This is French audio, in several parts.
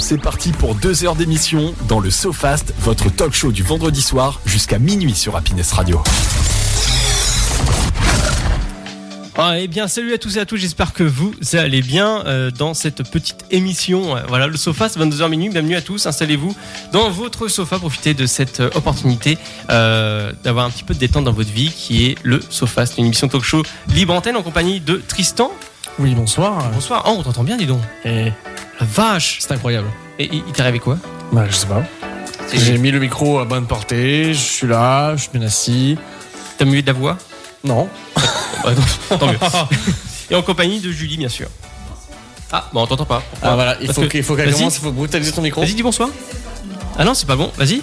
c'est parti pour deux heures d'émission dans le SoFast, votre talk show du vendredi soir jusqu'à minuit sur Happiness Radio. Ah, eh bien, salut à tous et à toutes. J'espère que vous allez bien euh, dans cette petite émission. Euh, Voilà, le sofa, c'est 22h minuit. Bienvenue à tous. Installez-vous dans votre sofa. Profitez de cette euh, opportunité euh, d'avoir un petit peu de détente dans votre vie, qui est le sofa. C'est une émission talk-show libre antenne en compagnie de Tristan. Oui, bonsoir. Bonsoir. Oh, on t'entend bien, dis donc. Et La vache. c'est incroyable. Et et- il t'est arrivé quoi Bah, je sais pas. J'ai mis le micro à bonne portée, je suis là, je suis bien assis. T'as mué de la voix Non. Ah, Bah, tant- Tant mieux. Et en compagnie de Julie, bien sûr. Ah, bah on t'entend pas. Pourquoi Ah, voilà, il Parce faut que- qu'il faut qu'elle vas-y. commence, il faut brutaliser ton micro. Vas-y, dis bonsoir. Ah non, c'est pas bon, vas-y.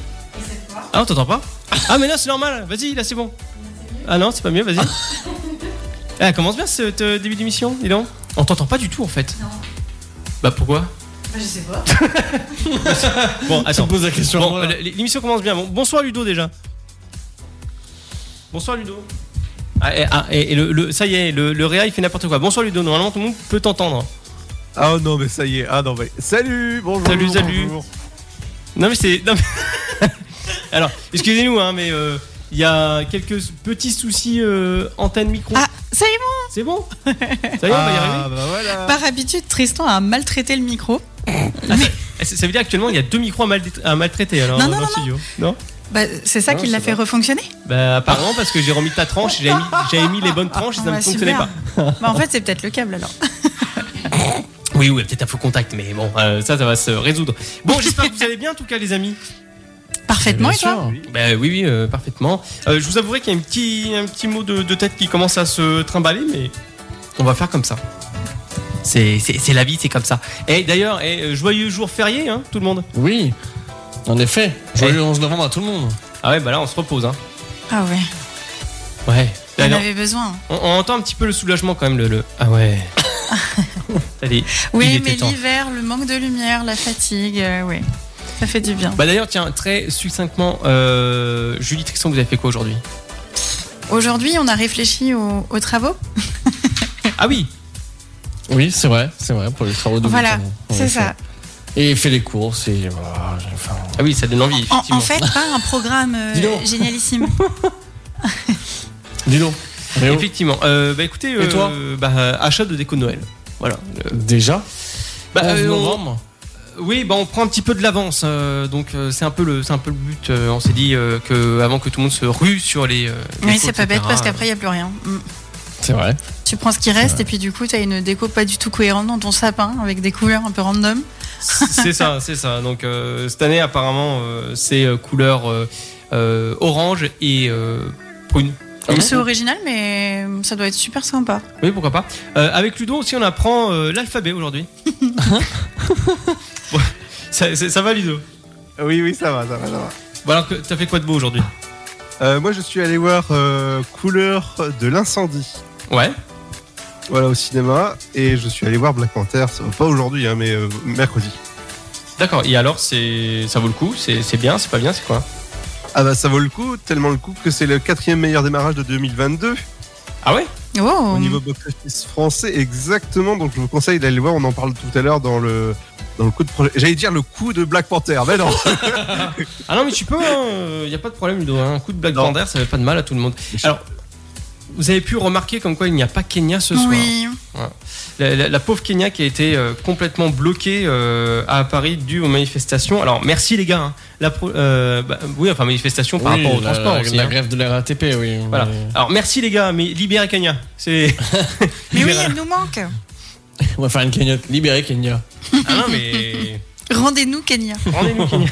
Ah, on t'entend pas Ah, mais là, c'est normal, vas-y, là, c'est bon. Ah non, c'est pas mieux, vas-y. Ah, commence bien ce euh, début d'émission, dis donc. On t'entend pas du tout en fait. Non. Bah pourquoi Je sais pas. Bon, attends. pose la question. Bon, euh, l'émission commence bien. Bon, bonsoir Ludo déjà. Bonsoir Ludo. Ah, et, ah, et- et le, le- ça y est, le, le Réa il fait n'importe quoi. Bonsoir Ludo, normalement tout le monde peut t'entendre. Ah non mais ça y est, ah non mais salut, bonjour. Salut, salut. bonjour. Non mais c'est. non, mais- Alors, excusez-nous, hein, mais euh, il y a quelques petits soucis euh, antenne micro. Ah, ça y est, C'est bon Ça y est, on va y Ah arriver. bah voilà. par habitude, Tristan a maltraité le micro. Eh, Ça ça veut dire actuellement il y a deux micros à, mal à maltraiter alors euh, Non, dans non, le non, studio. Non Bah, c'est ça Non, qui je l'a sais fait pas. refonctionner. Bah apparemment parce que j'ai remis ta tranche, j'avais mis, j'avais mis les bonnes tranches et ça Bah, ne fonctionnait pas. super. Bah, en fait, c'est peut-être le câble alors. Oui, oui, peut-être un faux contact, mais bon, euh, ça, ça va se résoudre. Bon, j'espère que vous allez bien, en tout cas, les amis. Parfaitement, et toi Bah oui, oui, euh, parfaitement. Euh, je vous avouerai qu'il y a un petit, un petit mot de, de tête qui commence à se trimballer, mais on va faire comme ça. C'est c'est- c'est la vie, c'est comme ça. Et d'ailleurs, eh, euh, joyeux jour férié, hein, tout le monde. Oui. En effet. Joyeux 11 novembre à tout le monde. Ah ouais, bah là, on se repose. Hein. Ah ouais, Ouais. on D'ailleurs, avait besoin. on, on entend un petit peu le soulagement quand même, le. le- Ah ouais. Allez. Oui, était mais temps. l'hiver, le manque de lumière, la fatigue, euh, ouais. Ça fait du bien. Bah d'ailleurs, tiens, très succinctement, euh, Julie Trisson, vous avez fait quoi aujourd'hui Aujourd'hui, on a réfléchi aux, aux travaux. Ah oui, Oui, c'est vrai, c'est vrai, pour les travaux de Voilà, week-end. En c'est effet. ça. Et il fait les courses et voilà. j'ai- enfin, ah oui, ça donne envie, En, effectivement. en fait, pas un programme euh, Dis donc. génialissime. Dis donc. Mais oh, Effectivement. Euh, bah écoutez, euh, toi bah, euh, achat de déco de Noël. Voilà. Euh, déjà bah, 11 euh, on- novembre oui, bah on prend un petit peu de l'avance, euh, donc euh, c'est un peu le, c'est un peu le but. euh, on s'est dit euh, que avant que tout le monde se rue sur les. euh, Oui, décos, c'est pas etc., euh, bête parce qu'après, il n'y a plus rien. Mm. C'est vrai. Tu prends ce qui reste et puis du coup, tu as une déco pas du tout cohérente dans ton sapin avec des couleurs un peu random. C'est ça, c'est ça. Donc euh, cette année, apparemment, euh, c'est euh, couleur euh, euh, orange et euh, prune. Ah bon C'est original, mais ça doit être super sympa. Oui, pourquoi pas. Euh, avec Ludo aussi, on apprend euh, l'alphabet aujourd'hui. Bon, ça, ça- ça va, Ludo. Oui oui ça va, ça va, ça va. Bon, alors, que- t'as fait quoi de beau aujourd'hui Euh, moi je suis allé voir euh, Couleur de l'incendie, Ouais. voilà au cinéma, et je suis allé voir Black Panther, ça va pas aujourd'hui hein, mais euh, mercredi. D'accord, et alors c'est ça vaut le coup C'est c'est bien, c'est pas bien, c'est quoi Ah bah ça vaut le coup, tellement le coup que c'est le quatrième meilleur démarrage de 2022 Ah ouais Oh, au niveau box-office français exactement, donc je vous conseille d'aller le voir, on en parle tout à l'heure dans le dans le coup de projet. J'allais dire le coup de Black Panther, mais non. Ah non mais tu peux, il a pas de problème Ludo, hein. un coup de Black Non. Panther ça fait pas de mal à tout le monde. Alors, vous avez pu remarquer comme quoi il n'y a pas Kenya ce soir. oui. La, la- la pauvre Kenya qui a été euh, complètement bloquée euh, à Paris due aux manifestations. Alors merci les gars, hein. la pro- euh, bah, oui enfin manifestation par Oui, rapport au la- transport la, aussi. la hein. grève de la RATP, oui. Voilà. mais- Alors merci les gars, mais libérez Kenya. C'est Mais oui, libérez- elle nous manque. On va faire une cagnotte. Libérer Kenya. Ah non mais Rendez-nous, Kenya. Rendez-nous, Kenya.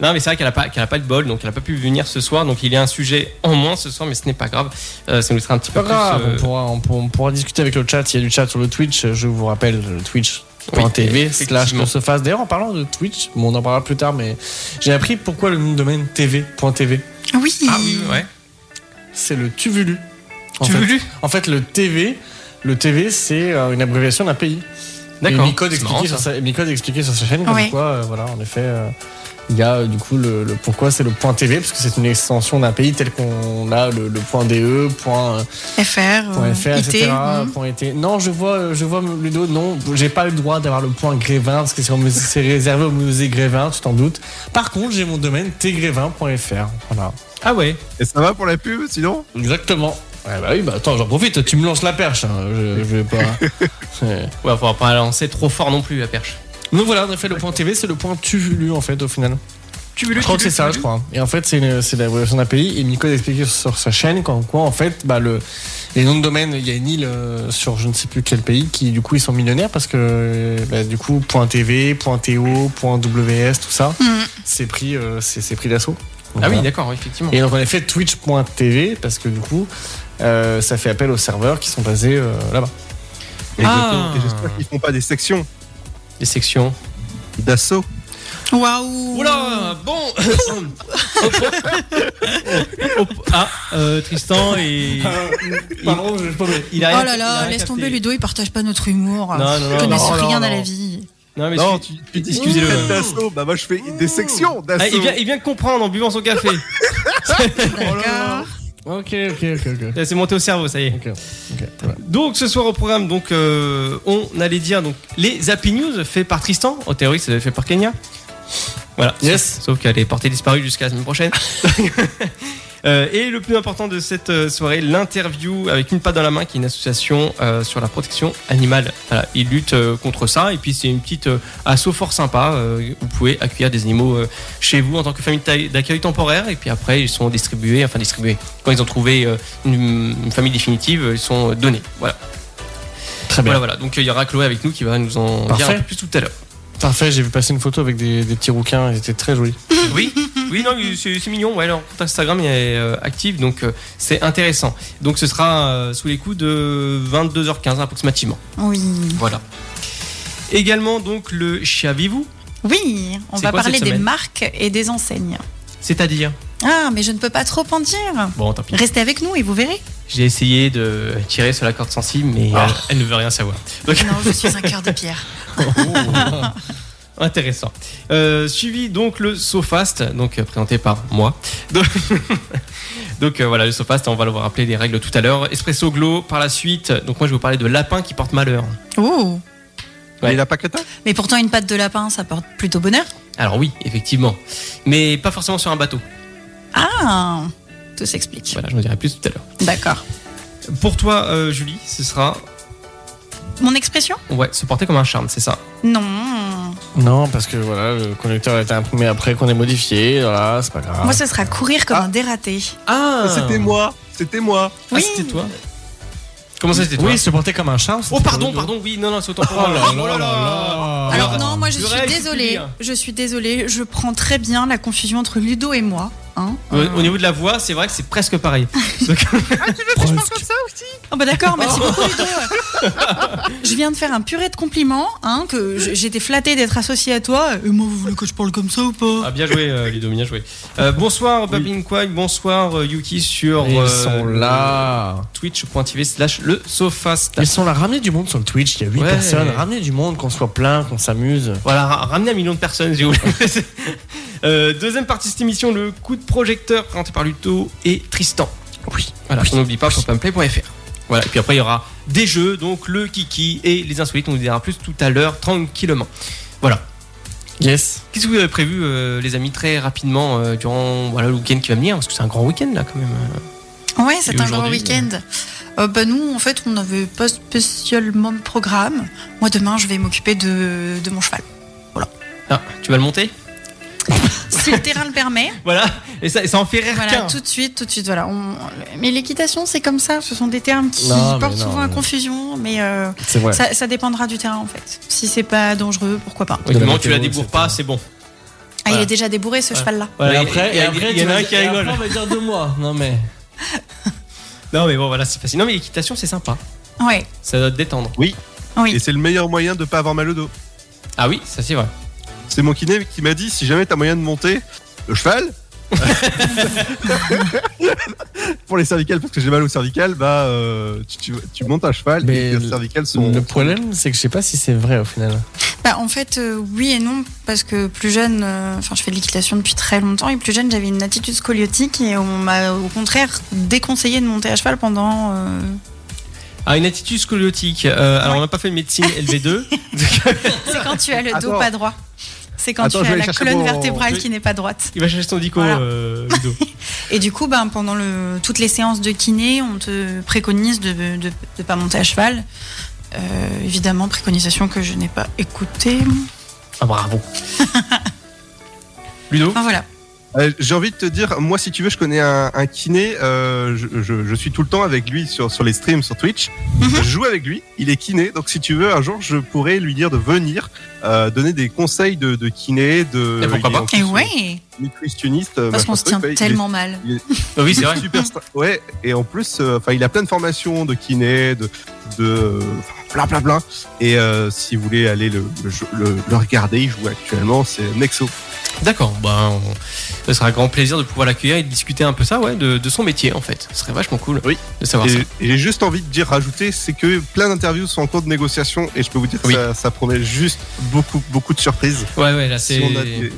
Non, mais c'est vrai qu'elle n'a pas, qu'elle a pas de bol, donc elle n'a pas pu venir ce soir. Donc il y a un sujet en moins ce soir, mais ce n'est pas grave. Euh, ça nous sera un petit peu Pas grave, plus. euh, on, pourra, on, pour- on pourra discuter avec le chat. Il y a du chat sur le Twitch, je vous rappelle, le Oui, twitch.tv slash effectivement. qu'on se fasse. D'ailleurs, en parlant de Twitch, bon, on en parlera plus tard, mais j'ai appris pourquoi le nom de domaine tv.tv. Oui. Ah oui, ouais. C'est le Tuvulu. En tu fait. veux lu En fait, le TV, le TV c'est euh, une abréviation d'un pays. D'accord. Et Micode C'est marrant, expliquait, sur ça. sa- Micode expliquait sur sa chaîne comme Oui. quoi, euh, voilà, en effet, euh, il y a euh, du coup le, le- pourquoi c'est le point TV, parce que c'est une extension d'un pays tel qu'on a le, le point DE, point, euh, FR, euh, point FR, etc. IT. hum. Point IT. Non, je vois, euh, je vois Ludo, non, j'ai pas le droit d'avoir le point Grévin, parce que c'est au musée- c'est réservé au musée Grévin, tu t'en doutes. Par contre, j'ai mon domaine tgrévin.fr. Voilà. Ah ouais. Et ça va pour la pub sinon Exactement. Ouais, bah oui, bah attends, j'en profite, tu me lances la perche. hein, Je, je vais pas. Ouais. Ouais, faut pas lancer trop fort non plus la perche. Donc voilà, en effet, le point TV, c'est le point Tuvulu en fait, au final. Tu veux Je crois que c'est ça, je crois. Et en fait, c'est une- c'est la version d'API. Et Nico expliqué sur sa chaîne qu'en quoi, en fait, bah, le, les noms de domaine, il y a une île euh, sur je ne sais plus quel pays qui, du coup, ils sont millionnaires parce que, euh, bah, du coup, .tv, .to, .ws, tout ça, Hum. c'est pris, euh, c'est c'est pris d'assaut. Donc, Ah oui, voilà. d'accord, effectivement. Et donc, en effet, twitch.tv parce que, du coup, euh, ça fait appel aux serveurs qui sont basés euh, là-bas. Ah. Exactement. Et j'espère qu'ils font pas des sections Les sections. d'assaut. Waouh Oula, bon. Hop. ah, euh, Tristan et Euh, Pardon, je il Oh a. là il a là, rien laisse capté. tomber Ludo, il partage pas notre humour. Non, non, Ils non, connaissent non, rien non, à la non. vie. Non mais Non, tu- tu, tu tu- dis excusez-le. tu fais d'assaut. Bah moi je fais des sections d'assaut. Ah, il, vient, il vient de comprendre en buvant son café. Oh D'accord. Ok, ok, ok, ok. C'est monté au cerveau, ça y est. Ok, ok, voilà. Donc ce soir au programme, donc euh, on allait dire donc les Happy News faits par Tristan. En théorie, ça devait être fait par Kenya. Voilà. Yes. Sauf qu'elle est portée disparue jusqu'à la semaine prochaine. Euh, et le plus important de cette euh, soirée, l'interview avec Une Patte dans la Main, qui est une association euh, sur la protection animale. Voilà, ils luttent euh, contre ça. Et puis, c'est une petite euh, asso fort sympa. Euh, vous pouvez accueillir des animaux euh, chez vous en tant que famille d'accueil- d'accueil temporaire. Et puis après, ils sont distribués, enfin distribués. Quand ils ont trouvé euh, une, une famille définitive, ils sont euh, donnés. Voilà, Très bien. voilà, voilà. Donc, euh, il y aura Chloé avec nous qui va nous en dire Parfait. un peu plus tout à l'heure. Parfait, j'ai vu passer une photo avec des, des petits rouquins, ils étaient très jolis. Oui, oui, non, c'est c'est mignon. Ouais, leur compte Instagram est euh, actif, donc euh, c'est intéressant. Donc ce sera euh, sous les coups de 22h15 approximativement. Oui. Voilà. Également donc le Chavivou, Oui, on C'est va quoi cette parler des semaine marques et des enseignes. c'est-à-dire. Ah, mais je ne peux pas trop en dire. Bon, tant pis. Restez avec nous et vous verrez. J'ai essayé de tirer sur la corde sensible, mais Ah. euh, elle ne veut rien savoir. Donc, Non, je suis un cœur de pierre. Intéressant. Euh, suivi donc le SoFast, donc euh, présenté par moi. Donc, donc, euh, voilà, le SoFast, on va vous rappeler les règles tout à l'heure. Espresso Glow par la suite. Donc moi je vais vous parler de lapin qui porte malheur. Oh Ouais. Mais il a pas que ça Mais pourtant, une patte de lapin, ça porte plutôt bonheur. Alors oui, effectivement. Mais pas forcément sur un bateau. Ah Tout s'explique. Voilà, je vous dirai plus tout à l'heure. D'accord. Pour toi, euh, Julie, ce sera Mon expression ouais, se porter comme un charme, c'est ça. Non. Non, parce que voilà, le conducteur a été imprimé après qu'on ait modifié, voilà, c'est pas grave. Moi, ce sera courir comme Ah. un dératé. Ah, C'était moi. C'était moi. Ah, Oui. c'était toi. Comment ça, c'était toi oui, se porter comme un charme. Oh pardon, pardon, oui, non, non, c'est autant pour moi. Oh là là. Ah. Alors non, moi je Le suis reste, c'est désolée. bien. Je suis désolée. Je prends très bien la confusion entre Ludo et moi. Hein Au, Euh, au niveau de la voix, c'est vrai que c'est presque pareil. Donc, Ah bah d'accord, merci beaucoup Ludo. je viens de faire un purée de compliments, hein, que j- j'étais flattée d'être associée à toi. Et moi, vous voulez que je parle comme ça ou pas ah, bien joué, euh, Ludo, bien joué. Euh, bonsoir, Babin Quag, bonsoir, euh, Yuki, sur Ils euh, sont là. twitch.tv slash le sofast. Ils sont là. Ramenez du monde sur le Twitch, il y a 8 Ouais. personnes. Ramenez du monde, qu'on soit plein, qu'on s'amuse. Voilà, ra- ramener un million de personnes, j'ai oublié. Euh, deuxième partie de cette émission, le coup de projecteur présenté par Luto et Tristan. Oui. Voilà, on n'oublie pas sur planplay.fr. Voilà, et puis après il y aura des jeux, donc le kiki et les insolites, on vous dira plus tout à l'heure tranquillement. Voilà. Yes. Qu'est-ce que vous avez prévu, euh, les amis, très rapidement euh, durant voilà, le week-end qui va venir Parce que c'est un grand week-end là quand même. Euh, Ouais, c'est Et un grand aujourd'hui, week-end. Euh, bah nous, en fait, on n'avait pas spécialement de programme. Moi, demain, je vais m'occuper de, de mon cheval. Ah, tu vas le monter Si le terrain le permet, Voilà, et ça, et ça en fait rire voilà, qu'un. tout de suite, tout de suite, voilà. on- Mais l'équitation, c'est comme ça. Ce sont des termes qui Non, mais portent non, souvent à mais- confusion, mais euh, C'est vrai. Ça, ça dépendra du terrain en fait. Si c'est pas dangereux, pourquoi pas. Oui, De du la moment que tu la météo, débourres etc. pas, c'est bon. Ah, il Voilà. est déjà débourré ce Ouais. cheval-là. Voilà, et après, il y a- il y en a un qui rigole. on va dire de moi. Non mais. Non, mais bon, voilà, c'est facile. Non, mais l'équitation, c'est sympa. Ouais. Ça doit te détendre. Oui. Et c'est le meilleur moyen de pas avoir mal au dos. Ah oui, ça c'est vrai. C'est mon kiné qui m'a dit si jamais t'as moyen de monter le cheval, Pour les cervicales, parce que j'ai mal aux cervicales, bah, euh, tu, tu- tu montes à cheval Mais et les le- cervicales sont. Le problème, c'est que je sais pas si c'est vrai au final. Bah, en fait, euh, oui et non, parce que plus jeune, euh, enfin, je fais de l'équitation depuis très longtemps, et plus jeune, j'avais une attitude scoliotique, et on m'a au contraire déconseillé de monter à cheval pendant. euh, Ah, une attitude scoliotique. Euh, alors, on n'a pas fait de médecine LV2. C'est quand tu as le dos Attends. pas droit. C'est quand Attends, je tu vais as aller la chercher colonne mon- vertébrale Oui. qui n'est pas droite. Il va chercher son dico, Voilà. euh, Ludo. Et du coup, ben, pendant le, toutes les séances de kiné, on te préconise de ne pas monter à cheval. Euh, évidemment, préconisation que je n'ai pas écoutée. Ah, bravo. Ludo Enfin voilà. Euh, J'ai envie de te dire, moi, si tu veux, je connais un, un kiné. euh, je, je- je suis tout le temps avec lui sur, sur les streams sur Twitch. Mhm. Je joue avec lui. Il est kiné. Donc, si tu veux, un jour, je pourrais lui dire de venir euh, donner des conseils de, de kiné, de. Et pourquoi il est pas en plus, Et Eh euh, ouais, nutritionniste. euh, parce machin qu'on se truc, tient ouais, il est tellement mal. Oui, c'est vrai. super stra- Ouais. Et en plus, euh, enfin, il a plein de formations de kiné, de. de euh, Bla bla bla. Et euh, si vous voulez aller le, le, jeu- le- le regarder, il joue actuellement, c'est Nexo. D'accord, bah, on- ce sera un grand plaisir de pouvoir l'accueillir et de discuter un peu ça, ouais, de, de son métier en fait. Ce serait vachement cool Oui. de savoir ça. Et, et j'ai juste envie de dire, rajouter, c'est que plein d'interviews sont en cours de négociation et je peux vous dire que Oui. ça, ça promet juste beaucoup, beaucoup de surprises. Ouais, ouais, là c'est. Si on a des-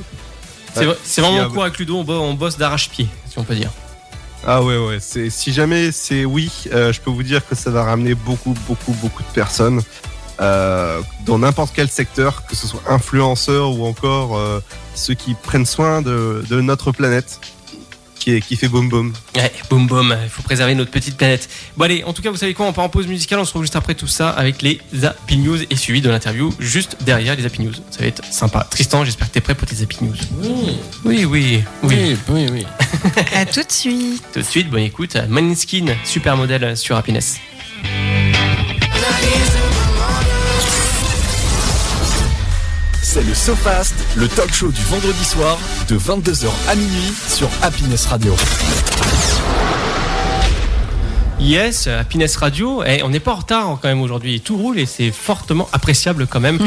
c'est vrai- c'est vraiment si, en cours avec Ludo, on, bo- on bosse d'arrache-pied, si on peut dire. Ah ouais, ouais. c'est- Si jamais c'est oui, euh, je peux vous dire que ça va ramener beaucoup, beaucoup, beaucoup de personnes euh, dans n'importe quel secteur, que ce soit influenceurs ou encore euh, ceux qui prennent soin de, de notre planète qui, est, qui fait boum boum. Ouais, boum boum, il faut préserver notre petite planète. Bon allez, en tout cas, vous savez quoi, on part en pause musicale, on se retrouve juste après tout ça avec les Happy News et suivi de l'interview juste derrière les Happy News. Ça va être sympa. Tristan, j'espère que t'es prêt pour tes Happy News. Oui, Oui, oui, oui. oui, oui. oui. À tout de suite. Tout de suite, bonne écoute, Maniskin, supermodèle sur Happiness. C'est le SoFast, le talk show du vendredi soir de 22h à minuit sur Happiness Radio. Yes, Happiness Radio, et on n'est pas en retard hein, quand même aujourd'hui, tout roule et c'est fortement appréciable quand même.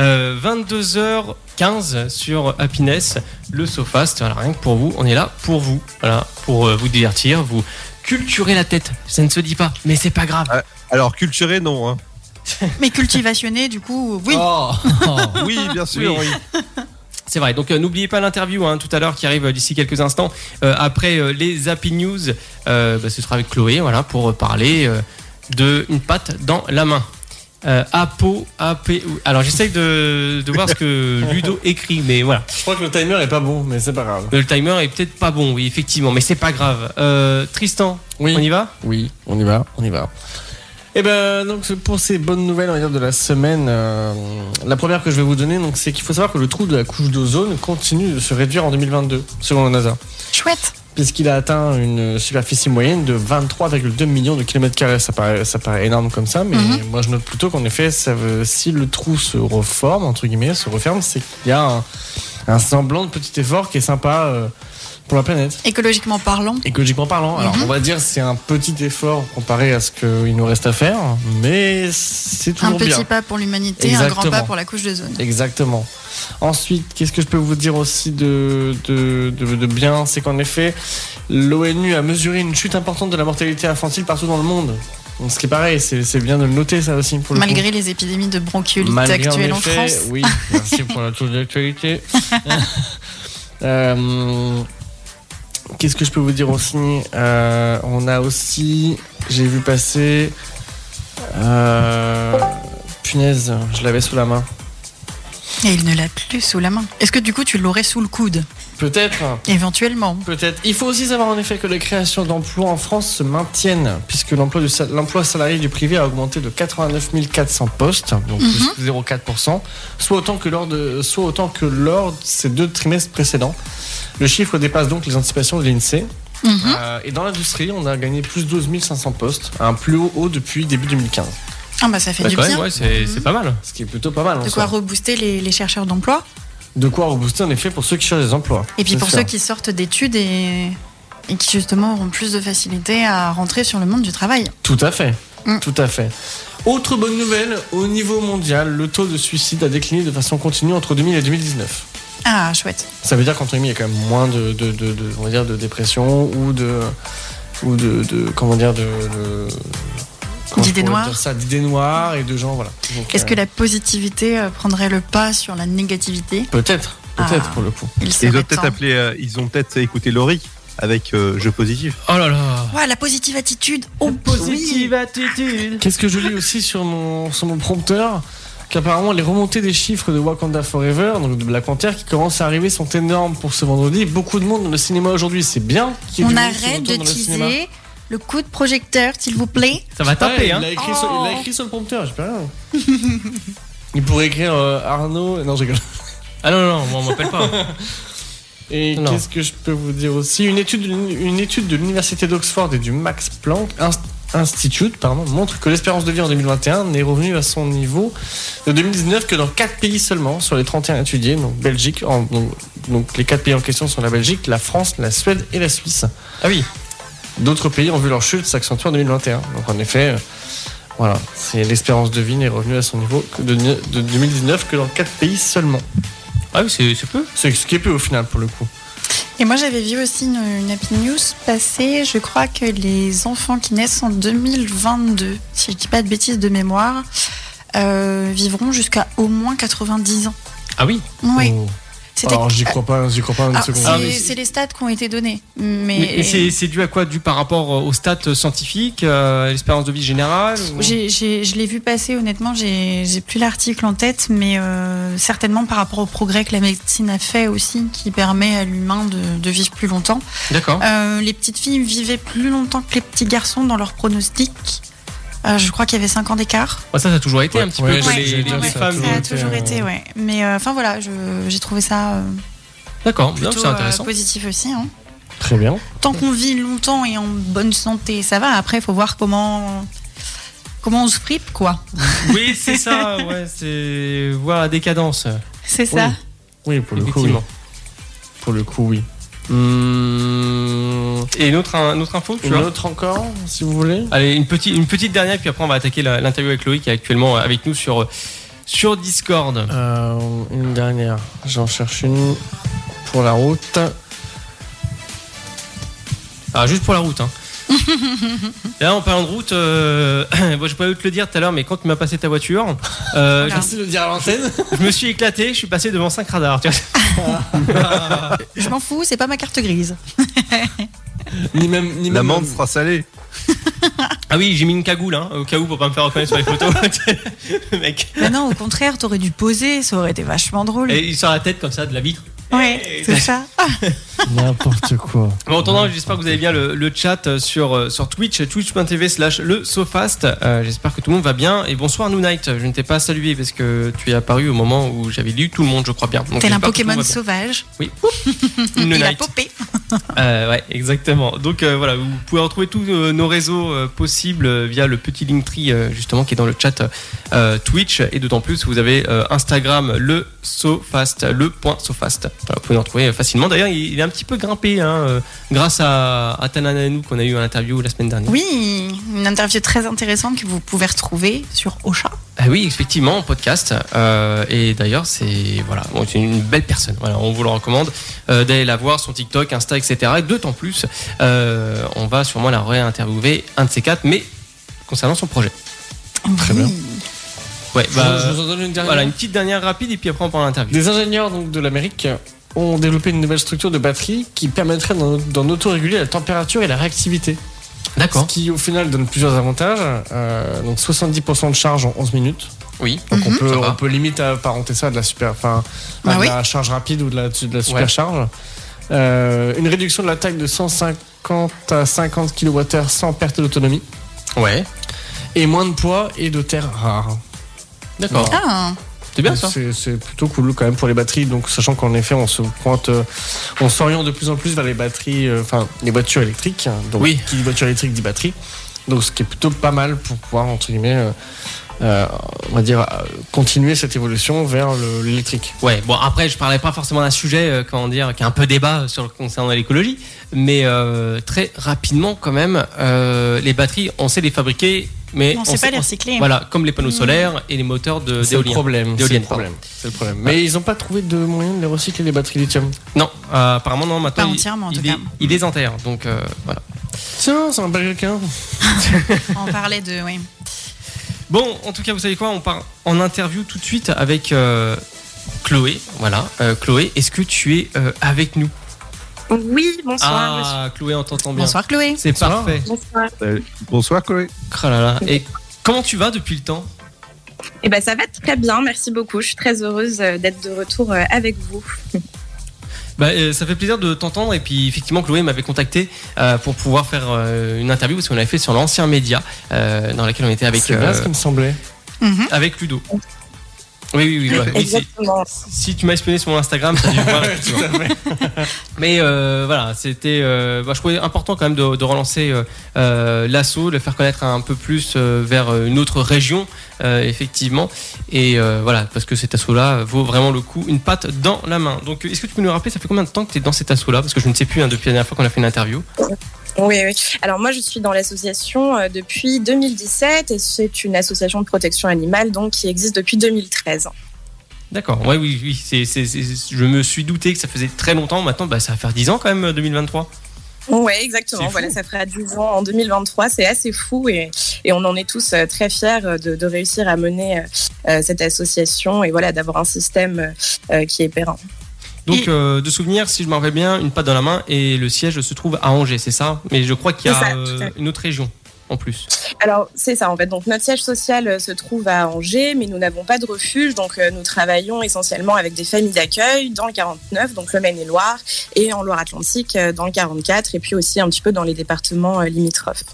Euh, 22h15 sur Happiness, le SoFast, voilà, rien que pour vous, on est là pour vous, voilà, pour euh, vous divertir, vous culturer la tête, ça ne se dit pas, mais c'est pas grave. Ah, Alors, culturé, non. hein. Mais cultivationné, du coup, oui. Oh. Oui, bien sûr. Oui. oui. C'est vrai, donc euh, n'oubliez pas l'interview hein, tout à l'heure qui arrive euh, d'ici quelques instants. Euh, après euh, les Happy News, euh, bah, ce sera avec Chloé voilà, pour euh, parler euh, de une patte dans la main. Euh, Apo, AP. Alors j'essaye de, de voir ce que Ludo écrit, mais voilà. Je crois que le timer est pas bon, mais c'est pas grave. Le timer est peut-être pas bon, oui, effectivement, mais c'est pas grave. Euh, Tristan, Oui. on y va Oui, on y va, on y va. Et ben donc pour ces bonnes nouvelles on va dire de la semaine, euh, la première que je vais vous donner donc c'est qu'il faut savoir que le trou de la couche d'ozone continue de se réduire en 2022 selon la NASA, Chouette. puisqu'il a atteint une superficie moyenne de 23,2 millions de kilomètres carrés. Ça paraît ça paraît énorme comme ça, mais Mhm. moi je note plutôt qu'en effet ça veut, si le trou se reforme entre guillemets se referme c'est qu'il y a un, un semblant de petit effort qui est sympa euh, pour la planète Écologiquement parlant. écologiquement parlant. Alors, Mhm. on va dire c'est un petit effort comparé à ce qu'il nous reste à faire, mais c'est Un toujours petit bien. pas pour l'humanité, un grand Exactement. pas pour la couche de zone. Exactement. Ensuite, qu'est-ce que je peux vous dire aussi de, de, de- de bien C'est qu'en effet, l'ONU a mesuré une chute importante de la mortalité infantile partout dans le monde. Donc, ce qui est pareil, c'est c'est bien de le noter, ça aussi, pour le coup. Malgré les épidémies de bronchiolite Malgré, actuelles en, effet, France. Oui, merci pour la touche d'actualité. Euh, Qu'est-ce que je peux vous dire aussi Euh, On a aussi, j'ai vu passer, euh, punaise, je l'avais sous la main. Et il ne l'a plus sous la main. Est-ce que du coup, tu l'aurais sous le coude Peut-être. Éventuellement. Peut-être. Il faut aussi savoir en effet que les créations d'emplois en France se maintiennent, puisque l'emploi, du sa- l'emploi salarié du privé a augmenté de 89 400 postes, donc Mhm. plus 0,4%, soit autant, que lors de, soit autant que lors de ces deux trimestres précédents. Le chiffre dépasse donc les anticipations de l'INSEE. Mhm. Euh, et dans l'industrie, on a gagné plus 12 500 postes, un plus haut haut depuis début 2015, Ah bah ça fait Bah, du quand bien. même, ouais, c'est c'est pas mal. ce qui est plutôt pas mal. en De quoi soi. rebooster les, les chercheurs d'emploi. de quoi rebooster en effet pour ceux qui cherchent des emplois. Et puis C'est pour sûr. ceux qui sortent d'études et, et qui justement auront plus de facilité à rentrer sur le monde du travail. Tout à fait. Mm. Tout à fait. Autre bonne nouvelle, au niveau mondial, le taux de suicide a décliné de façon continue entre 2000 et 2019. Ah, chouette. Ça veut dire qu'entre guillemets, il y a quand même moins de, de, de, de- on va dire de dépression ou de ou de, de- comment dire de, de- comment je D'idées pourrais noires. dire ça, d'idées noires et de gens voilà. Donc, Est-ce euh, que la positivité euh, prendrait le pas sur la négativité peut-être peut-être Ah. pour le coup. Il Ils serait ont peut-être temps. appelé, euh, ils ont peut-être écouté Laurie avec euh, Jeu Positif. Oh là là. Ouais, la positive attitude. Oh, Positive oui. attitude. Qu'est-ce que je lis aussi sur mon sur mon prompteur qu'apparemment les remontées des chiffres de Wakanda Forever donc de Black Panther qui commencent à arriver sont énormes pour ce vendredi. Beaucoup de monde dans le cinéma aujourd'hui, c'est bien. qu'il y ait On du monde qui arrête retourne dans de le cinéma. teaser le coup de projecteur, s'il vous plaît. Ça va taper, Ouais, hein. Il l'a écrit, sur- il l'a Oh. écrit sur le prompteur, j'ai pas rien. il pourrait écrire euh, Arnaud. Non, je rigole. Ah non, non, moi, on m'appelle pas. Et Non. qu'est-ce que je peux vous dire aussi une étude, de l'uni- une étude de l'université d'Oxford et du Max Planck Inst- Institute pardon, montre que l'espérance de vie en 2021 n'est revenue à son niveau de 2019 que dans 4 pays seulement sur les 31 étudiés, donc Belgique, en- donc, donc les 4 pays en question sont la Belgique, la France, la Suède et la Suisse. Ah oui. D'autres pays ont vu leur chute s'accentuer en 2021. Donc en effet, euh, voilà, c'est l'espérance de vie n'est revenue à son niveau que de, de 2019 que dans 4 pays seulement. Ah oui, c'est c'est peu. C'est ce qui est peu au final pour le coup. Et moi, j'avais vu aussi une, une Happy News passer. Je crois que les enfants qui naissent en 2022, si je dis pas de bêtises de mémoire, euh, vivront jusqu'à au moins 90 ans. Ah oui. Oui. Oh. C'était- Alors j'y crois pas, j'y crois pas une Ah, seconde. c'est Ah, mais- c'est les stats qui ont été donnés. Mais, Mais- Et c'est c'est dû à quoi Dû par rapport euh, aux stats scientifiques, euh, à l'espérance de vie générale ou- J'ai- j'ai- je l'ai vu passer, honnêtement, j'ai j'ai plus l'article en tête, mais euh, certainement par rapport au progrès que la médecine a fait aussi, qui permet à l'humain de, de vivre plus longtemps. D'accord. Euh, les petites filles vivaient plus longtemps que les petits garçons dans leur pronostic. Euh, je crois qu'il y avait 5 ans d'écart. Bah, ça, ça a toujours été un petit Ouais, peu que ouais, les, j'allais les- dire, les ça femmes. Ça a été, toujours euh, été, ouais. Mais euh, enfin voilà, je- j'ai trouvé ça euh, D'accord, non, plutôt c'est euh, intéressant. positif aussi. hein. Très bien. Tant qu'on vit longtemps et en bonne santé, ça va. Après, il faut voir comment, comment on se fripe, quoi. oui, c'est ça, ouais, c'est voir la décadence, C'est ça. Oui, pour le coup. oui. effectivement. Pour le coup, oui. Hum, Et une autre, un- une autre info, tu Une vois autre encore, si vous voulez. Allez, une petite, une petite dernière, puis après on va attaquer la- l'interview avec Loïc qui est actuellement euh, avec nous sur, sur Discord. Euh, une dernière. J'en cherche une pour la route. Ah, juste pour la route. Hein. Là, en parlant de route, euh, bon, je pourrais te le dire tout à l'heure, mais quand tu m'as passé ta voiture, euh, Voilà. de le dire à l'antenne. je, je me suis éclaté, je suis passé devant 5 radars. tu vois. Je m'en fous, c'est pas ma carte grise. ni même, ni même. L'amende sera salée. Ah oui, j'ai mis une cagoule, hein, au cas où, pour pas me faire reconnaître sur les photos. Le mec. Mais non, au contraire, t'aurais dû poser, ça aurait été vachement drôle. Et il sort la tête comme ça de la vitre. Ouais, c'est ça. N'importe quoi. Bon, en attendant, j'espère que vous allez bien le, le chat euh, sur, euh, sur Twitch, twitch.tv slash le Sofast. Euh, j'espère que tout le monde va bien. Et bonsoir, New Night. Je ne t'ai pas salué parce que tu es apparu au moment où j'avais lu tout le monde, je crois bien. Donc, Tel un j'espère que tout le Pokémon monde va sauvage. bien. New il a Night. popé. Euh, ouais, exactement. Donc euh, voilà, vous pouvez retrouver tous euh, nos réseaux euh, possibles euh, via le petit Linktree euh, justement qui est dans le chat euh, Twitch et d'autant plus vous avez euh, Instagram le sofast le point sofast. Voilà, vous pouvez le retrouver euh, facilement. D'ailleurs, il, il est un petit peu grimpé hein, euh, grâce à, à Tanananou qu'on a eu en interview la semaine dernière. Oui, une interview très intéressante que vous pouvez retrouver sur Ocha. Ah oui, effectivement, en podcast. Euh, et d'ailleurs, c'est voilà, bon, c'est une belle personne. Voilà, on vous le recommande euh, d'aller la voir, son TikTok, Insta, etc. Et d'autant plus, euh, on va sûrement la réinterviewer un de ces quatre, mais concernant son projet. Très bien. Ouais, bah, je vous en donne une dernière. voilà, une petite dernière rapide et puis après on prend l'interview. Des ingénieurs donc, de l'Amérique ont développé une nouvelle structure de batterie qui permettrait d'en d'en auto-réguler la température et la réactivité. Ce D'accord. qui au final donne plusieurs avantages. Euh, donc 70% de charge en 11 minutes. Oui. Donc on, Mhm. peut, Ça va. on peut limite apparenter ça à de la, super, enfin, à Bah de oui. la charge rapide ou de la, de la Ouais. supercharge. Euh, une réduction de la taille de 150 à 50 kWh sans perte d'autonomie. Ouais. Et moins de poids et de terre rare. D'accord. Ah, C'est bien ça. C'est c'est plutôt cool quand même pour les batteries. Donc sachant qu'en effet on se pointe, euh, on s'oriente de plus en plus vers les batteries, euh, enfin les voitures électriques. hein, Donc Oui. qui dit voiture électrique dit batterie. Donc ce qui est plutôt pas mal pour pouvoir entre guillemets, euh, euh, on va dire euh, continuer cette évolution vers le- l'électrique. Ouais, bon après je parlais pas forcément d'un sujet euh, comment dire qui est un peu débat euh, sur le concernant l'écologie, mais euh, très rapidement quand même euh, les batteries on sait les fabriquer mais On ne on sait pas sait- les recycler. Voilà, comme les panneaux solaires et les moteurs de- C'est le d'éolien. problème. C'est le D'éoliennes, problème. C'est le problème. Mais ils n'ont pas trouvé de moyen de les recycler les batteries lithium. Non, euh, apparemment non, maintenant Pas il- entièrement, en il, tout est- cas. il les enterre. Donc euh, voilà. Tiens, c'est un bel quelqu'un. On parlait de. Oui. Bon, en tout cas, vous savez quoi On part en interview tout de suite avec euh, Chloé. Voilà, Euh, Chloé, est-ce que tu es euh, avec nous Oui, bonsoir, monsieur. Ah, Chloé, on t'entend bien. Bonsoir Chloé. C'est Bonsoir. parfait. Bonsoir. Euh, Bonsoir Chloé. Oh là là. Et comment tu vas depuis le temps Eh ben, ça va très bien, merci beaucoup. Je suis très heureuse euh, d'être de retour euh, avec vous. Bah, euh, ça fait plaisir de t'entendre et puis effectivement Chloé m'avait contacté euh, pour pouvoir faire euh, une interview parce qu'on l'avait fait sur l'ancien média euh, dans laquelle on était avec C'est bien euh, ce qui me semblait. Mhm. avec Ludo. Oui oui oui. ouais. Oui, c'est- Exactement. si tu m'as espionné sur mon Instagram, ça a dû voir. Mais euh, voilà, c'était. euh, bah, je trouvais important quand même de, de relancer euh, euh, l'assaut, de le faire connaître un peu plus euh, vers une autre région, euh, effectivement. Et euh, voilà, parce que cet assaut-là vaut vraiment le coup, une patte dans la main. Donc, est-ce que tu peux nous rappeler, ça fait combien de temps que tu es dans cet assaut-là Parce que je ne sais plus hein, depuis la dernière fois qu'on a fait une interview. Oui, oui. Alors moi, je suis dans l'association euh, depuis 2017 et c'est une association de protection animale donc qui existe depuis 2013. D'accord, ouais, oui, oui. c'est- c'est- c'est- je me suis douté que ça faisait très longtemps. Maintenant, bah, ça va faire 10 ans quand même, 2023. Oui, C'est exactement. fou. Voilà, ça fera 10 ans en 2023. C'est assez fou et, et on en est tous euh, très fiers euh, de, de réussir à mener euh, euh, cette association et voilà d'avoir un système euh, euh, qui est périn. Donc, euh, de souvenir, si je me rappelle bien, une patte dans la main et le siège se trouve à Angers, c'est ça Mais je crois qu'il y a C'est ça, euh, tout à fait. une autre région en plus. Alors, c'est ça en fait. Donc, notre siège social euh, se trouve à Angers, mais nous n'avons pas de refuge. Donc, euh, nous travaillons essentiellement avec des familles d'accueil dans le 49, donc le Maine-et-Loire, et en Loire-Atlantique euh, dans le 44, et puis aussi un petit peu dans les départements euh, limitrophes.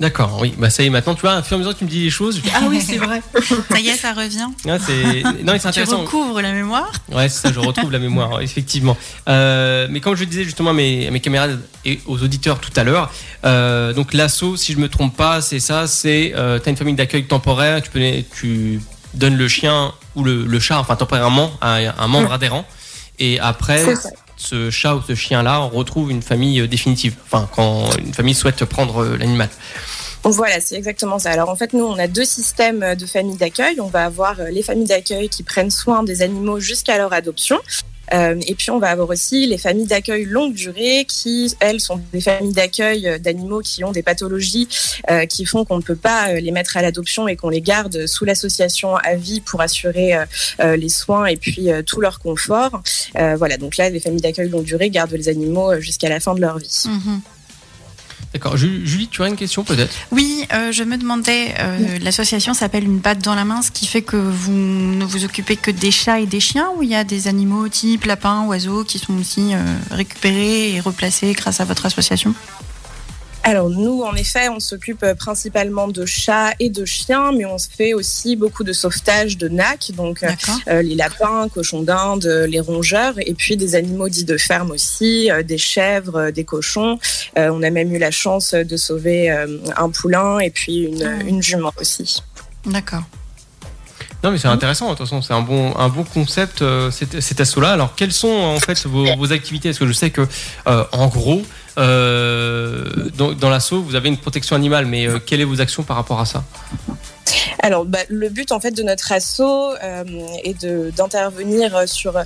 D'accord, oui, bah ça y est, maintenant, tu vois, à fur et à mesure que tu me dis les choses, je dis, ah oui, c'est vrai. Ça y est, ça revient. Ah, c'est- non, mais c'est Tu intéressant. recouvres la mémoire. Ouais, c'est ça, je retrouve la mémoire, effectivement. Euh, mais comme je le disais justement à mes, à mes camarades et aux auditeurs tout à l'heure, euh, donc l'assaut, si je me trompe pas, c'est ça, c'est euh, t'as une famille d'accueil temporaire, tu, peux, tu donnes le chien ou le, le chat, enfin temporairement, à un membre adhérent, et après, Mm. C'est ça. ce chat ou ce chien-là, on retrouve une famille euh, définitive, enfin quand une famille souhaite prendre euh, l'animal. Donc, Voilà, c'est exactement ça. Alors en fait, nous, on a deux systèmes euh, de familles d'accueil. On va avoir euh, les familles d'accueil qui prennent soin des animaux jusqu'à leur adoption. Euh, et puis on va avoir aussi les familles d'accueil longue durée qui, elles, sont des familles d'accueil euh, d'animaux qui ont des pathologies euh, qui font qu'on ne peut pas euh, les mettre à l'adoption et qu'on les garde sous l'association à vie pour assurer euh, euh, les soins et puis euh, tout leur confort. Euh, voilà, donc là, les familles d'accueil longue durée gardent les animaux euh, jusqu'à la fin de leur vie. Mhm. D'accord, Ju- Julie, tu as une question peut-être Oui, euh, je me demandais, euh, l'association s'appelle Une patte dans la main, ce qui fait que vous ne vous occupez que des chats et des chiens, ou il y a des animaux type lapins, oiseaux qui sont aussi euh, récupérés et replacés grâce à votre association Alors nous, en effet, on s'occupe euh, principalement de chats et de chiens, mais on se fait aussi beaucoup de sauvetage de NAC, donc euh, D'accord. euh, les lapins, cochons d'Inde, euh, les rongeurs, et puis des animaux dits de ferme aussi, euh, des chèvres, euh, des cochons. Euh, on a même eu la chance de sauver euh, un poulain et puis une, Ah. une jument aussi. D'accord. Non, mais c'est intéressant, de toute façon, c'est un bon, un bon concept, euh, cet, cet assaut-là. Alors, quelles sont en fait vos, vos activités Parce que je sais que, euh, en gros, euh, dans, dans l'assaut, vous avez une protection animale, mais euh, quelles sont vos actions par rapport à ça Alors, bah, le but en fait de notre asso euh, est de d'intervenir sur euh,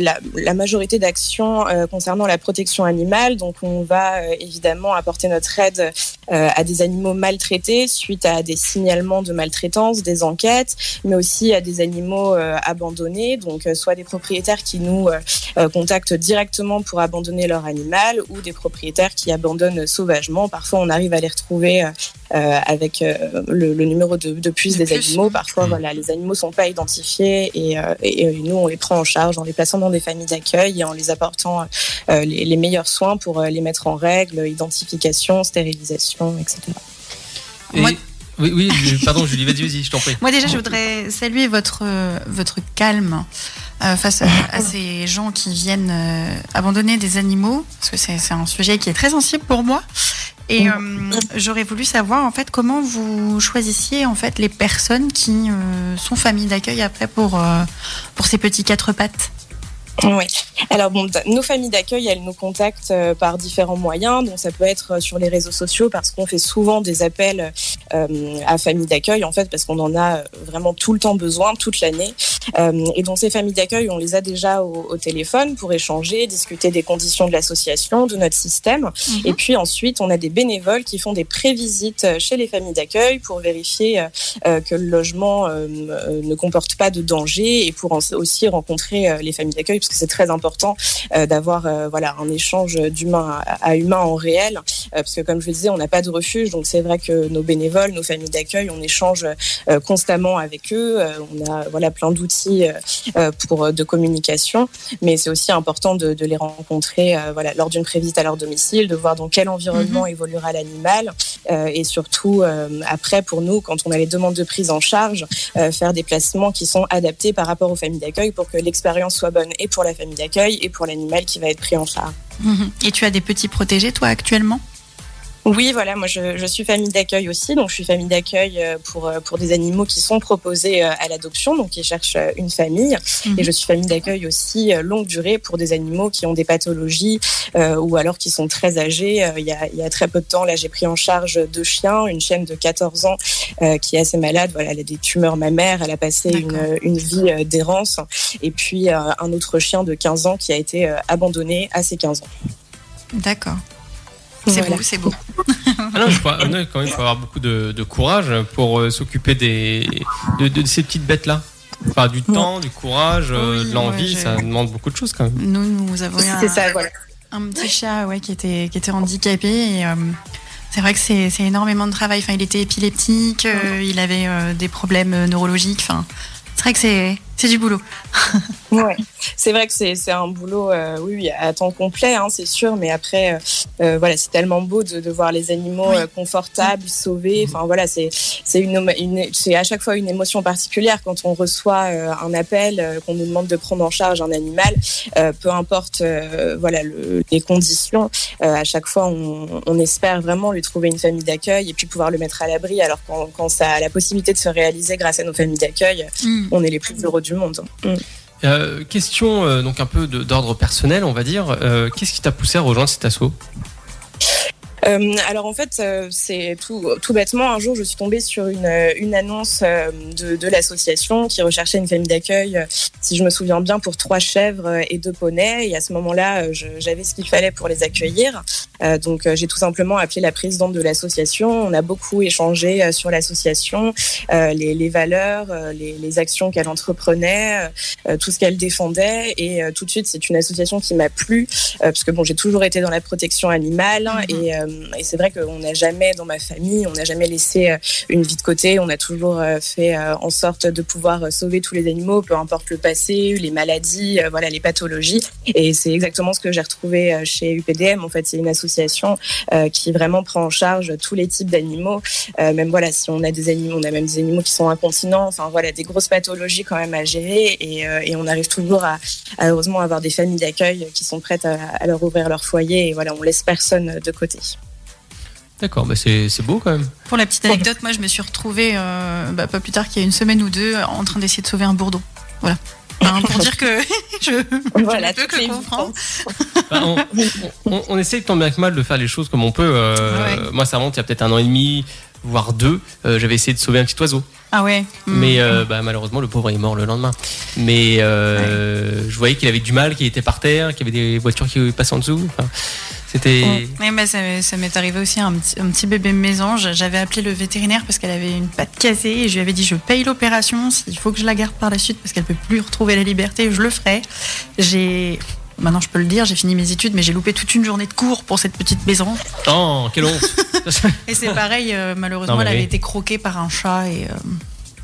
la, la majorité d'actions euh, concernant la protection animale. Donc, on va euh, évidemment apporter notre aide euh, à des animaux maltraités suite à des signalements de maltraitance, des enquêtes, mais aussi à des animaux euh, abandonnés. Donc, euh, soit des propriétaires qui nous euh, euh, contactent directement pour abandonner leur animal, ou des propriétaires qui abandonnent sauvagement. Parfois, on arrive à les retrouver. euh, euh, avec euh, le, le numéro de, de puce De des puce. animaux. Parfois, Mm. voilà, les animaux sont pas identifiés et, euh, et, et nous, on les prend en charge en les plaçant dans des familles d'accueil et en les apportant euh, les, les meilleurs soins pour euh, les mettre en règle, identification, stérilisation, etc. Et- Moi- Oui, oui, je- pardon, Julie, vas-y, vas-y, je t'en prie. Moi déjà, je voudrais saluer votre, euh, votre calme euh, face à, à ces gens qui viennent euh, abandonner des animaux, parce que c'est c'est un sujet qui est très sensible pour moi. Et euh, j'aurais voulu savoir en fait comment vous choisissiez en fait les personnes qui euh, sont famille d'accueil après pour, euh, pour ces petits quatre pattes. Oui. Alors bon, d- nos familles d'accueil, elles nous contactent euh, par différents moyens. Donc ça peut être euh, sur les réseaux sociaux parce qu'on fait souvent des appels à familles d'accueil, en fait, parce qu'on en a euh, vraiment tout le temps besoin, toute l'année. Euh, et donc ces familles d'accueil, on les a déjà au, au téléphone pour échanger, discuter des conditions de l'association, de notre système. Mhm. Et puis ensuite, on a des bénévoles qui font des prévisites euh, chez les familles d'accueil pour vérifier euh, euh, que le logement euh, euh, ne comporte pas de danger et pour en- aussi rencontrer euh, les familles d'accueil parce que c'est très important euh, d'avoir euh, voilà un échange d'humain à, à humain en réel euh, parce que comme je le disais, on n'a pas de refuge donc c'est vrai que nos bénévoles, nos familles d'accueil, on échange euh, constamment avec eux. Euh, on a voilà plein d'outils euh, euh, pour euh, de communication mais c'est aussi important de, de les rencontrer euh, voilà, lors d'une prévisite à leur domicile, de voir dans quel environnement évoluera l'animal euh, et surtout euh, après pour nous, quand on a les demandes de prise en charge, euh, faire des placements qui sont adaptés par rapport aux familles d'accueil pour que l'expérience soit bonne et pour la famille d'accueil et pour l'animal qui va être pris en charge. Mhm. Et tu as des petits protégés, toi, actuellement Oui, voilà, moi je, je suis famille d'accueil aussi, donc je suis famille d'accueil euh, pour, euh, pour des animaux qui sont proposés euh, à l'adoption, donc qui cherchent euh, une famille. Mhm. Et je suis famille d'accueil aussi euh, longue durée pour des animaux qui ont des pathologies euh, ou alors qui sont très âgés. Euh, Il y, a, il y a très peu de temps, là, j'ai pris en charge deux chiens, une chienne de 14 ans euh, qui est assez malade. Voilà, elle a des tumeurs mammaires, elle a passé D'accord. une, euh, une vie euh, d'errance. Et puis euh, un autre chien de 15 ans qui a été euh, abandonné à ses 15 ans. D'accord. C'est Voilà. beau, c'est beau. Ah non, je crois, ah non, quand même, il faut avoir beaucoup de, de courage pour euh, s'occuper des, de, de ces petites bêtes-là. Enfin, du temps, du courage, euh, Oui, de l'envie, ouais, ça je- demande beaucoup de choses quand même. Nous, nous avons eu un, C'est ça, voilà. un petit chat ouais, qui, était, qui était handicapé. Et, euh, c'est vrai que c'est c'est énormément de travail. Enfin, il était épileptique, euh, il avait euh, des problèmes euh, neurologiques. Enfin, c'est vrai que c'est c'est du boulot. Ouais. C'est vrai que c'est c'est un boulot euh, oui, oui, à temps complet, hein, c'est sûr, mais après, euh, euh, voilà, c'est tellement beau de, de voir les animaux Oui. Mm-hmm. euh, confortables, sauvés. Enfin, voilà, c'est c'est une, une, c'est à chaque fois une émotion particulière quand on reçoit euh, un appel, euh, qu'on nous demande de prendre en charge un animal, euh, peu importe euh, voilà, le- les conditions. euh, à chaque fois, on, on espère vraiment lui trouver une famille d'accueil et puis pouvoir le mettre à l'abri, alors quand, quand ça a la possibilité de se réaliser grâce à nos familles d'accueil, Mm. on est les plus heureux du monde. Mm. Euh, question euh, donc un peu de- d'ordre personnel, on va dire. Euh, Qu'est-ce qui t'a poussé à rejoindre cet assaut Euh, alors en fait, euh, c'est tout, tout bêtement. Un jour, je suis tombée sur une, euh, une annonce euh, de, de l'association qui recherchait une famille d'accueil, euh, si je me souviens bien, pour trois chèvres euh, et deux poneys. Et à ce moment-là, euh, je- j'avais ce qu'il fallait pour les accueillir. Euh, donc euh, j'ai tout simplement appelé la présidente de l'association. On a beaucoup échangé euh, sur l'association, euh, les, les valeurs, euh, les, les actions qu'elle entreprenait, euh, tout ce qu'elle défendait. Et euh, tout de suite, c'est une association qui m'a plu euh, parce que bon, j'ai toujours été dans la protection animale hein, Mhm. et, euh, et c'est vrai qu'on n'a jamais dans ma famille, on n'a jamais laissé euh, une vie de côté. On a toujours euh, fait euh, en sorte de pouvoir euh, sauver tous les animaux, peu importe le passé, les maladies, euh, voilà, les pathologies. Et c'est exactement ce que j'ai retrouvé euh, chez UPDM. En fait, c'est une association euh, qui vraiment prend en charge tous les types d'animaux. Euh, même voilà, si on a des animaux, on a même des animaux qui sont incontinents. Enfin voilà, des grosses pathologies quand même à gérer. Et, euh, et on arrive toujours à, à, heureusement avoir des familles d'accueil qui sont prêtes à, à leur ouvrir leur foyer. Et voilà, on laisse personne de côté. D'accord, bah c'est c'est beau quand même. Pour la petite anecdote, moi, je me suis retrouvée euh, bah, pas plus tard qu'il y a une semaine ou deux en train d'essayer de sauver un bourdon. Voilà. Enfin, pour dire que je, je ne peux toutes les que vies comprendre. Bah, on, on, on essaye tant bien que mal de faire les choses comme on peut. Euh, Moi, ça remonte il y a peut-être un an et demi, voire deux. euh, J'avais essayé de sauver un petit oiseau. Ah ouais. hmm. Mais euh, bah, malheureusement, le pauvre est mort le lendemain. Mais euh, je voyais qu'il avait du mal, qu'il était par terre, qu'il y avait des voitures qui passaient en dessous. Enfin, C'était. Ouais, bah, ça m'est- ça m'est arrivé aussi un petit, un petit bébé mésange. J'avais appelé le vétérinaire parce qu'elle avait une patte cassée et je lui avais dit je paye l'opération, s'il faut que je la garde par la suite parce qu'elle peut plus retrouver la liberté, je le ferai. J'ai Maintenant, je peux le dire, j'ai fini mes études, mais j'ai loupé toute une journée de cours pour cette petite mésange. Oh, quelle honte Et c'est pareil, euh, malheureusement, Ah. Non, mais elle avait oui. été croquée par un chat et euh,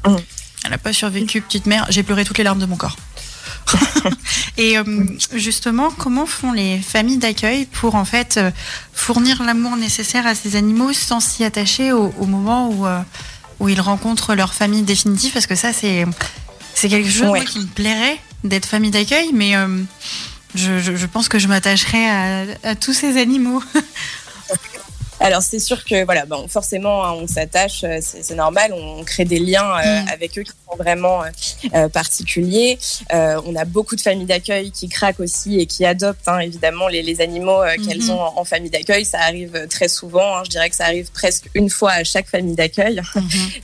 Mm. elle n'a pas survécu, petite mère. J'ai pleuré toutes les larmes de mon corps. et euh, justement, comment font les familles d'accueil pour en fait euh, fournir l'amour nécessaire à ces animaux sans s'y attacher au, au moment où, euh, où ils rencontrent leur famille définitive Parce que ça, c'est c'est quelque chose Ouais. moi, qui me plairait d'être famille d'accueil, mais euh, je, je- je pense que je m'attacherais à, à tous ces animaux. Alors ben, c'est sûr que voilà, bon, forcément hein, on s'attache, euh, c'est c'est normal, on crée des liens euh, Mm. avec eux qui enfants vraiment euh, euh, particuliers. Euh, on a beaucoup de familles d'accueil qui craquent aussi et qui adoptent hein, évidemment les, les animaux euh, qu'elles Mhm. ont en, en famille d'accueil. Ça arrive très souvent. hein. je dirais que ça arrive presque une fois à chaque famille d'accueil.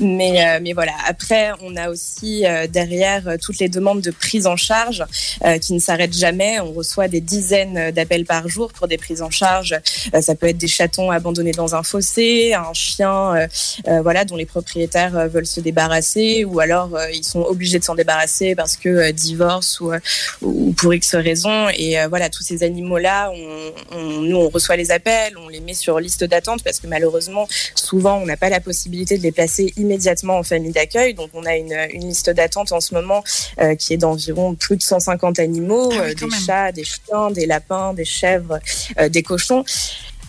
Mais, euh, mais voilà, après, on a aussi euh, derrière euh, toutes les demandes de prise en charge euh, qui ne s'arrêtent jamais. On reçoit des dizaines euh, d'appels par jour pour des prises en charge. Euh, ça peut être des chatons abandonnés dans un fossé, un chien euh, euh, voilà, dont les propriétaires euh, veulent se débarrasser ou alors euh, ils sont obligés de s'en débarrasser parce que euh, divorce ou, euh, ou pour X raison. Et euh, voilà, tous ces animaux-là, on, on- nous, on reçoit les appels, on les met sur liste d'attente parce que malheureusement, souvent, on n'a pas la possibilité de les placer immédiatement en famille d'accueil. Donc, on a une, une liste d'attente en ce moment euh, qui est d'environ plus de 150 animaux, Ah oui, euh, quand des même. chats, des chiens, des lapins, des chèvres, euh, des cochons.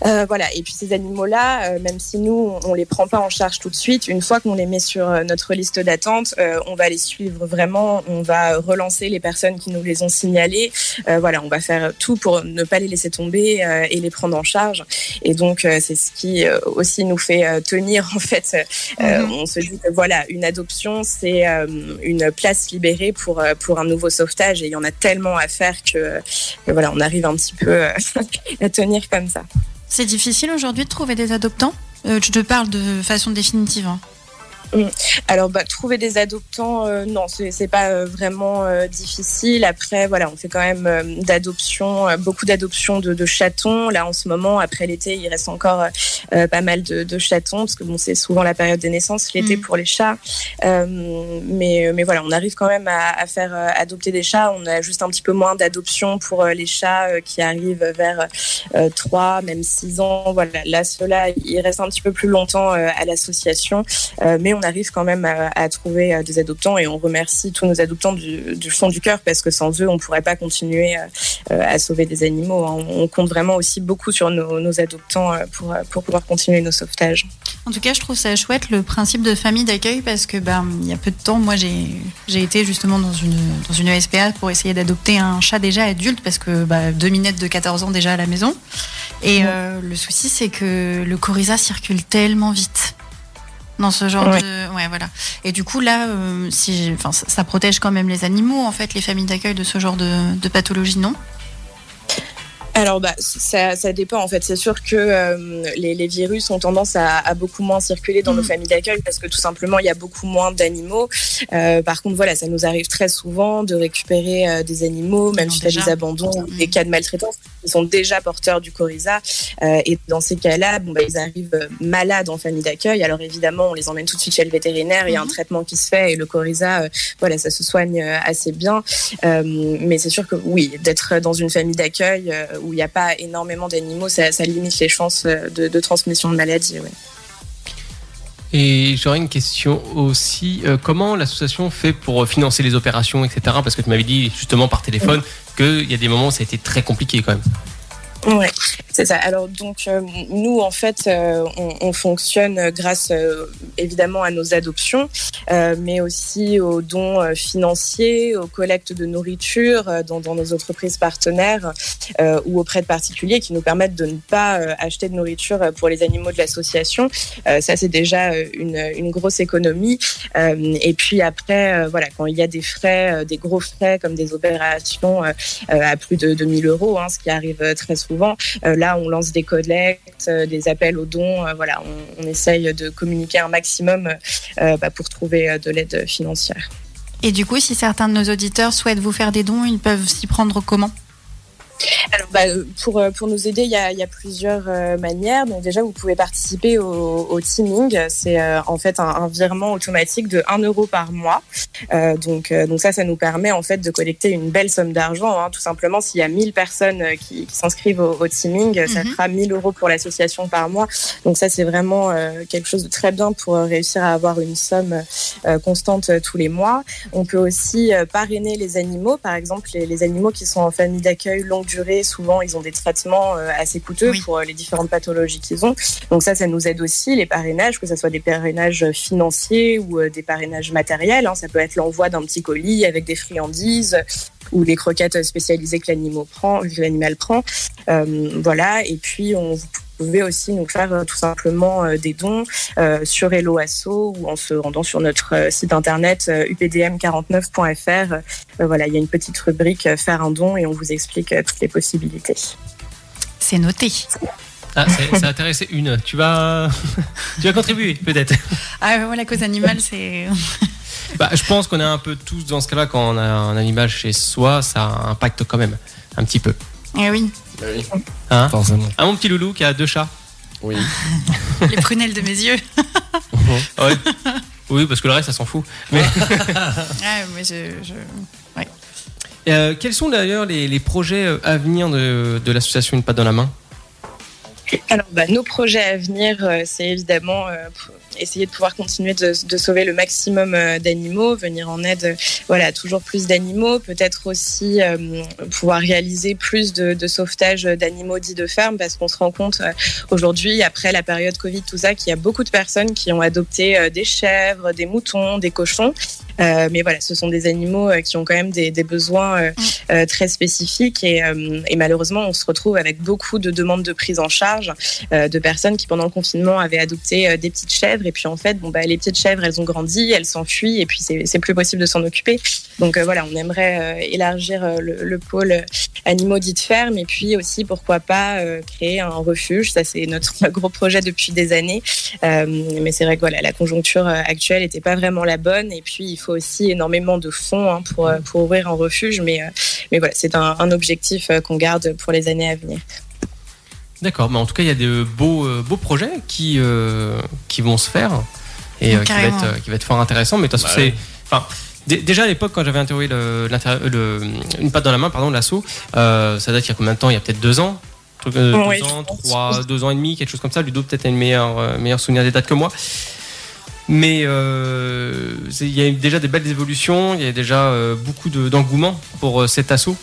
Euh, voilà. Et puis ces animaux-là, euh, même si nous on les prend pas en charge tout de suite, une fois qu'on les met sur euh, notre liste d'attente, euh, on va les suivre vraiment. On va relancer les personnes qui nous les ont signalées. Euh, voilà, on va faire tout pour ne pas les laisser tomber euh, et les prendre en charge. Et donc euh, c'est ce qui euh, aussi nous fait euh, tenir en fait. Euh, Mhm. On se dit que voilà, une adoption c'est euh, une place libérée pour euh, pour un nouveau sauvetage. Et il y en a tellement à faire que, que voilà, on arrive un petit peu euh, à tenir comme ça. C'est difficile aujourd'hui de trouver des adoptants Euh, Je te parle de façon définitive. hein. Alors, bah, trouver des adoptants, euh, non, c'est c'est pas euh, vraiment euh, difficile. Après, voilà, on fait quand même euh, d'adoptions, euh, beaucoup d'adoptions de, de chatons. Là, en ce moment, après l'été, il reste encore euh, pas mal de, de chatons, parce que bon, c'est souvent la période des naissances, l'été Mhm. pour les chats. Euh, mais, mais voilà, on arrive quand même à, à faire euh, adopter des chats. On a juste un petit peu moins d'adoptions pour euh, les chats euh, qui arrivent vers euh, 3, même 6 ans. Voilà, là, ceux-là, ils restent un petit peu plus longtemps euh, à l'association. Euh, mais on arrive quand même à, à trouver euh, des adoptants et on remercie tous nos adoptants du, du fond du cœur parce que sans eux, on ne pourrait pas continuer euh, euh, à sauver des animaux. hein. On, on compte vraiment aussi beaucoup sur nos, nos adoptants euh, pour, euh, pour pouvoir continuer nos sauvetages. En tout cas, je trouve ça chouette le principe de famille d'accueil parce que ben, il y a peu de temps, moi j'ai j'ai été justement dans une, dans une E SPA pour essayer d'adopter un chat déjà adulte parce que bah, deux minettes de 14 ans déjà à la maison. Et euh, le souci, c'est que le coryza circule tellement vite. Dans ce genre Ouais. de. Ouais, voilà. Et du coup, là, euh, si j'ai- enfin, ça, ça protège quand même les animaux, en fait, les familles d'accueil de ce genre de, de pathologie, non Alors, bah, ça, ça dépend en fait. C'est sûr que euh, les, les virus ont tendance à, à beaucoup moins circuler dans Mhm. nos familles d'accueil parce que tout simplement il y a beaucoup moins d'animaux. Euh, par contre, voilà, ça nous arrive très souvent de récupérer euh, des animaux, même Non, s'il y a déjà. des abandons, ou des Mhm. cas de maltraitance qui sont déjà porteurs du coryza. Euh, et dans ces cas-là, bon, bah, ils arrivent euh, malades en famille d'accueil. Alors évidemment, on les emmène tout de suite chez le vétérinaire. Il y a un Mhm. traitement qui se fait et le coryza, euh, voilà, ça se soigne euh, assez bien. Euh, mais c'est sûr que oui, d'être dans une famille d'accueil euh, où il n'y a pas énormément d'animaux, ça, ça limite les chances euh, de, de transmission de maladie. ouais. Et j'aurais une question aussi. euh, comment l'association fait pour financer les opérations, etc. Parce que tu m'avais dit justement par téléphone qu'il y a des moments où ça a été très compliqué quand même. Ouais, c'est ça. Alors donc euh, nous en fait euh, on, on fonctionne grâce euh, évidemment à nos adoptions, euh, mais aussi aux dons euh, financiers, aux collectes de nourriture euh, dans, dans nos entreprises partenaires euh, ou auprès de particuliers qui nous permettent de ne pas euh, acheter de nourriture euh, pour les animaux de l'association. Euh, ça c'est déjà euh, une, une grosse économie. Euh, et puis après euh, voilà quand il y a des frais, euh, des gros frais comme des opérations euh, euh, à plus de 2000 euros, hein, ce qui arrive euh, très souvent. Euh, là, on lance des collectes, euh, des appels aux dons. euh, voilà, on, on essaye de communiquer un maximum euh, bah, pour trouver euh, de l'aide financière. Et du coup, si certains de nos auditeurs souhaitent vous faire des dons, ils peuvent s'y prendre comment Alors, bah, euh, pour, euh, pour nous aider, il y a, il y a plusieurs euh, manières. Donc, déjà, vous pouvez participer au, au teaming. C'est euh, en fait un, un virement automatique de 1 euro par mois. Euh, donc, euh, donc ça, ça nous permet en fait de collecter une belle somme d'argent. hein. Tout simplement, s'il y a 1000 personnes euh, qui, qui s'inscrivent au, au teaming, euh, ça Mhm. fera 1000 euros pour l'association par mois. Donc ça, c'est vraiment euh, quelque chose de très bien pour euh, réussir à avoir une somme euh, constante euh, tous les mois. On peut aussi euh, parrainer les animaux, par exemple les, les animaux qui sont en famille d'accueil longue durée. Souvent, ils ont des traitements euh, assez coûteux Oui. pour euh, les différentes pathologies qu'ils ont. Donc ça, ça nous aide aussi les parrainages, que ce soit des parrainages financiers ou euh, des parrainages matériels. hein. Ça peut être l'envoi d'un petit colis avec des friandises ou des croquettes spécialisées que l'animal prend, que l'animal prend. Euh, voilà. Et puis on vous pouvez aussi nous faire euh, tout simplement euh, des dons euh, sur Hello Asso ou en se rendant sur notre euh, site internet euh, updm49.fr. Euh, voilà, il y a une petite rubrique euh, Faire un don et on vous explique euh, toutes les possibilités. C'est noté. Ah, ça, ça a intéressé une. Tu vas, tu vas contribuer, peut-être. Ah, ouais, ouais, la cause animale, c'est. Bah, je pense qu'on est un peu tous dans ce cas-là. Quand on a un animal chez soi, ça impacte quand même un petit peu. Eh oui, Hein Forcément. ah, mon petit loulou qui a deux chats. Oui. les prunelles de mes yeux. Ouais. oui, parce que le reste, ça s'en fout. Ah, mais je. je- Euh, quels sont d'ailleurs les, les projets euh, à venir de, de l'association Une patte dans la main Alors, bah, nos projets à venir, euh, c'est évidemment euh, pour essayer de pouvoir continuer de, de sauver le maximum euh, d'animaux, venir en aide, euh, voilà, à toujours plus d'animaux, peut-être aussi euh, pouvoir réaliser plus de, de sauvetages d'animaux dits de ferme, parce qu'on se rend compte euh, aujourd'hui, après la période Covid, tout ça, qu'il y a beaucoup de personnes qui ont adopté euh, des chèvres, des moutons, des cochons. Euh, mais voilà, ce sont des animaux euh, qui ont quand même des, des besoins euh, euh, très spécifiques et, euh, et malheureusement, on se retrouve avec beaucoup de demandes de prise en charge euh, de personnes qui pendant le confinement avaient adopté euh, des petites chèvres et puis en fait bon bah les petites chèvres elles ont grandi elles s'enfuient et puis c'est c'est plus possible de s'en occuper donc euh, voilà on aimerait euh, élargir euh, le, le pôle animaux dits de ferme et puis aussi pourquoi pas euh, créer un refuge ça c'est notre gros projet depuis des années Euh, mais c'est vrai que voilà la conjoncture euh, actuelle n'était pas vraiment la bonne et puis il faut aussi énormément de fonds hein, pour euh, pour ouvrir un refuge mais euh, mais voilà c'est un, un objectif euh, qu'on garde pour les années à venir D'accord, mais en tout cas, il y a de beaux, euh, beaux projets qui, euh, qui vont se faire et euh, qui, va Carrément. être, euh, qui va être fort intéressant. Mais de toute façon, Bah c'est. Enfin, dé- déjà à l'époque, quand j'avais interviewé le, l'inter- euh, le- une patte dans la main, pardon, l'assaut, euh, ça date il y a combien de temps Il y a peut-être deux ans Un truc, euh, Ouais, deux je ans, pense. trois, deux ans et demi, quelque chose comme ça. Ludo, peut-être, a une meilleure, euh, meilleur souvenir des dates que moi. Mais euh, c'est- il y a eu déjà des belles évolutions, il y a déjà euh, beaucoup de- d'engouement pour euh, cet assaut.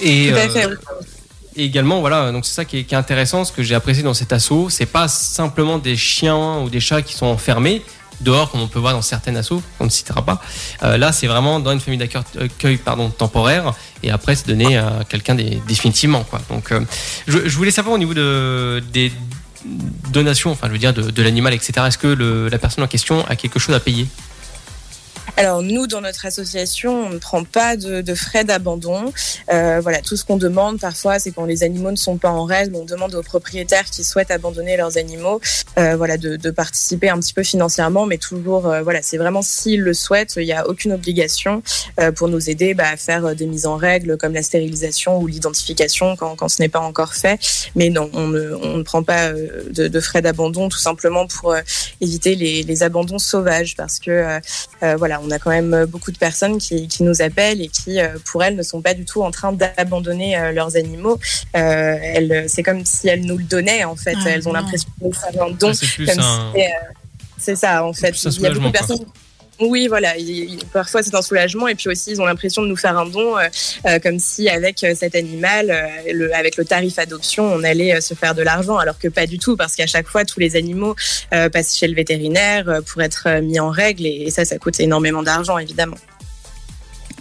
Et, tout à euh, fait oui. et également, voilà, donc c'est ça qui est, qui est intéressant, ce que j'ai apprécié dans cet assaut, c'est pas simplement des chiens ou des chats qui sont enfermés dehors, comme on peut voir dans certaines assauts, on ne citera pas. Euh, là, c'est vraiment dans une famille d'accueil accueil, pardon, temporaire, et après, c'est donné à quelqu'un dé- définitivement, quoi. Donc, euh, je, je voulais savoir au niveau de, des donations, enfin, je veux dire, de, de l'animal, etc. Est-ce que le- la personne en question a quelque chose à payer Alors nous, dans notre association, on ne prend pas de, de frais d'abandon. Euh, voilà, tout ce qu'on demande parfois, c'est quand les animaux ne sont pas en règle, on demande aux propriétaires qui souhaitent abandonner leurs animaux, euh, voilà, de, de participer un petit peu financièrement, mais toujours, euh, voilà, c'est vraiment s'ils le souhaitent, il n'y a aucune obligation euh, pour nous aider bah, à faire euh, des mises en règle comme la stérilisation ou l'identification quand, quand ce n'est pas encore fait. Mais non, on ne, on ne prend pas euh, de, de frais d'abandon, tout simplement pour euh, éviter les, les abandons sauvages, parce que euh, euh, voilà, on a quand même euh, beaucoup de personnes qui, qui nous appellent et qui, euh, pour elles, ne sont pas du tout en train d'abandonner euh, leurs animaux. Euh, elles, euh, c'est comme si elles nous le donnaient, en fait. Ah, elles ont non. l'impression de nous faire un don. C'est plus Comme un- si, euh, c'est ça, en fait. plus un Il y a beaucoup soulagement, de quoi. personnes. Oui, voilà. il- il- parfois, c'est un soulagement, et puis aussi, ils ont l'impression de nous faire un don, euh, euh, comme si avec euh, cet animal, euh, le, avec le tarif adoption, on allait euh, se faire de l'argent, alors que pas du tout, parce qu'à chaque fois, tous les animaux euh, passent chez le vétérinaire euh, pour être euh, mis en règle, et, et ça, ça coûte énormément d'argent, évidemment. Ah,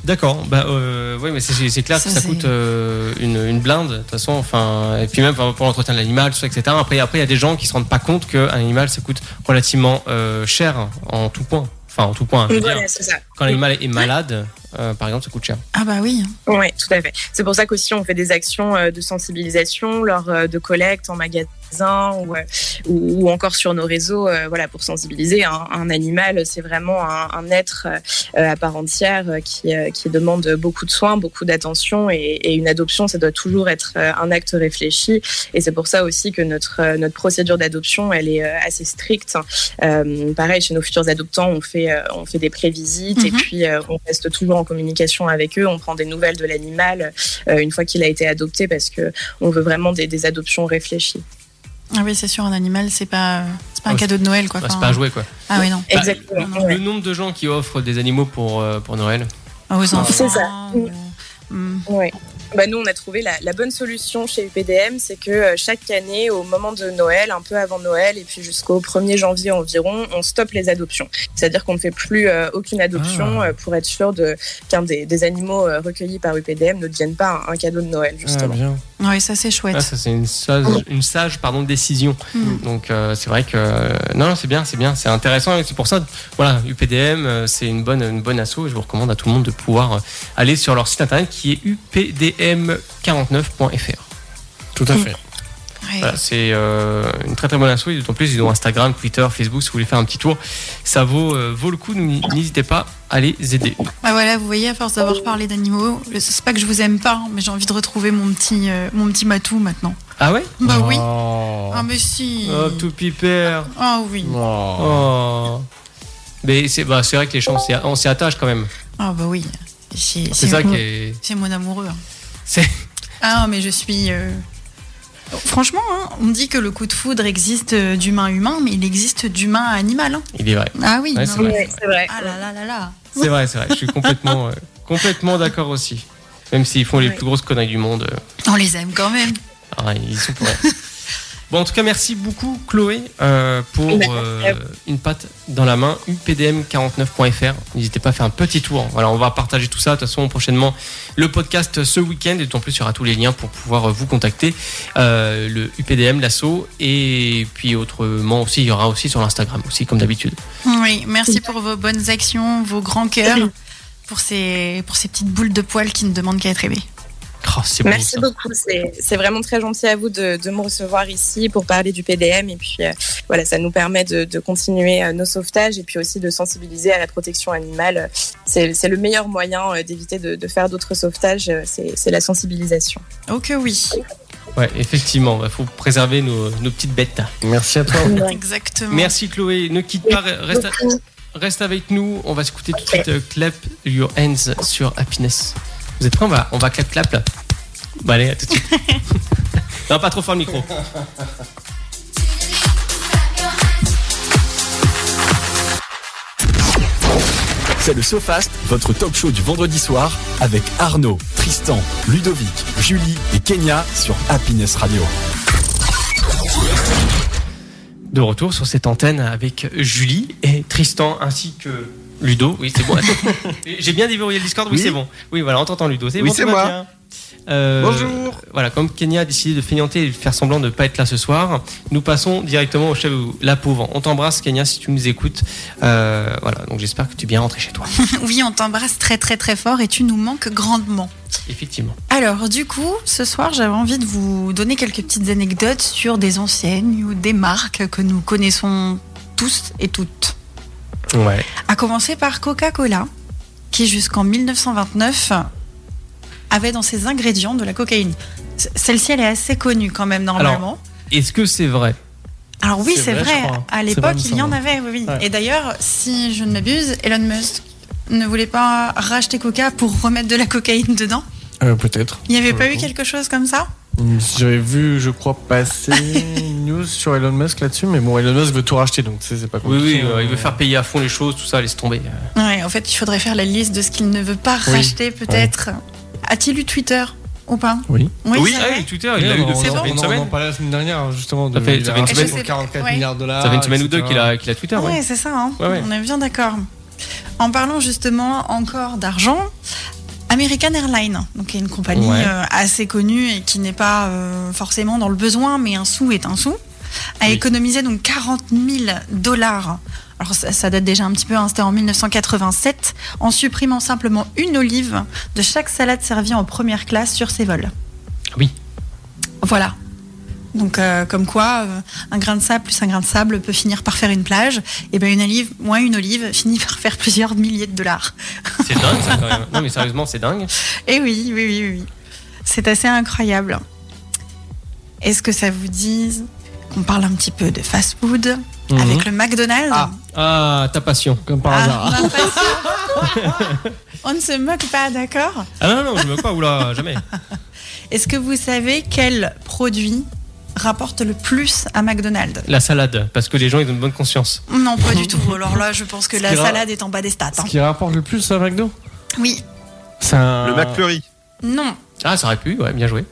D'accord, bah euh, oui, mais c'est c'est clair Ça, que ça c'est- coûte euh, une, une blinde, de toute façon, enfin, et puis même pour pour l'entretien de l'animal, tout ça, etc. Après, après, il y a des gens qui se rendent pas compte qu'un animal, ça coûte relativement euh, cher en tout point. Enfin, en tout point. je veux dire, Voilà, c'est ça. quand l'animal est malade, euh, par exemple, ça coûte cher. Ah, bah oui. Oui, tout à fait. C'est pour ça qu'aussi on fait des actions euh, de sensibilisation lors euh, de collectes en magasin ou, euh, ou ou encore sur nos réseaux euh, voilà, pour sensibiliser. Un, un animal, c'est vraiment un, un être euh, à part entière euh, qui, euh, qui demande beaucoup de soins, beaucoup d'attention et, et une adoption, ça doit toujours être euh, un acte réfléchi. Et c'est pour ça aussi que notre, euh, notre procédure d'adoption, elle est euh, assez stricte. Euh, pareil, chez nos futurs adoptants, on fait, euh, on fait des prévisites et Mhm. puis euh, on reste toujours en communication avec eux. On prend des nouvelles de l'animal euh, une fois qu'il a été adopté parce que on veut vraiment des, des adoptions réfléchies. Ah, oui, c'est sûr, un animal, c'est pas, euh, c'est pas Ah, un c'est- cadeau de Noël, quoi. Bah, c'est Enfin, pas un jouet, quoi. Ah, oui, non. Bah, Exactement. Le ouais. nombre de gens qui offrent des animaux pour, euh, pour Noël. Ah, Aux enfants. C'est ça. ou- Hmm. Ouais. Bah, nous, on a trouvé la, la bonne solution chez UPDM, c'est que euh, chaque année, au moment de Noël, un peu avant Noël, et puis jusqu'au 1er janvier environ, on stoppe les adoptions. C'est-à-dire qu'on ne fait plus euh, aucune adoption Ah. euh, pour être sûr de- qu'un des, des animaux euh, recueillis par UPDM ne devienne pas un, un cadeau de Noël, Ah, justement. bien. Oui, ça c'est chouette. Ah, ça, c'est une sage, une sage pardon, décision. Mm. Donc, euh, c'est vrai que. euh, non, non, c'est bien, c'est bien, c'est intéressant. Et c'est pour ça, voilà, UPDM, euh, c'est une bonne, une bonne asso. Et je vous recommande à tout le monde de pouvoir euh, aller sur leur site internet qui est updm49.fr. Tout à fait. Ouais. Voilà, c'est euh, une très très bonne asso. Et D'autant plus, ils ont Instagram, Twitter, Facebook. Si vous voulez faire un petit tour, ça vaut, euh, vaut le coup. N- N'hésitez pas à les aider. Bah voilà, vous voyez, à force d'avoir parlé d'animaux, le- c'est pas que je vous aime pas, hein, mais j'ai envie de retrouver mon petit, euh, mon petit matou maintenant. Ah ouais Bah oui. Oh. Ah mais si. Oh, tout pipère. Ah oui. Oh. Oh. Mais c'est bah, c'est vrai que les gens, on s'y- on s'y attache quand même. Ah bah oui. C'est C'est c'est ça mon, qui est. c'est mon amoureux. hein. C'est- Ah mais je suis. euh, Franchement, hein, on dit que le coup de foudre existe euh, d'humain à humain, mais il existe d'humain à animal. hein. Il est vrai. Ah oui. Ouais, non, c'est vrai. mais- Ouais, c'est vrai. Ah là là là là. C'est vrai, c'est vrai. Je suis complètement, euh, complètement d'accord aussi. Même s'ils font les Ouais. plus grosses conneries du monde, euh, On les aime quand même. ah, ils sont pour rien. Bon, en tout cas, merci beaucoup, Chloé, euh, pour euh, une patte dans la main, updm49.fr. N'hésitez pas à faire un petit tour. Voilà, on va partager tout ça. De toute façon, prochainement, le podcast ce week-end. Et en plus, il y aura tous les liens pour pouvoir euh, vous contacter. euh, le UPDM, l'assaut. Et puis, autrement aussi, il y aura aussi sur l'Instagram, aussi, comme d'habitude. Oui, merci pour vos bonnes actions, vos grands cœurs, pour ces, pour ces petites boules de poils qui ne demandent qu'à être aimées. Oh, c'est beau, Merci ça. beaucoup, c'est c'est vraiment très gentil à vous de, de me recevoir ici pour parler du PDM et puis euh, voilà, ça nous permet de, de continuer euh, nos sauvetages et puis aussi de sensibiliser à la protection animale. C'est c'est le meilleur moyen euh, d'éviter de, de faire d'autres sauvetages, euh, c'est c'est la sensibilisation. Oh que oui, Ouais, effectivement, il faut préserver nos, nos petites bêtes. Merci à toi. exactement. Merci Chloé, ne quitte pas, reste, reste avec nous. On va s'écouter tout de suite euh, Clap Your Hands sur Happiness. Vous êtes prêts on va, on va clap clap là. Bah allez, à tout de suite. non, pas trop fort le micro. C'est le SoFast, votre talk show du vendredi soir avec Arnaud, Tristan, Ludovic, Julie et Kenya sur Happiness Radio. De retour sur cette antenne avec Julie et Tristan ainsi que Ludo. Oui, c'est bon. Attends. J'ai bien déverrouillé le Discord, oui, Oui. c'est bon. Oui, voilà, on t'entend Ludo. C'est Oui, bon, c'est tout va moi. bien. Euh, Bonjour. Voilà, comme Kenya a décidé de feignanter et de faire semblant de ne pas être là ce soir, nous passons directement au chef ou la pauvre. On t'embrasse, Kenya, si tu nous écoutes. Euh, voilà, donc j'espère que tu es bien rentré chez toi. Oui, on t'embrasse très très très fort et tu nous manques grandement. Effectivement. Alors du coup, ce soir, j'avais envie de vous donner quelques petites anecdotes sur des enseignes ou des marques que nous connaissons tous et toutes. Ouais. À commencer par Coca-Cola, qui jusqu'en 1929 avait dans ses ingrédients de la cocaïne. C- Celle-ci, elle est assez connue quand même normalement. Est-ce que c'est vrai Alors, oui, c'est c'est vrai, vrai. je crois. À C'est l'époque, vrai, il me il y en semble. avait, oui. oui. Ouais. Et d'ailleurs, si je ne m'abuse, Elon Musk ne voulait pas racheter Coca pour remettre de la cocaïne dedans. Euh, Peut-être. Il n'y avait Pour pas le eu coup. quelque chose comme ça J'avais vu, je crois, passer une news sur Elon Musk là-dessus, mais bon, Elon Musk veut tout racheter, donc tu sais, c'est pas Oui, oui, compliqué. euh, il veut faire payer à fond les choses, tout ça, laisse tomber. Euh, Ouais, en fait, il faudrait faire la liste de ce qu'il ne veut pas Oui. racheter, peut-être. A-t-il eu Twitter ou pas Oui. Oui, c'est ah vrai. oui, Twitter, il l'a eu on, depuis c'est on- bon. une on en semaine. parlait la semaine dernière, justement. Ça de- fait- il ça a fait une racheté semaine. pour 44 Ouais. milliards de dollars. Ça fait une semaine ou deux etc.. qu'il a, qu'il a Twitter, Ouais, ouais. c'est ça. hein. Ouais, ouais. On est bien d'accord. En parlant justement encore d'argent, American Airlines, hein. donc qui est une compagnie Ouais. euh, assez connue et qui n'est pas euh, forcément dans le besoin, mais un sou est un sou, a Oui. économisé donc 40 000 dollars. Alors ça, ça date déjà un petit peu, hein, c'était en 1987, en supprimant simplement une olive de chaque salade servie en première classe sur ses vols. Oui. Voilà. Donc euh, comme quoi, euh, un grain de sable plus un grain de sable peut finir par faire une plage. Et bien une olive moins une olive finit par faire plusieurs milliers de dollars. C'est dingue, ça, quand même. Non, mais sérieusement, c'est dingue. Et Eh oui, oui, oui, oui. C'est assez incroyable. Est-ce que ça vous dise qu'on parle un petit peu de fast-food avec le McDonald's Ah, Ah, ta passion. Comme par Ah, hasard. on a pas ça. On ne se moque pas, d'accord Ah non, non, je me crois, oula, jamais. Est-ce que vous savez quel produit rapporte le plus à McDonald's La salade, parce que les gens, ils ont une bonne conscience. Non, pas du tout. Alors là, je pense que Ce la qui ra- salade est en bas des stats. Ce hein. qui rapporte le plus à McDo Oui, C'est un. Le McFlurry, non. Ah, ça aurait pu, ouais, bien joué.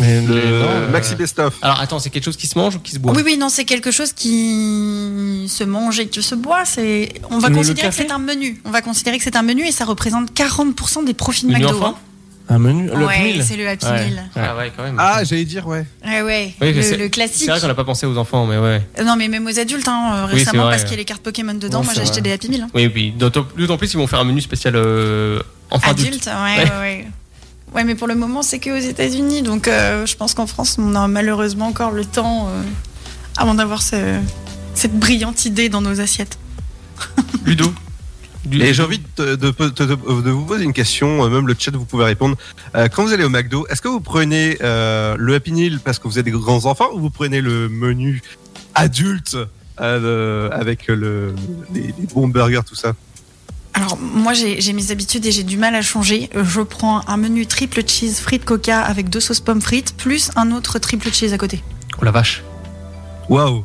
Mais le non, Maxi Best-of. Alors attends, c'est quelque chose qui se mange ou qui se boit Oui, oui, non, c'est quelque chose qui se mange et qui se boit. C'est, on va Le- le considérer que café c'est un menu. On va considérer que c'est un menu et ça représente 40% des profits de Menu McDo. enfant hein. Un menu Le ouais, meal c'est le Happy Ouais. Meal. Ah ouais, quand même. Ah, j'allais dire, ouais. Ouais, ouais. Oui, mais le, c'est- le classique. c'est vrai qu'on n'a pas pensé aux enfants, mais ouais. Euh, Non, mais même aux adultes, hein, euh, Oui, c'est récemment, vrai, parce ouais. qu'il y a les cartes Pokémon dedans, Non, moi c'est j'ai acheté vrai. des Happy Meal. hein. Oui, et puis d'autant d'autant plus ils vont faire un menu spécial euh, enfant adulte. Adultes, ouais, Ouais. ouais, ouais. Ouais, mais pour le moment, c'est que aux États-Unis, donc euh, je pense qu'en France, on a malheureusement encore le temps euh, avant d'avoir ce- cette brillante idée dans nos assiettes. Ludo. Du- Et j'ai envie de, de- de- de- de vous poser une question, euh, même le chat vous pouvez répondre. Euh, quand vous allez au McDo, est-ce que vous prenez euh, le Happy Meal parce que vous êtes des grands enfants ou vous prenez le menu adulte euh, avec le, les, les bons burgers, tout ça Alors, moi, j'ai j'ai mes habitudes et j'ai du mal à changer. Euh, Je prends un menu triple cheese frites coca avec deux sauces pommes frites, plus un autre triple cheese à côté. Oh la vache. Waouh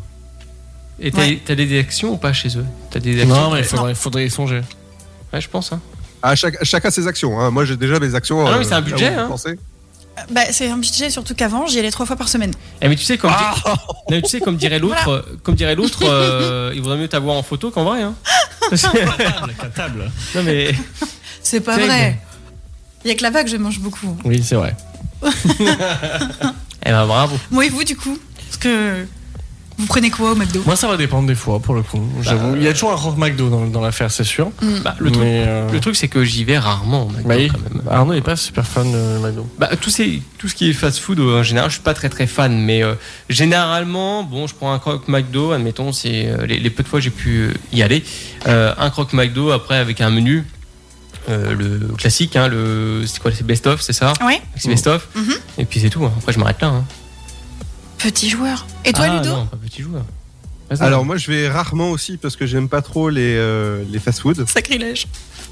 Et t'as Ouais. t'as des actions ou pas chez eux T'as des actions Non, mais il faudrait, faudrait y songer. Ouais, je pense. Hein. à chaque, Ah, Chacun ses actions. hein. Moi, j'ai déjà mes actions. Ah non, mais c'est un là où budget, vous hein. pensez. Euh, Bah, c'est un budget, surtout qu'avant, j'y allais trois fois par semaine. Eh, mais tu sais, comme, di- non, tu sais, comme dirait l'autre, euh, comme dirait l'autre, euh, il vaudrait mieux t'avoir en photo qu'en vrai. Hein. Non mais C'est pas C'est vrai. Il y a que là-bas que je mange beaucoup. Oui, c'est vrai. eh ben bravo. Moi et vous, du coup Parce que vous prenez quoi au McDo Moi, ça va dépendre des fois, pour le coup. J'avoue. Bah, Il y a toujours un rock McDo dans, dans l'affaire, c'est sûr. Bah, le truc, Mais, euh, le truc c'est que j'y vais rarement. au McDo, Bah oui. quand même. Arnaud n'est pas super fan de McDo. Bah, tout, ces- tout ce qui est fast-food euh, en général, je suis pas très très fan, mais euh, généralement, bon, je prends un croque McDo, admettons, c'est euh, les, les peu de fois que j'ai pu euh, y aller, Euh, un croque McDo après avec un menu. euh, le classique, hein, le c'est quoi, c'est best of, c'est ça Ouais. C'est best of. Mhm. Et puis c'est tout. hein. Après je m'arrête là. hein. Petit joueur. Et toi, Ah, Ludo non, pas petit joueur. Vas-y. Alors, moi, je vais rarement aussi parce que j'aime pas trop les, euh, les fast-food. Sacrilège.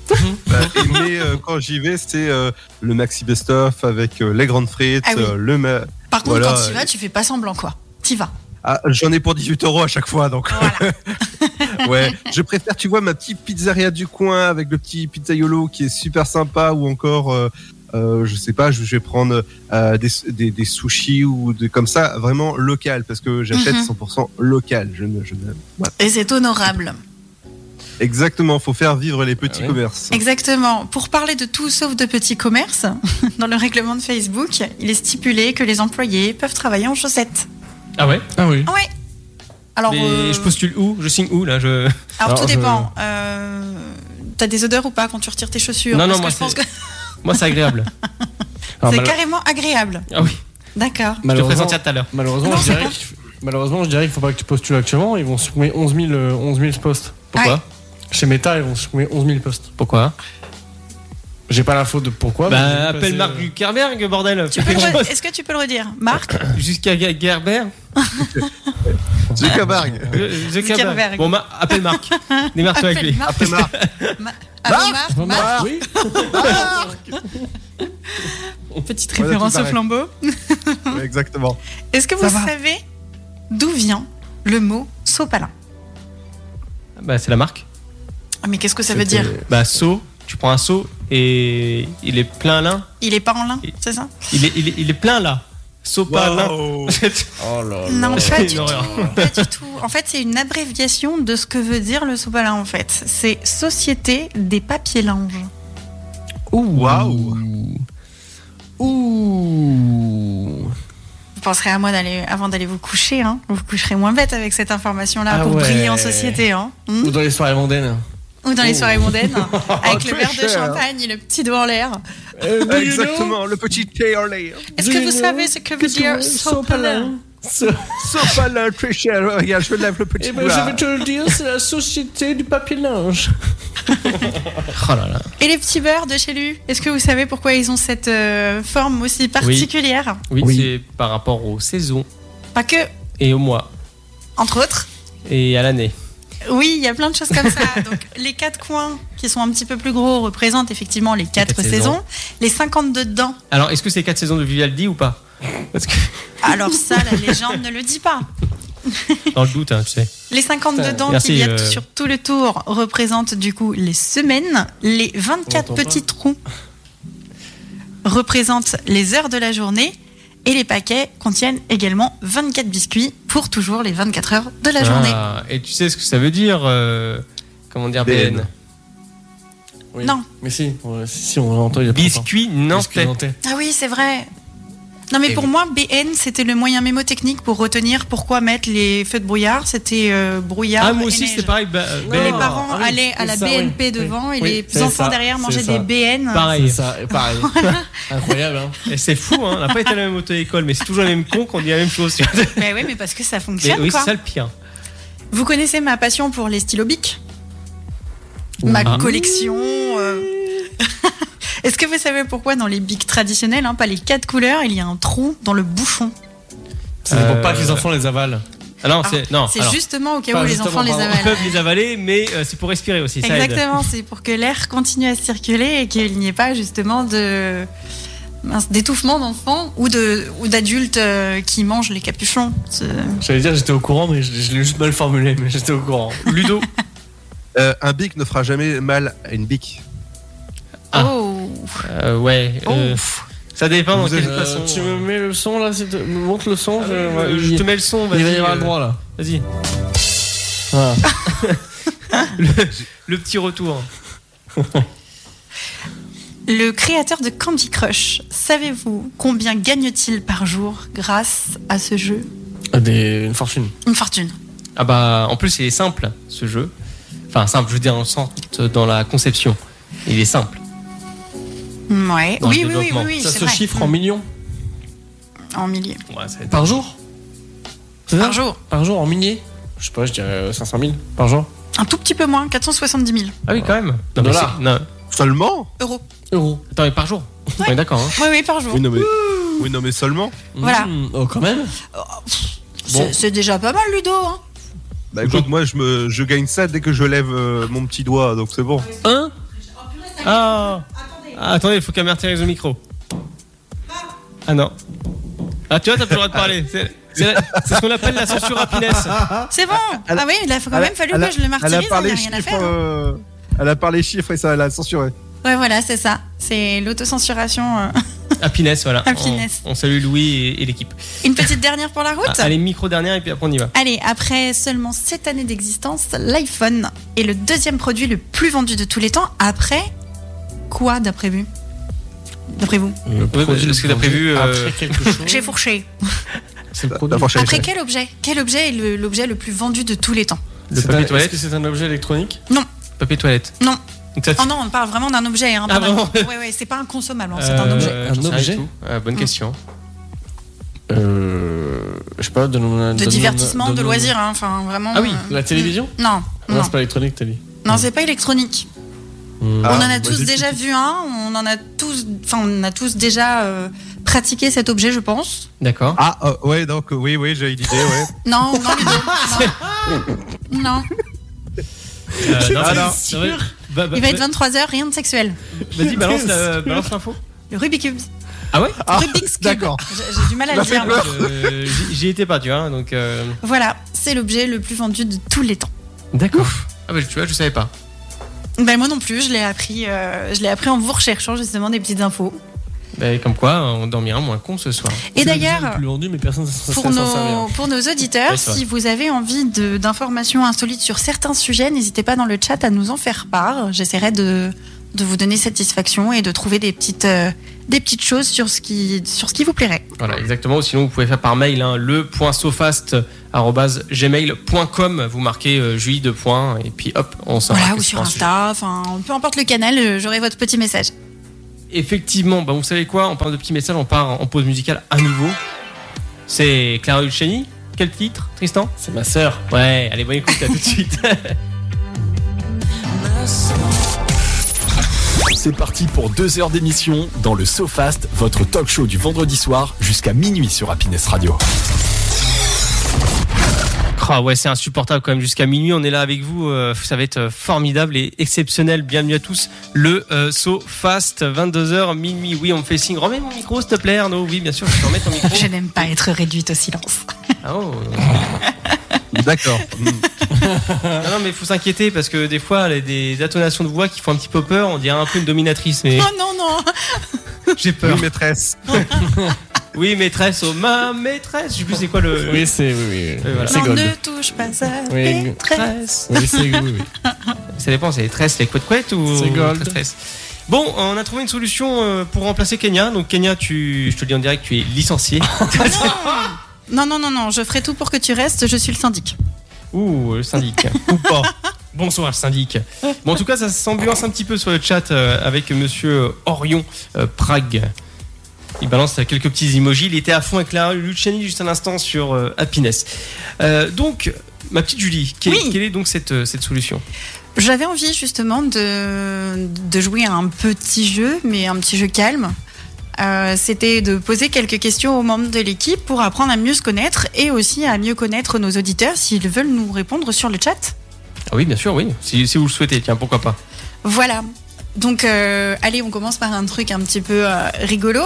Bah, et- mais euh, quand j'y vais, c'est euh, le maxi best-of avec euh, les grandes frites, Ah oui. euh, le. ma- Par contre, Voilà, quand tu euh, vas, tu fais pas semblant, quoi. T'y vas. Ah, j'en ai pour 18 euros à chaque fois, donc. Voilà. Ouais, je préfère, tu vois, ma petite pizzeria du coin avec le petit pizzaiolo qui est super sympa ou encore, euh, euh, je sais pas, je je vais prendre euh, des, des, des sushis ou des, comme ça, vraiment local parce que j'achète Mhm. 100% local. Je ne, je ne- voilà. Et c'est honorable. Exactement, faut faire vivre les petits Ah ouais. commerces. Exactement. Pour parler de tout sauf de petits commerces, dans le règlement de Facebook, il est stipulé que les employés peuvent travailler en chaussettes. Ah ouais Ah oui. Ouais. Alors, Mais euh, je postule où Je signe où là je... alors Alors, tout je- dépend. Euh, T'as des odeurs ou pas quand tu retires tes chaussures Non, non, Parce moi, que je pense que c'est- Moi c'est agréable. Alors, c'est mal- carrément agréable. Ah oui, D'accord. je te ferai malheureusement, sentir tout à l'heure. malheureusement, Non, je c'est dirais pas- qu'il f- malheureusement, je dirais qu'il faut pas que tu postules actuellement. Ils vont supprimer 11 000, euh, 11 000 postes. Pourquoi Chez Meta, ils vont supprimer 11 000 postes. Pourquoi J'ai pas l'info de pourquoi. mais j'ai Bah vu appelle passer, Marc euh, Zuckerberg, bordel. Tu peux le re- Est-ce que tu peux le redire Marc Jusqu'à Ga- Gerber Zuckerberg, Ah Euh, Zuckerberg. Zuckerberg. Bon, ma- appelle Marc. Démarre-toi avec lui. Appelle Marc. après Marc. Ma- Allô, Marc non, Marc Marc, oui. Petite Voilà, référence tout au pareil. flambeau. Ouais, Exactement. Est-ce que Ça vous va. savez d'où vient le mot sopalin Bah, c'est la marque. Ah, Mais qu'est-ce que ça veut dire Bah, seau. Tu prends un seau et il est plein là. Il est pas en lin, Et- c'est ça Il est, il est, il est plein là. Seau pas là. Wow. Oh là Non, là. pas c'est du, une tout, horreur. pas du tout. En fait, c'est une abréviation de ce que veut dire le sopalin en fait. C'est Société des papiers linges. Ouh. Waouh. Ouh. Vous penserez à moi d'aller avant d'aller vous coucher, hein. Vous coucherez moins bête avec cette information-là Ah pour ouais. briller en société, hein. Hmm Ou dans les soirées mondaines. Ou dans les Oh. soirées mondaines, hein. avec le Très verre de cher. champagne et le petit doigt en l'air. Eh, Exactement, le petit thé au lait. Est-ce que vous savez ce que veut dire sopalin Sopalin, très cher. Regarde, je lève le petit Eh ben, doigt. je vais te le dire, c'est la société du papier linge. Oh là là. Et les petits beurres de chez lui, est-ce que vous savez pourquoi ils ont cette euh, forme aussi particulière Oui, Oui. c'est par rapport aux saisons Pas que, et aux mois entre autres. et à l'année. Oui, il y a plein de choses comme ça. Donc, les quatre coins qui sont un petit peu plus gros représentent effectivement les quatre, quatre saisons. Les 52 dedans, Alors, est-ce que c'est 4 saisons de Vivaldi ou pas Parce que alors ça, la légende ne le dit pas. dans le doute, hein, tu sais. Les 52 Putain, dedans merci, qu'il y a euh. sur tout le tour représentent du coup les semaines. Les 24 On l'entend petits trous représentent les heures de la journée. Et les paquets contiennent également 24 biscuits pour toujours les 24 heures de la journée. Ben Ah, et tu sais ce que ça veut dire euh, Comment dire, BN BN. Oui. Non. Mais si, on- si on l'entend, il y a pas longtemps. Biscuit Biscuit nantais. nantais. Ah oui, c'est vrai. Non, mais Et pour moi, BN, c'était le moyen mémotechnique pour retenir pourquoi mettre les feux de brouillard. C'était euh, brouillard. Ah, moi et aussi, neige. c'était pareil. bah, euh, Non, Et les BN. parents Ah oui, allaient à c'est la ça, BNP oui. devant et Oui, les c'est enfants ça, derrière c'est mangeaient ça. des BN. Pareil. C'est ça, et pareil. Incroyable, hein. Et C'est fou, hein, on n'a pas été à la même auto-école, mais c'est toujours les mêmes cons qu'on dit la même chose. Mais Ben oui, mais parce que ça Mais fonctionne. oui, quoi. c'est ça le pire. Vous connaissez ma passion pour les stylos Bic Ma Ah. collection. euh. Est-ce que vous savez pourquoi dans les bics traditionnels, hein, pas les quatre couleurs, il y a un trou dans le bouchon C'est Euh, pour pas que les enfants les avalent. Ah non, Ah, c'est. Non, C'est alors, justement au cas Pas où les justement, enfants les pardon. Ils avalent. peuvent les avaler, mais euh, c'est pour respirer aussi. Ça aide. Exactement, c'est pour que l'air continue à circuler et qu'il n'y ait pas justement de mince, d'étouffement d'enfants ou de ou d'adultes euh, qui mangent les capuchons. C'est- J'allais dire, j'étais au courant, mais je, je l'ai juste mal formulé, mais j'étais au courant. Ludo. Euh, un bic ne fera jamais mal à une bic. Ah. Oh, Euh, ouais. euh, ça dépend dans Vous quelle êtes, euh, façon. tu me mets le son là, s'il te- me montre le son. Ah, je, euh, ouais, je il- te mets le son, vas-y. il va y avoir euh, le droit là. Vas-y. Ah. Voilà. Le petit retour. Le créateur de Candy Crush, savez-vous combien gagne-t-il par jour grâce à ce jeu Ah, des- une fortune. Une fortune. Ah bah, en plus, il est simple, ce jeu. Enfin, simple, je veux dire, en sens, dans la conception. Il est simple. Ouais. Dans oui, le oui, oui, oui, développement. oui, ça c'est se vrai. Mm. chiffre en millions En milliers. Ouais, ça aide. par jour. C'est Par ça jour. Par jour en milliers. Je sais pas, je dirais euh, 500 000 par jour. Un tout petit peu moins, 470 000 Ah oui, quand même. Non, mais Dollars. c'est- non. Seulement euros. Euros. Attends, mais par jour. Ouais, d'accord. hein. Oui, oui, par jour. Oui, non, mais, oui, non, mais seulement Voilà. Mmh, oh, quand même. Euh, C'est- C'est déjà pas mal, Ludo. hein. Bah écoute, moi je, me, je gagne ça dès que je lève euh, mon petit doigt, donc c'est bon. Hein Ah Ah, Attendez, il faut qu'Amer réalise le micro. Ah non. Ah, tu vois, t'as plus le droit de parler. C'est c'est la- c'est ce qu'on appelle la censure happiness. C'est bon. Elle a- ah oui, il a quand même fallu elle a- que je le martyrise. Elle a hein, Il parlé n'y a rien à chiffres. faire. hein. euh, elle a parlé chiffres et ça elle a censuré. Ouais, voilà, c'est ça. C'est l'autocensuration. euh. Happiness, voilà. Happiness. On, on salue Louis et, et l'équipe. Une petite dernière pour la route. Ah, allez, micro dernière et puis après on y va. Allez, après seulement 7 années d'existence, l'iPhone est le deuxième produit le plus vendu de tous les temps. Après quoi, d'après vous D'après vous Le produit parce que t'as prévu, euh, Après quelque chose. J'ai fourché. C'est le La- produit. la prochaine. Après quel objet Quel objet est le- l'objet le plus vendu de tous les temps Le C'est papier un- toilette. Est-ce que c'est un objet électronique Papier toilette. Non. Donc ça fait- Oh non, on parle vraiment d'un objet. Hein, Ah, pas d'un- vraiment Ouais, ouais, c'est pas un consommable, hein, Euh, c'est un objet. j'en sais rien Un objet du tout. Euh, Bonne Hmm. question. Euh, je sais pas, donne-nous- De donne-nous- divertissement, de donne-nous- loisirs, hein, enfin vraiment. Ah oui, euh, La télévision Non, Non, non, c'est pas électronique, t'as dit. non, c'est pas électronique. Ah, on en a bah, tous j'ai déjà vu un, on en a tous, enfin on a tous déjà euh, pratiqué cet objet, je pense. D'accord. Ah euh, ouais, donc euh, oui, oui, j'ai une idée, ouais. Non, non, Ludo, non. non. Euh, non, pas non, sûr. non, va- va- Il va être va- 23h, rien de sexuel. Vas-y, balance la- balance l'info. Le Rubik's Cube. Ah ouais Rubik's Cube. d'accord. J'ai j'ai du mal à le dire. moi. Euh, j'y- J'y étais pas, tu vois. Donc. euh, Voilà, c'est l'objet le plus vendu de tous les temps. D'accord. Ah bah tu vois, je savais pas. Ben moi non plus, je l'ai appris, euh, je l'ai appris en vous recherchant justement des petites infos. Bah, comme quoi, on dormira moins con ce soir. Et C'est l'objet le d'ailleurs, plus vendu, mais personne ne s'en pour s'en servir. nos, pour nos auditeurs, Ouais, c'est vrai. si vous avez envie de- d'informations insolites sur certains sujets, n'hésitez pas dans le chat à nous en faire part. J'essaierai de, de vous donner satisfaction et de trouver des petites, euh, des petites choses sur ce, qui, sur ce qui vous plairait. Voilà, exactement. Sinon, vous pouvez faire par mail hein, le.sofast.gmail.com. Vous marquez euh, Julie de points et puis hop, on s'en voilà, marque ou sur sur un sujet. Insta, enfin, peu importe le canal, euh, j'aurai votre petit message. Effectivement, bah, vous savez quoi On parle de petits messages, on part en pause musicale à nouveau. C'est Clara Ulcheni. Quel titre, Tristan C'est ma sœur. Ouais, allez, bonne écoute, à tout de suite. C'est parti pour deux heures d'émission dans le SoFast, votre talk show du vendredi soir jusqu'à minuit sur Happiness Radio. Ah ouais, c'est insupportable quand même. Jusqu'à minuit, on est là avec vous. euh, ça va être formidable et exceptionnel. Bienvenue à tous. Le euh, So Fast, 22h, minuit. Oui, on me fait signe. Remets mon micro, s'il te plaît, Arnaud. Oui, bien sûr, je te remets ton micro. Je n'aime pas être réduite au silence. Ah, oh. D'accord. Mm. Non, non, mais faut s'inquiéter parce que des fois, les, des intonations de voix qui font un petit peu peur. On dirait un peu une dominatrice, mais Oh non, non j'ai Oui, peur. maîtresse. Oui, maîtresse, oh, ma maîtresse. Je sais plus c'est quoi le. Oui, c'est oui, oui, oui. Et voilà. C'est Non, gold. ne touche pas ça. Oui. maîtresse. Oui, c'est oui, oui. Ça dépend, c'est les tresses, les couettes ou C'est gold. les tresses. Bon, on a trouvé une solution euh, pour remplacer Kenya. Donc Kenya, tu, je te le dis en direct, tu es licencié. Non, non, non, non, je ferai tout pour que tu restes, je suis le syndic. Ouh, euh, le syndic. Ou pas. Bonsoir, syndic. Bon, en tout cas, ça s'ambiance un petit peu sur le chat euh, avec monsieur Orion euh, Prague. Il balance euh, quelques petits emojis. Il était à fond avec la Luciani juste un instant sur euh, Happiness. Euh, donc, ma petite Julie, quelle, Oui. quelle est donc cette, euh, cette solution J'avais envie justement de, de jouer à un petit jeu, mais un petit jeu calme. Euh, C'était de poser quelques questions aux membres de l'équipe pour apprendre à mieux se connaître et aussi à mieux connaître nos auditeurs s'ils veulent nous répondre sur le chat. Ah oui, bien sûr, oui. Si, si vous le souhaitez, tiens, pourquoi pas. Voilà. Donc, euh, allez, on commence par un truc un petit peu euh, rigolo.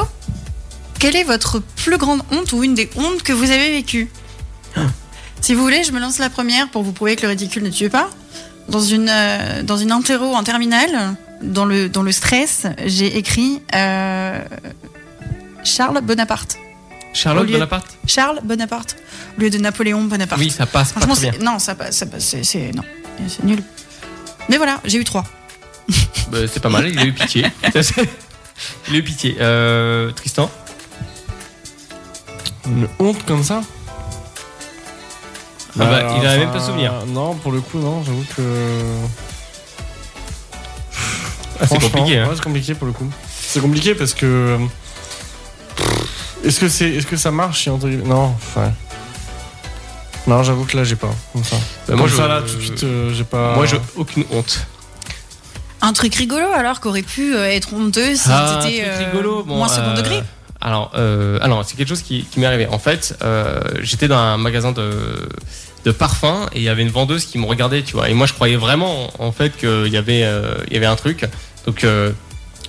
Quelle est votre plus grande honte ou une des hontes que vous avez vécues Hein Si vous voulez, je me lance la première pour vous prouver que le ridicule ne tue pas. Dans une, euh, dans une interro en terminale, dans le, dans le stress, j'ai écrit euh, Charles Bonaparte. Charlotte Au lieu- Bonaparte Charles Bonaparte, au lieu de Napoléon Bonaparte. Oui, ça passe pas Franchement, très bien. c'est- non, ça passe, ça passe, c'est- c'est non, c'est nul. Mais voilà, j'ai eu trois. Bah, c'est pas mal, il a eu pitié. il a eu pitié. Euh, Tristan Une honte comme ça Ah bah, Il a enfin, même pas souvenir. Non, pour le coup, non, j'avoue que. Ah, c'est Franchement, compliqué. hein. ouais, c'est compliqué pour le coup. C'est compliqué parce que. euh, pff, Est-ce que, c'est, est-ce que ça marche si entre guillemets Non, ouais. Non, j'avoue que là, j'ai pas. Comme ça. Bah, Comme moi, ça, je- là, tout de suite, euh, j'ai pas. Moi, j'ai aucune honte. Un truc rigolo alors qu'aurait pu euh, être honteux si c'était Ah, truc euh, rigolo. Bon, moins second euh, degré. Alors, euh, alors c'est quelque chose qui, qui m'est arrivé. En fait, euh, j'étais dans un magasin de, de parfums et il y avait une vendeuse qui me regardait, tu vois. Et moi, je croyais vraiment, en fait, qu'il y, avait, euh, il y avait un truc. Donc, euh,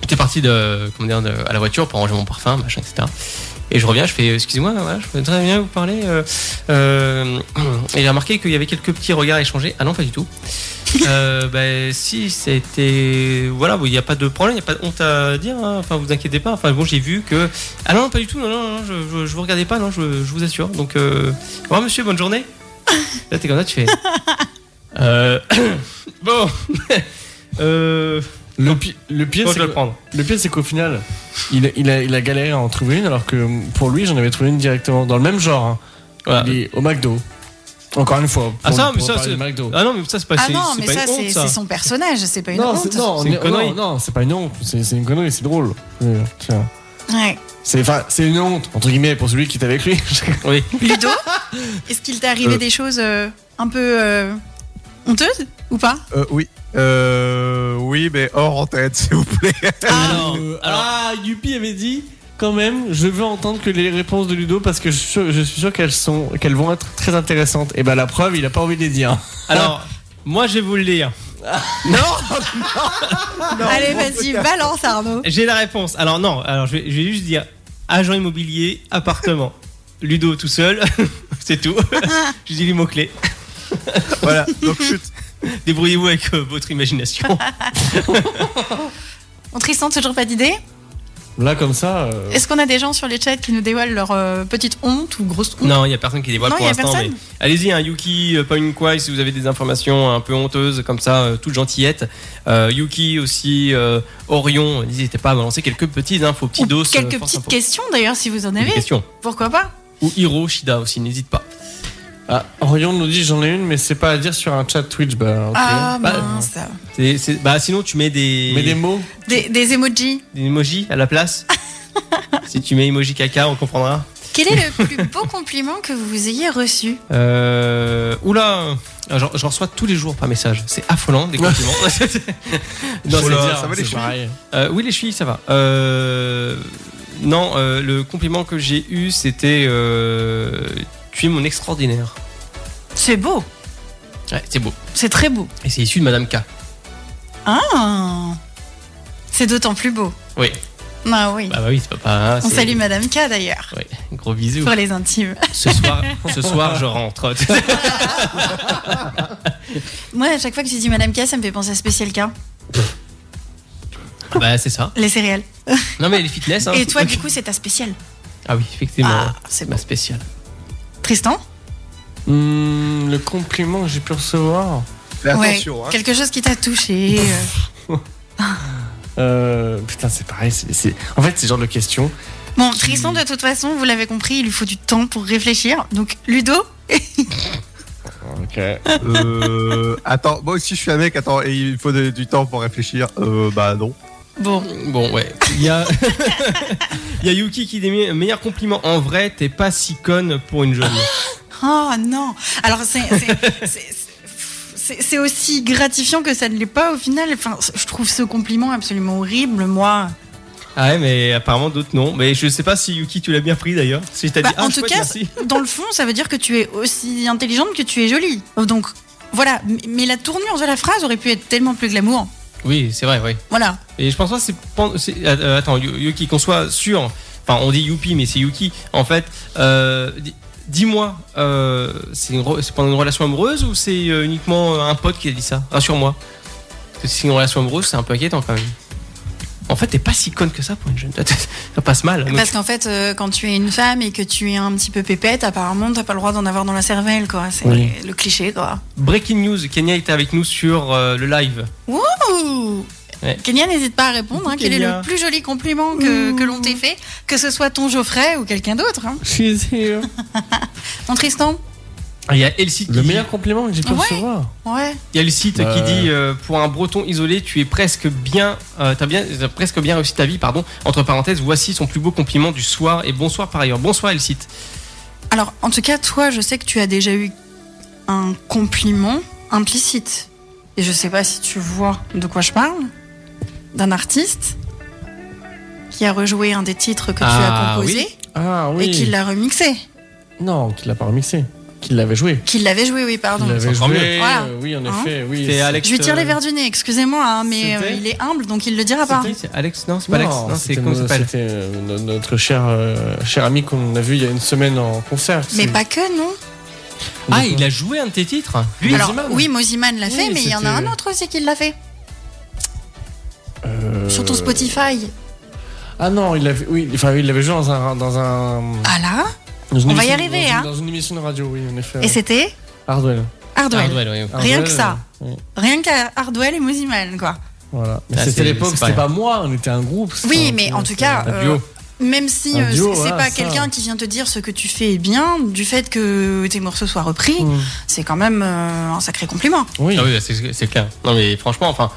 j'étais parti de, comment dire, de- à la voiture pour ranger mon parfum, machin, etc. Et je reviens, je fais, excusez-moi, euh, voilà, je voudrais très bien vous parler. euh, euh, et j'ai remarqué qu'il y avait quelques petits regards échangés. Ah non, pas du tout. Euh, ben, si, c'était. Voilà, bon, il n'y a pas de problème, il n'y a pas de honte à dire, hein. enfin, vous inquiétez pas. Enfin, bon, j'ai vu que. Ah non, pas du tout, non, non, non, je, je, je vous regardais pas, non, je, je vous assure. Donc, euh... au revoir, monsieur, bonne journée. Là, t'es comme ça, tu fais. Euh... bon. euh... Le, pi- le pire, bon, c'est je vais le que- prendre. le pire, c'est qu'au final, il, a- il, a, il a galéré à en trouver une, alors que pour lui, j'en avais trouvé une directement dans le même genre. hein. Voilà. Il est au McDo. Encore une fois. pour- Ah, ça, pour mais ça, parler c'est- de McDo. Ah non, mais ça, c'est pas, Ah c'est- non, c'est mais pas ça une honte, c'est c'est son personnage, c'est pas une non, honte. c'est- non, C'est une on est- connerie. non, non, c'est pas une honte, c'est c'est une connerie, c'est drôle. Euh, tiens. Ouais. C'est enfin, c'est une honte, entre guillemets, pour celui qui est avec lui. Oui. Ludo, est-ce qu'il t'est arrivé Euh. des choses euh, un peu euh, honteuses ou pas Euh, oui. Euh, oui, mais hors en tête, s'il vous plaît. Alors, Euh, alors, ah, Yuppie avait dit, quand même, je veux entendre que les réponses de Ludo parce que je suis sûr, je suis sûr qu'elles sont, qu'elles vont être très intéressantes. Et ben la preuve, il a pas envie de les dire. alors, moi, je vais vous le lire. Allez, vas-y, balance Arnaud. J'ai la réponse. Alors non, alors je vais, je vais juste dire agent immobilier, appartement. Ludo tout seul, c'est tout. je dis les mots-clés. voilà, donc chut. Débrouillez-vous avec euh, votre imagination. Bon, Tristan, toujours pas d'idée Là comme ça. euh, Est-ce qu'on a des gens sur les chats qui nous dévoilent leur euh, petite honte ou grosse honte non, il n'y a personne qui dévoile Non, pour y a l'instant. Mais... personne. Allez-y, un Yuki, euh, pas une quoi, si vous avez des informations un peu honteuses comme ça, euh, toutes gentillettes. Euh, Yuki aussi, euh, Orion, n'hésitez pas à balancer quelques petites infos, petits Ou dos. euh, quelques force petites info. questions d'ailleurs si vous en Des avez. questions. Pourquoi pas Ou Hiro, Shida aussi, n'hésite pas. Ah, Orion nous dit j'en ai une, mais c'est pas à dire sur un chat Twitch. Bah, ok. Ah Bah, mince. C'est- c'est- bah, sinon, tu mets des, Mais des mots. Des, des emojis. des emojis à la place. si tu mets emoji caca, on comprendra. Quel est le plus beau compliment que vous ayez reçu Euh, oula, Ah, j'en j'en reçois tous les jours par message. C'est affolant des compliments. Non, c'est Oula, dire. Oh ça va les c'est chevilles pareil. Euh, oui, les chevilles, ça va. Euh, non, euh, le compliment que j'ai eu, c'était euh, tu es mon extraordinaire. C'est beau, Ouais, c'est beau. c'est très beau. Et c'est issu de Madame K. Ah C'est d'autant plus beau. Oui. Ah oui. Bah, bah oui, c'est pas pas. On c'est- salue Madame K d'ailleurs. Ouais, gros bisous. Pour les intimes. Ce soir, ce soir, je rentre. Moi, à chaque fois que tu dis Madame K, ça me fait penser à Spécial K, bah c'est ça. les céréales. Bah, Non mais les fitness. Hein. Et toi, du coup, c'est ta spéciale. Ah oui, effectivement. Ah, ouais. c'est C'est bon. ma spéciale. Tristan Hum, le compliment que j'ai pu recevoir. Mais Ouais. attention, hein. Quelque chose qui t'a touché. euh, Euh, putain, c'est pareil. c'est- c'est- En fait, c'est le genre de question. Bon, Tristan, de toute façon, vous l'avez compris, il lui faut du temps pour réfléchir. Donc, Ludo, Ok. Euh, attends, moi aussi je suis un mec, attends, et il faut de- du temps pour réfléchir. Euh, bah non. bon, Bon, ouais. Il y a, il y a Yuki qui dit me- meilleur compliment. En vrai, t'es pas si conne pour une jeune. Oh non Alors c'est- c'est- c'est- c'est c'est aussi gratifiant que ça ne l'est pas au final. Enfin, je trouve ce compliment absolument horrible, moi. Ah ouais, mais apparemment d'autres non. Mais je sais pas si Yuki, tu l'as bien pris d'ailleurs. Si je t'as Bah, dit, ah, en chouette, tout cas, merci. Dans le fond, ça veut dire que tu es aussi intelligente que tu es jolie. Donc voilà, M- mais la tournure de la phrase aurait pu être tellement plus glamour. Oui, c'est vrai, oui. Voilà. Et je pense pas que c'est. pen- c'est- euh, attends, Yu- Yuki, qu'on soit sûr. Enfin, on dit Yuki, mais c'est Yuki. En fait, euh, di- dis-moi, euh, c'est une re- c'est pendant une relation amoureuse ou c'est euh, uniquement euh, un pote qui a dit ça Rassure-moi. Parce que si c'est une relation amoureuse, c'est un peu inquiétant quand même. En fait, t'es pas si conne que ça pour une jeune. ça passe mal. Donc, Parce qu'en fait, euh, quand tu es une femme et que tu es un petit peu pépette, apparemment, t'as pas le droit d'en avoir dans la cervelle, quoi. C'est Oui. le cliché, quoi. breaking news, Kenya était avec nous sur euh, le live. Ouh Ouais. Kenya, n'hésite pas à répondre. hein. Quel est Kenya. le plus joli compliment que, que l'on t'ait fait Que ce soit ton Geoffrey ou quelqu'un d'autre. hein. She's here. Mon Tristan Ah, Il y a Elsie qui Le dit- meilleur compliment que j'ai pu Ouais. recevoir. Ouais. Il y a le site Bah. qui dit euh, pour un breton isolé, tu es presque bien, euh, t'as bien, t'as presque bien réussi ta vie, pardon. Entre parenthèses, voici son plus beau compliment du soir et bonsoir par ailleurs. Bonsoir El site. Alors, en tout cas, toi, je sais que tu as déjà eu un compliment implicite. Et je sais pas si tu vois de quoi je parle. D'un artiste qui a rejoué un des titres que tu as Ah, composé Ah et qui l'a remixé. Non, qu'il l'a pas remixé. Qu'il l'avait joué. Qui l'avait joué, oui, pardon. Il l'avait euh, encore joué. mieux. euh, Voilà. Oui, en Hein effet. oui. C'est Alex. Je lui tire les verres du nez, excusez-moi, hein, mais C'était- euh, il est humble, donc il le dira pas. C'était- c'est Alex, non, c'est Non, pas Alex, non, c'est c'était comment nos- ça s'appelle c'était, euh, no- notre cher, euh, cher ami qu'on a vu il y a une semaine en concert. Mais C'est- pas que, non Ah, il a joué un de tes titres. Lui, Alors, Moziman. oui, Moziman l'a Oui, fait, mais il y en a c'était- un autre aussi qui l'a fait. Euh, Sur ton Spotify. Ah non, il l'avait oui, enfin, il l'avait joué dans un. Dans un Ah là dans une On va y émission- arriver, dans une- hein. Dans une émission de radio, oui, en effet. Et c'était Hardwell. Hardwell. Hardwell, Ah, oui, oui. Rien que ça. oui, Rien qu'à Hardwell et Moziman, quoi. Voilà. Mais Ah, c'était c'est- à l'époque, c'est pas c'était pas moi, on était un groupe. c'était Oui, un- mais en tout c'était cas, un euh, duo. Même si Un euh, duo, c'est voilà, pas ça. quelqu'un qui vient te dire ce que tu fais est bien, du fait que tes morceaux soient repris, Mm. c'est quand même euh, un sacré compliment. Oui. Ah oui, c'est c'est clair. Non, mais franchement, enfin,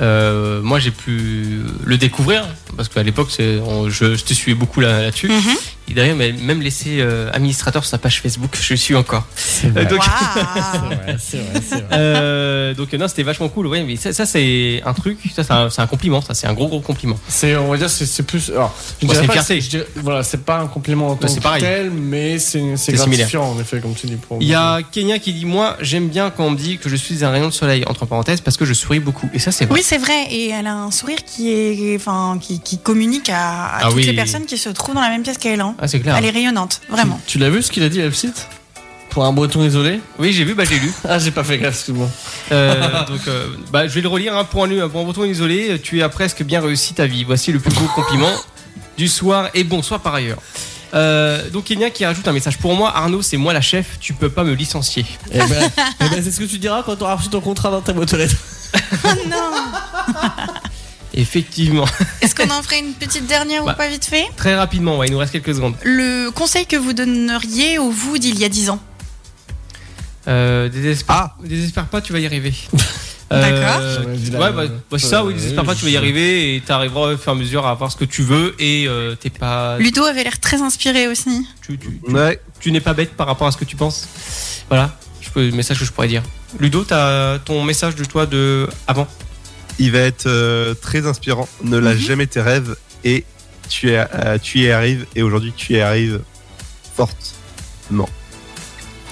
euh, moi j'ai pu le découvrir parce qu'à l'époque, c'est- on- je, je te suivais beaucoup là- là-dessus. Mhm. Et D'ailleurs, il m'a même laissé euh, administrateur sur sa page Facebook. Je le suis encore. C'est vrai, Euh, donc- Waouh. c'est vrai, c'est vrai. Euh, donc euh, non, c'était vachement cool. Ouais, mais ça, ça, c'est un truc. Ça, c'est un, c'est un compliment. Ça, c'est un gros gros compliment. C'est, on va dire, c'est, c'est plus. Alors, je Bon, dirais c'est pas une que fierté. je dirais- voilà, c'est pas un compliment en tant c'est que pareil. tel, mais c'est, c'est, C'est similaire. gratifiant, en effet, comme tu dis. Pour Il y a Kenya qui dit moi, j'aime bien quand on me dit que je suis un rayon de soleil entre parenthèses parce que je souris beaucoup. Et ça, c'est vrai. Oui, c'est vrai, et elle a un sourire qui, est, enfin, qui, qui communique à, à Ah toutes oui. les personnes qui se trouvent dans la même pièce qu'elle. hein. Ah, c'est clair. Elle est rayonnante, vraiment. Tu l'as vu ce qu'il a dit, Epsit Pour un breton isolé Oui, j'ai vu. Bah, j'ai lu. Ah, j'ai pas fait gaffe, excuse-moi. Euh, donc, euh, bah, je vais le relire. Hein, pour un nu- pour un breton isolé, tu as presque bien réussi ta vie. Voici le plus beau compliment du soir et bonsoir par ailleurs. Euh, donc Kenya qui rajoute un message pour moi. Arnaud, c'est moi la chef. Tu peux pas me licencier. Eh ben, eh ben, c'est ce que tu diras quand t'auras reçu ton contrat dans ta boîte aux lettres. Ah Effectivement. Est-ce qu'on en ferait une petite dernière Bah. ou pas vite fait Très rapidement. Ouais, il nous reste quelques secondes. Le conseil que vous donneriez au vous d'il y a 10 ans Euh, désespère, Ah. désespère pas, tu vas y arriver. Euh, D'accord. J'aurais dit ouais, la- bah, bah, c'est ça, oui, euh, désespère pas, tu vas y je- arriver et t'arriveras au fur et à mesure à avoir ce que tu veux et euh, t'es pas, Ludo avait l'air très inspiré aussi. tu, tu- tu- Ouais. tu n'es pas bête par rapport à ce que tu penses. Voilà, je peux, le message que je pourrais dire. Ludo, t'as ton message de toi de avant. Il va être euh, très inspirant. Ne lâche jamais tes rêves et tu, es, euh, tu y arrives. Et aujourd'hui, tu y arrives forte.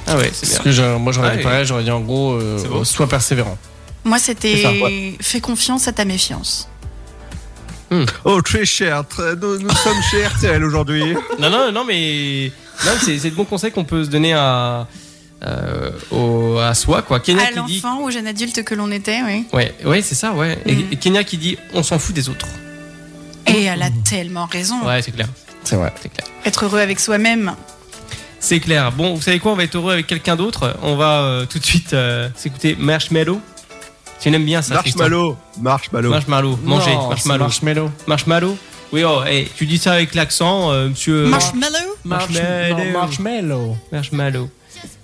Ah ouais, c'est Ce bien. que j'aurais- moi j'aurais Ouais. dit pareil, j'aurais dit en gros, euh, C'est beau. sois persévérant. Moi, C'est c'était ça, fais confiance à ta méfiance. Oh, tu es cher. très- nous, nous sommes chers, RTL aujourd'hui. Non, non, non, mais non, c'est c'est de bons conseils qu'on peut se donner à, euh, au- à soi, quoi. Kenya À qui dit. l'enfant ou jeune adulte que l'on était, oui. Ouais, ouais c'est ça, ouais. Et- Mm. Et Kenya qui dit on s'en fout des autres. Et elle a tellement raison. Mm. Ouais, c'est clair. C'est vrai. C'est clair. Être heureux avec soi-même. C'est clair. Bon, vous savez quoi On va être heureux avec quelqu'un d'autre. On va euh, tout de suite euh, s'écouter Marshmallow. Tu aimes bien ça, Marshmallow, marshmallow. Tristan Marshmallow. Manger. Non, c'est marshmallow. Marshmallow. Marshmallow. Oui, oh, hey, tu dis ça avec l'accent, euh, monsieur. Marshmallow Marshmallow. Marshmallow. Marshmallow. Marshmallow.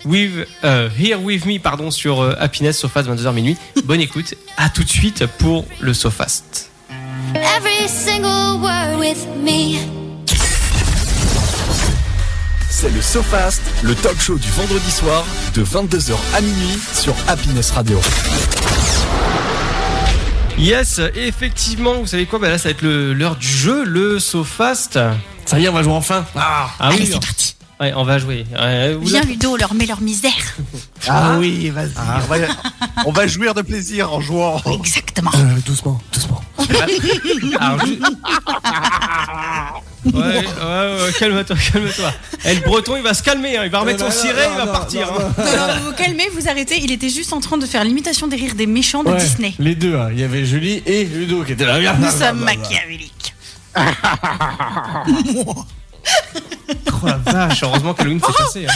With, euh, here with me, pardon, sur euh, Happiness, Sofast, 22h minuit. Bonne écoute. À tout de suite pour le Sofast. every single word with me. C'est le SoFast, le talk show du vendredi soir de 22h à minuit sur Happiness Radio. Yes, et effectivement, vous savez quoi Bah Là, ça va être le- l'heure du jeu, le Sofast. Ça y est, on va jouer enfin. Ah, Ah Allez, oui, c'est parti. ouais, on va jouer. Ouais, euh, oula. Viens, Ludo, leur met leur misère. Ah, oui, vas-y. On, va, on va jouir de plaisir en jouant. Exactement. Euh, doucement, doucement. Alors, je- ouais, ouais, ouais, calme-toi, calme-toi. Eh, le breton, il va se calmer, hein, il va remettre Non, son non, ciré, Oh non, il va non, partir. non, hein. Non, non, vous vous calmez, vous arrêtez. Il était juste en train de faire l'imitation des rires des méchants de Ouais, Disney. Les deux, hein. il y avait Julie et Ludo qui étaient là. Nous sommes machiavéliques. Oh la vache, heureusement qu'Halloween s'est passé. Hein.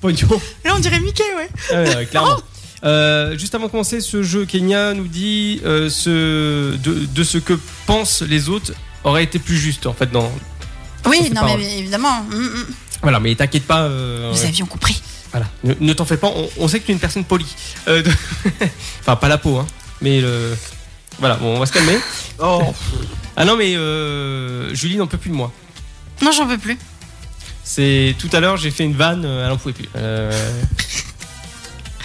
Pognon Là, on dirait Mickey, ouais. Ah ouais, ouais, clairement. Euh, juste avant de commencer ce jeu, Kenya nous dit euh, ce, de, de ce que pensent les autres aurait été plus juste en fait. Dans... Oui, Sur non, ces paroles. mais évidemment. mm, mm, Voilà, mais t'inquiète pas. euh, Nous avions compris. voilà. Ne, ne t'en fais pas, on, on sait que tu es une personne polie. Euh, de- enfin, pas la peau, hein, mais le... Voilà, bon, on va se calmer. Oh, Ah non, mais euh, Julie n'en peut plus de moi. Non, j'en veux plus. C'est tout à l'heure, j'ai fait une vanne, euh, elle n'en pouvait plus. Euh,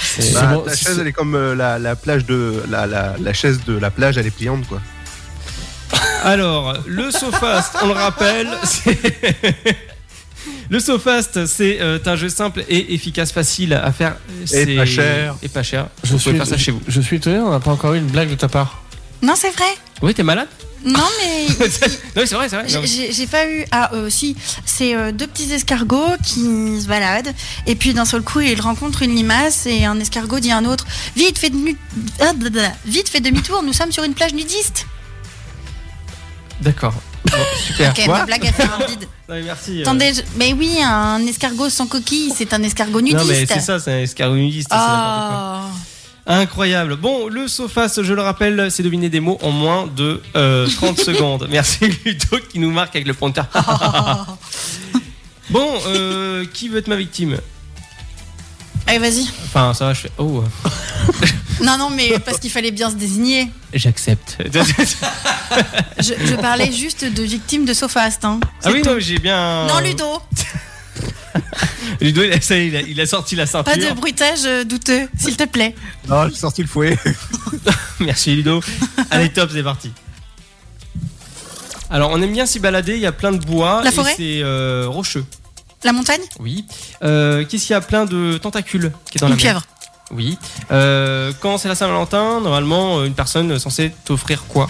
c'est- bah, bon, ta c'est- chaise, elle est comme euh, la, la plage de la, la- la chaise de la plage, elle est pliante quoi. Alors, le Sofast, on le rappelle, c'est. Le Sofast, c'est euh, un jeu simple et efficace, facile à faire. C'est- pas cher. Et pas cher. Je vous suis, pouvez faire ça chez vous. Je suis étonné, on n'a pas encore eu une blague de ta part. Non, c'est vrai. Oui, t'es malade Non, mais Non, mais c'est vrai, c'est vrai. Non, J'ai- mais- J'ai j'ai pas eu. Ah, euh, si, c'est euh, deux petits escargots qui se baladent, et puis d'un seul coup, ils rencontrent une limace, et un escargot dit à un autre Vite, fais, de nu- ah, blablabla. Vite, fais demi-tour, nous sommes sur une plage nudiste. D'accord. Bon, super. Ok, Quoi ma blague a fait un vide. Non, mais merci. euh. Attendez, je- mais oui, un escargot sans coquille, c'est un escargot nudiste. Non, mais c'est ça, c'est un escargot nudiste, c'est n'importe quoi. Ah. Incroyable. Bon, le Sofast, je le rappelle, c'est deviner des mots en moins de euh, 30 secondes. Merci Ludo qui nous marque avec le pointeur. bon, euh, qui veut être ma victime Allez, vas-y. Enfin, ça va, je fais. Oh, Non, non, mais parce qu'il fallait bien se désigner. j'accepte. Je, je parlais juste de victime de Sofast. Hein. ah oui, C'est non, j'ai bien. tout. non, Ludo, Ludo, il a, ça y est, il a, il a sorti la ceinture. pas de bruitage euh, douteux, s'il te plaît. Non, j'ai sorti le fouet. Merci Ludo. Allez, top, c'est parti. Alors, on aime bien s'y balader, il y a plein de bois. La et forêt C'est euh, rocheux. La montagne Oui. Euh, Qu'est-ce qu'il y a plein de tentacules qui est dans la Une mer pieuvre. Oui. Euh, quand c'est la Saint-Valentin, normalement, euh, une personne est censée t'offrir quoi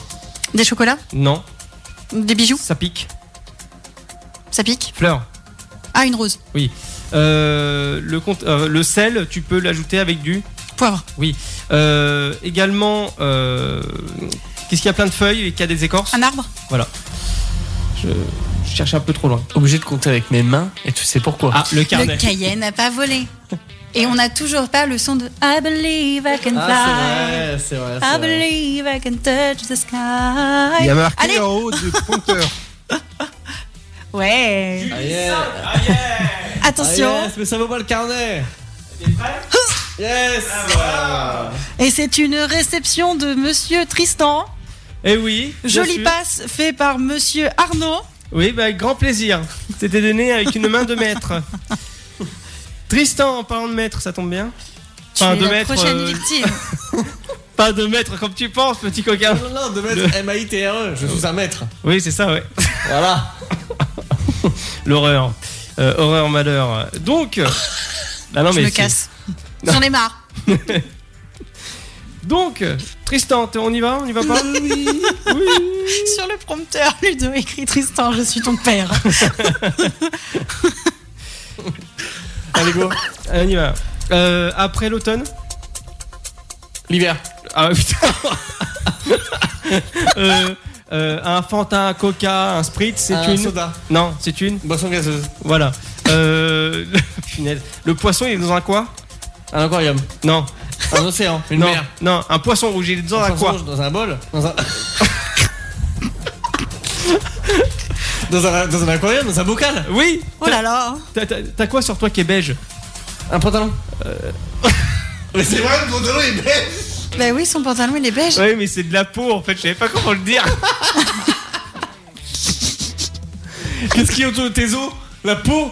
Des chocolats Non, Des bijoux ça pique. Ça pique Fleur. Ah, une rose. Euh, le, compte- euh, le sel, tu peux l'ajouter avec du. Poivre. Euh, également, euh, qu'est-ce qu'il y a plein de feuilles et qu'il y a des écorces Un arbre je, je cherchais un peu trop loin. Obligé de compter avec mes mains et tu sais pourquoi. Ah, le carnet. Le Cayenne n'a pas volé. Et on n'a toujours pas le son de I believe I Ah, can fly. c'est vrai, I believe I can touch the Il y sky. a marqué Allez. en haut du compteur. Ouais. Ah, Attention. mais ça vaut pas le carnet Yes Et c'est une réception de Monsieur Tristan. Eh oui. bien Jolie sûr. passe fait par Monsieur Arnaud. Oui, bah, avec grand plaisir. C'était donné avec une main de maître. Tristan, en parlant de maître, ça tombe bien. Tu Enfin, es de la maître, prochaine euh, victime. Pas de maître comme tu penses, petit coquin. Non, non, de mettre M-A-I-T-R-E, E, je suis un maître. Oui, c'est ça, ouais. Voilà. L'horreur. Euh, horreur, malheur. Donc. Ah non, Je mais me si. casse. J'en ai marre. Donc, Tristan, t- on y va On y va pas Sur le prompteur, Ludo écrit Tristan, je suis ton père. Allez, go. Allez, On y va. Euh, après l'automne L'hiver. Ah putain Euh, euh, un Fanta, un Coca, un Sprite, c'est Un une. soda, Non, c'est une. boisson gazeuse, Voilà. Euh, le... punaise. Le poisson, il est dans un quoi un aquarium, Non. un océan, une non. mer. Non, un poisson rouge, il est dans un, Un poisson quoi rouge Dans un bol Dans un. dans, un, dans un aquarium Dans un bocal Oui Oh là là T'as- T'as t'as quoi sur toi qui est beige Un pantalon Mais c'est vrai, le pantalon est bête Bah oui, son pantalon il est beige. Oui, mais c'est de la peau en fait, je savais pas comment le dire. Qu'est-ce qu'il y a autour de tes os La peau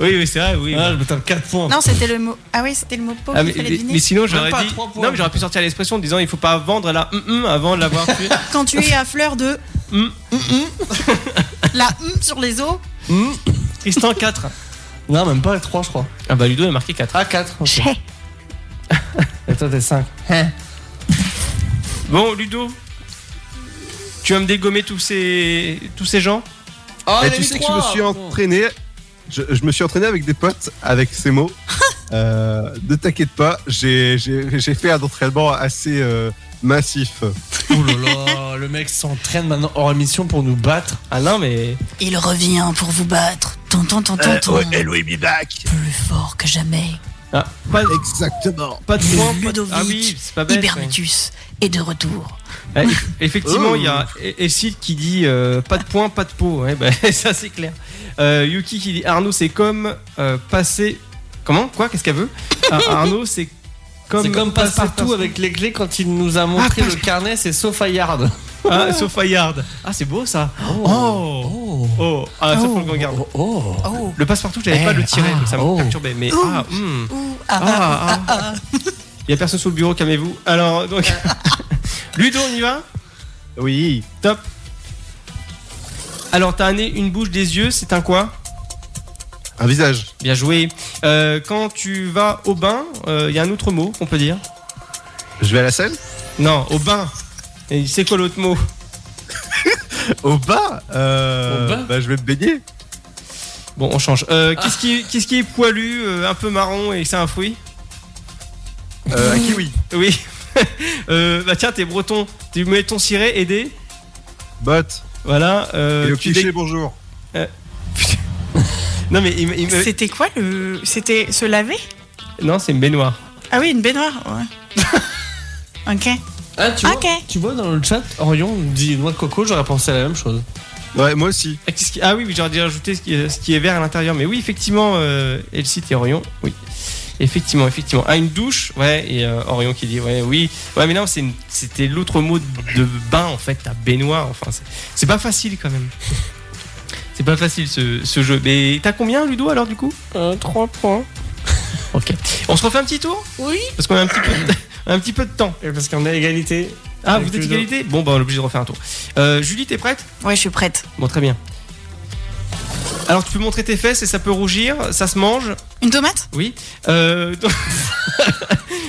Oui, mais c'est vrai, oui. Ah, je me tape 4 points. Non, c'était le mot. Ah oui, c'était le mot pauvre Ah, mais, qu'il fallait mais- deviner. mais sinon j'aurais Même pas, dit trois points. non mais j'aurais pu sortir l'expression en disant il faut pas vendre la hum, hum avant de l'avoir tué. Quand tu es à fleur de. Hum. hum. La hum sur les os. Hmm. Tristan 4. Non, même pas 3, je crois. Ah bah Ludo a marqué 4. Ah, 4. Chez. Et toi, t'es 5. Hein. Bon Ludo, tu vas me dégommer tous ces tous ces gens Oh, Et tu sais que je me suis entraîné. Je, je me suis entraîné avec des potes avec ces mots. Euh, ne t'inquiète pas, j'ai j'ai- j'ai fait un entraînement assez euh, massif. Ouh Oh là là, le mec s'entraîne maintenant hors émission pour nous battre. Ah non mais Il revient pour vous battre. Ton, ton, ton, ton, ton. be back. Plus fort que jamais. Ah, pas, Exactement. pas de points, pas de- Ludovic, Ah oui, c'est pas bête. ouais. Hibernatus est de retour. Eh, eff- Effectivement, Oh. il y a Essil qui dit euh, pas de points, pas de peau. Ouais, bah, ça c'est clair. Euh, Yuki qui dit Arnaud, c'est comme euh, passer. Comment Quoi Qu'est-ce qu'elle veut Ah, Arnaud, c'est comme. C'est comme passer passe-partout avec les clés quand il nous a montré le carnet, c'est Sofa Yard. Ah, Sofa Yard. Ah, c'est beau ça. Oh Oh Oh Ah, ça faut qu'on garde. Oh, oh. Oh. Le passe-partout, j'avais pas Eh, le tirer, ah, donc ça me oh. perturbait. Mais Ouh. ah, hmm. Ou Ah, ah. Il y a personne sous le bureau, calmez-vous. Alors, donc. Ludo, on y va Oui. Top. Alors, t'as un nez, une bouche, des yeux, c'est un quoi Un visage. Bien joué. Euh, quand tu vas au bain, euh, il y a un autre mot qu'on peut dire Je vais à la scène. Non, au bain. Et c'est quoi l'autre mot Au bas. euh, Au bas bah, je vais me baigner. Bon, on change. Euh, qu'est-ce, qui, qu'est-ce qui est poilu, euh, un peu marron et que c'est un fruit Euh, un kiwi. Oui. Euh, bah tiens, t'es breton. Tu mets ton ciré et des... Botte. Voilà. euh, Et le tu cliché dé- bonjour. Non, mais il me- il me- C'était quoi le. C'était se laver Non, c'est une baignoire. Ah oui, une baignoire, ouais. ok. Ah, tu vois, Ok. tu vois dans le chat, Orion dit noix de coco, j'aurais pensé à la même chose. Ouais, moi aussi. Ah, qu'est-ce qui- ah oui, oui, j'aurais dû rajouter ce qui, est, ce qui est vert à l'intérieur. Mais oui, effectivement, euh, Elsie et Orion, oui. Effectivement, effectivement. Ah, une douche, ouais, et euh, Orion qui dit, ouais, oui. Ouais, mais non, c'est une- c'était l'autre mot de bain, en fait, ta baignoire. Enfin, c'est- c'est pas facile quand même. C'est pas facile ce, ce jeu. Mais t'as combien, Ludo, alors du coup 3 Euh, points. Ok. On se refait un petit tour Oui. Parce qu'on a un petit peu de, un petit peu de temps. Et parce qu'on a égalité. Ah, Avec vous êtes Ludo. égalité Bon, bah, on est obligé de refaire un tour. Euh, Julie, t'es prête Ouais, je suis prête. Bon, très bien. Alors, tu peux montrer tes fesses et ça peut rougir, ça se mange. Une tomate Oui. Euh, donc-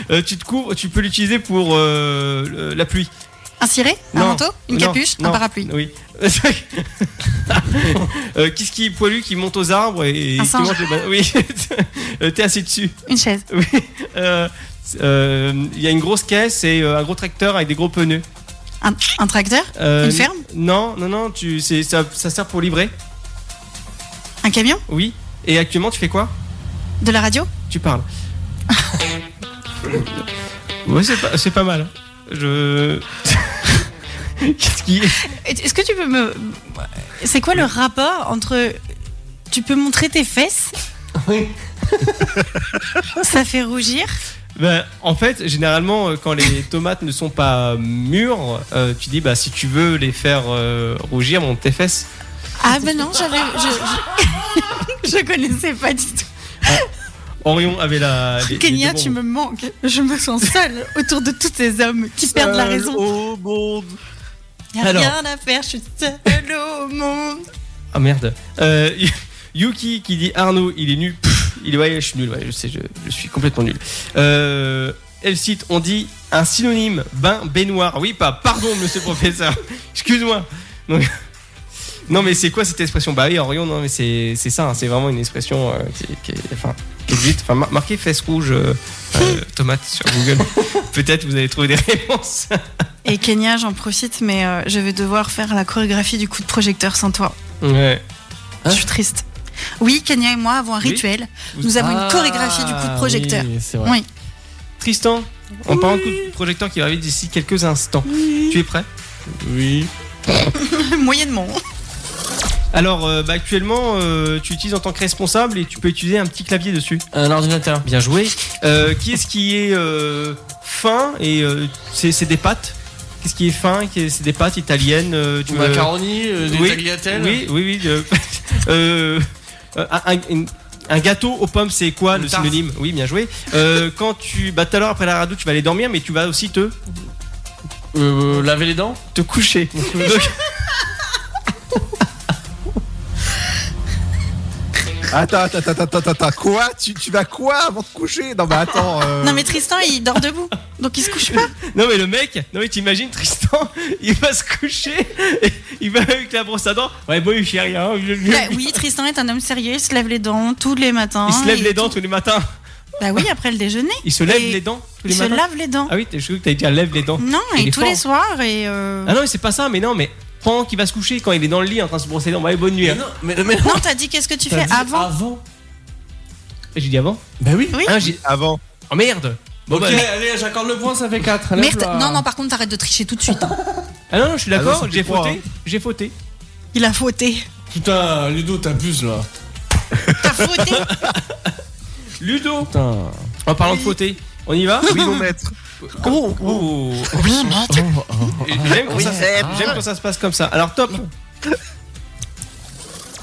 Euh, tu te couvres, tu peux l'utiliser pour euh, le- la pluie. Un ciré Un Non. manteau Une Non, capuche non, Un parapluie Oui. Euh, Qu'est-ce qui est poilu qui monte aux arbres et Un qui singe. mange les bananes Oui. Euh, T'es assis dessus. Une chaise Oui. Euh, euh, Il y a une grosse caisse et euh, un gros tracteur avec des gros pneus. Un, un tracteur Euh, Une ferme Non, non, non. Tu, c'est- ça, ça sert pour livrer. Un camion Oui. Et actuellement, tu fais quoi De la radio Tu parles. ouais, c'est pas, c'est pas mal. hein. Je. Qu'est-ce qui est Est-ce que tu peux me. C'est quoi le rapport entre. Tu peux montrer tes fesses Oui. Ça fait rougir Ben, En fait, généralement, euh, quand les tomates ne sont pas mûres, euh, tu dis bah si tu veux les faire euh, rougir, monte tes fesses. Ah ben non, j'avais. Je, je- je connaissais pas du tout. Orion avait la. les- les Kenya, deux bons tu mots. me manques. Je me sens seule autour de tous ces hommes qui perdent la raison. Au monde. Y a Alors. rien à faire, je suis seule au monde. Ah merde. Euh, Yuki qui dit Arnaud, il est nul. Pff, il est ouais, je suis nul. Ouais, je sais, je, je suis complètement nul. Euh, Elsite, on dit un synonyme bain baignoire. Oui, pas. Pardon, monsieur le professeur. Excuse-moi. Donc, non, mais c'est quoi cette expression Bah oui, Orion. Non, mais c'est c'est ça. hein, c'est vraiment une expression euh, qui, qui est- enfin, qui existe. Enfin, mar- marquez fesses rouges euh, euh, tomate sur Google. Peut-être vous allez trouver des réponses. Et Kenya, j'en profite, mais euh, je vais devoir faire la chorégraphie du coup de projecteur sans toi. Ouais. Hein je suis triste. Oui, Kenya et moi avons un Oui. Ah, rituel. Nous avons une chorégraphie du coup de projecteur. Ah Oui, c'est vrai. Oui. Tristan, on parle de coup de projecteur qui va arriver d'ici quelques instants. Tu es prêt Oui. Moyennement. Alors, euh, bah, actuellement, euh, tu utilises en tant que responsable et tu peux utiliser un petit clavier dessus. Un ordinateur. Bien joué. Euh, qui est-ce qui est euh, fin et euh, c'est c'est des pâtes Qu'est-ce qui est fin qui est- C'est des pâtes italiennes euh, tu Du me- macaroni, euh, des oui, tagliatelles. Oui, oui, oui. euh, euh, un, un- une- un gâteau aux pommes, c'est quoi Une le tarte. synonyme Oui, bien joué. Euh, quand tu. Bah, tout à l'heure, après la radio, tu vas aller dormir, mais tu vas aussi te, Euh, euh, laver les dents. te coucher. Donc, Attends, attends, attends, attends, attends, attends. Quoi tu, tu vas quoi avant de coucher Non, mais attends. euh, Non mais Tristan, il dort debout, donc il se couche pas. non, mais le mec, non, mais t'imagines, Tristan, il va se coucher, et il va avec la brosse à dents. Ouais, bon, hein, il fait rien. Bah oui, Tristan est un homme sérieux, il se lave les dents tous les matins. Il se lève Et- les dents tous les matins. Bah oui, après le déjeuner, Il se lève Et les dents tous il les se matins. lave Mm. les dents. Ah oui, t'es- je crois que t'as dit lève les dents. Non, Il et est tous fort. les soirs et. euh, Ah non, mais c'est pas ça, mais non, mais pendant qu'il va se coucher, quand il est dans le lit en train de se brosser les dents, ouais, bonne nuit. hein. non, mais, mais Non, t'as dit qu'est-ce que tu t'as fais dit ah, avant J'ai dit ah avant Bah oui. Oui. Hein, j'ai- Avant. Oh merde Ok, bah, allez, j'accorde le point, ça fait 4. Merde, non, non, par contre, t'arrêtes de tricher tout de suite. hein. Ah non, non, je suis Ah d'accord, non, ça fait j'ai trois, fauté, j'ai fauté. Il a fauté. Putain, Ludo, t'abuses là. T'as fauté Ludo Putain. En parlant de fauté, on y va Oui, mon maître. Oh, oh. J'aime quand, ça- j'aime quand ça se passe comme ça. Alors, top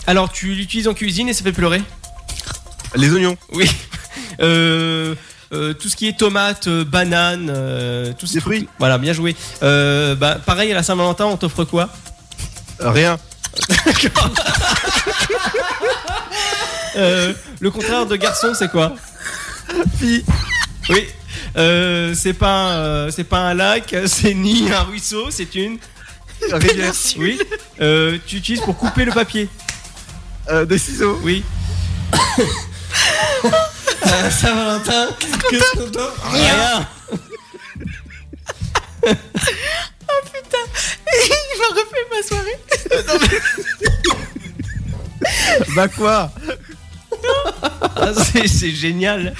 Alors, tu l'utilises en cuisine et ça fait pleurer Les oignons. Oui. Euh, euh, tout ce qui est tomates, euh, bananes, euh, tout ce Des fruits. Voilà, bien joué. Euh, bah, pareil, à la Saint-Valentin, on t'offre quoi Euh, Rien. Euh, le contraire de garçon, c'est quoi Fille. Oui. Euh, c'est pas, euh, c'est pas un lac, c'est ni un ruisseau, c'est une. Rivière. Oui. Euh, tu utilises pour couper le papier. Euh, des ciseaux. Oui. Euh, Saint-Valentin, qu'est-ce qu'on t'offre Rien. Oh, Il m'a refait ma soirée. Euh, Bah quoi Ah, c'est, c'est génial.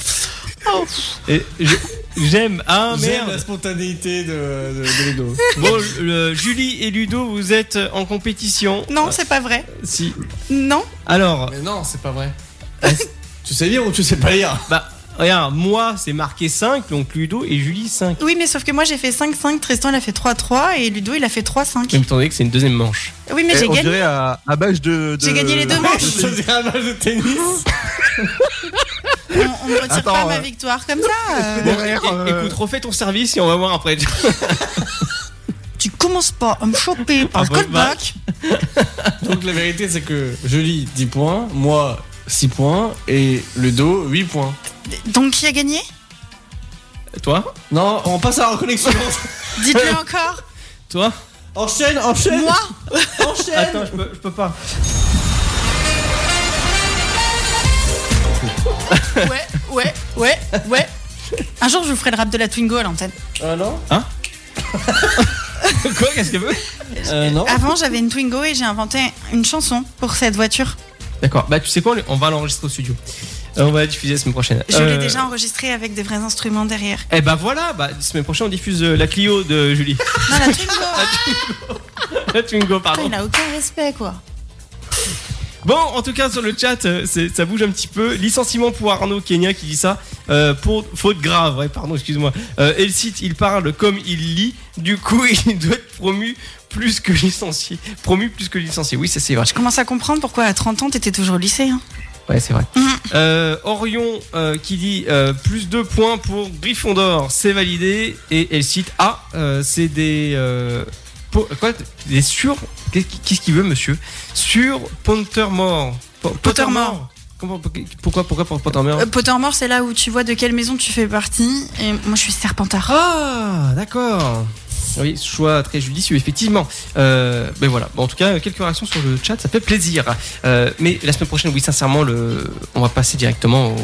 Oh. Et je- j'aime. Ah J'aime la merde. spontanéité de, de, de Ludo. Bon, le- Julie et Ludo, vous êtes en compétition. Non, c'est pas vrai. Si. Non. Alors, Mais non, c'est pas vrai. tu sais lire ou tu sais pas lire bah, regarde, moi, c'est marqué 5, donc Ludo et Julie 5. Oui, mais sauf que moi j'ai fait 5-5, Tristan il a fait 3-3 et Ludo il a fait 3-5. me tendez que c'est une deuxième manche. Oui, mais Eh, j'ai On gagné. dirait un, un match de. Ah, de- J'ai gagné les deux manches. Je dirais un match de tennis. On, on me retire Attends, pas euh. ma victoire comme ça. euh. Bon, eh, Écoute, hein, euh, Écoute, refais ton service et on va voir après. Tu commences pas à me choper par Ah, le bonne callback. Donc la vérité, c'est que je lis 10 points, moi 6 points et Ludo 8 points. bah. Donc qui a gagné Toi Non, on passe à la reconnexion. Dites-le encore. Toi enchaîne, enchaîne. Moi enchaîne. Attends, je peux, je peux pas. Ouais, ouais, ouais, ouais. Un jour je vous ferai le rap de la Twingo à l'antenne. Ah non Quoi Qu'est-ce qu'elle veut Euh, non. Avant j'avais une Twingo et j'ai inventé une chanson pour cette voiture. D'accord, bah tu sais quoi, on- on va l'enregistrer au studio. Euh, on va la diffuser la semaine prochaine. Je Euh, l'ai déjà enregistrée avec des vrais instruments derrière. Eh bah voilà, bah, la semaine prochaine on diffuse euh, la Clio de Julie. Non, la Twingo. ah, la Twingo, Putain, pardon. il a aucun respect quoi. Bon, en tout cas sur le chat, euh, c'est- ça bouge un petit peu. Licenciement pour Arnaud Kenya qui dit ça euh, pour faute grave. Ouais, pardon, excuse-moi. Euh, et le site, il parle comme il lit. Du coup, il doit être promu plus que licencié. Promu plus que licencié. Oui, ça c'est vrai. Je commence à comprendre pourquoi à 30 ans t'étais toujours au lycée. hein. Ouais, c'est vrai. Mhm. Euh, Orion euh, qui dit euh, plus 2 points pour Gryffondor, c'est validé. Et elle cite Ah, euh, c'est des. euh, po- quoi Des sur. Qu'est-ce qui- qu'est-ce qu'il veut, monsieur Sur Pottermore. Po- Pottermore. Comment, pourquoi, pourquoi pour Pottermore Euh, Pottermore, c'est là où tu vois de quelle maison tu fais partie. Et moi, je suis Serpentard. Ah, d'accord. Oui, choix très judicieux, effectivement. Euh, mais voilà. Bon, en tout cas, quelques réactions sur le chat, ça fait plaisir. Euh, mais la semaine prochaine, oui, sincèrement, le... on va passer directement au...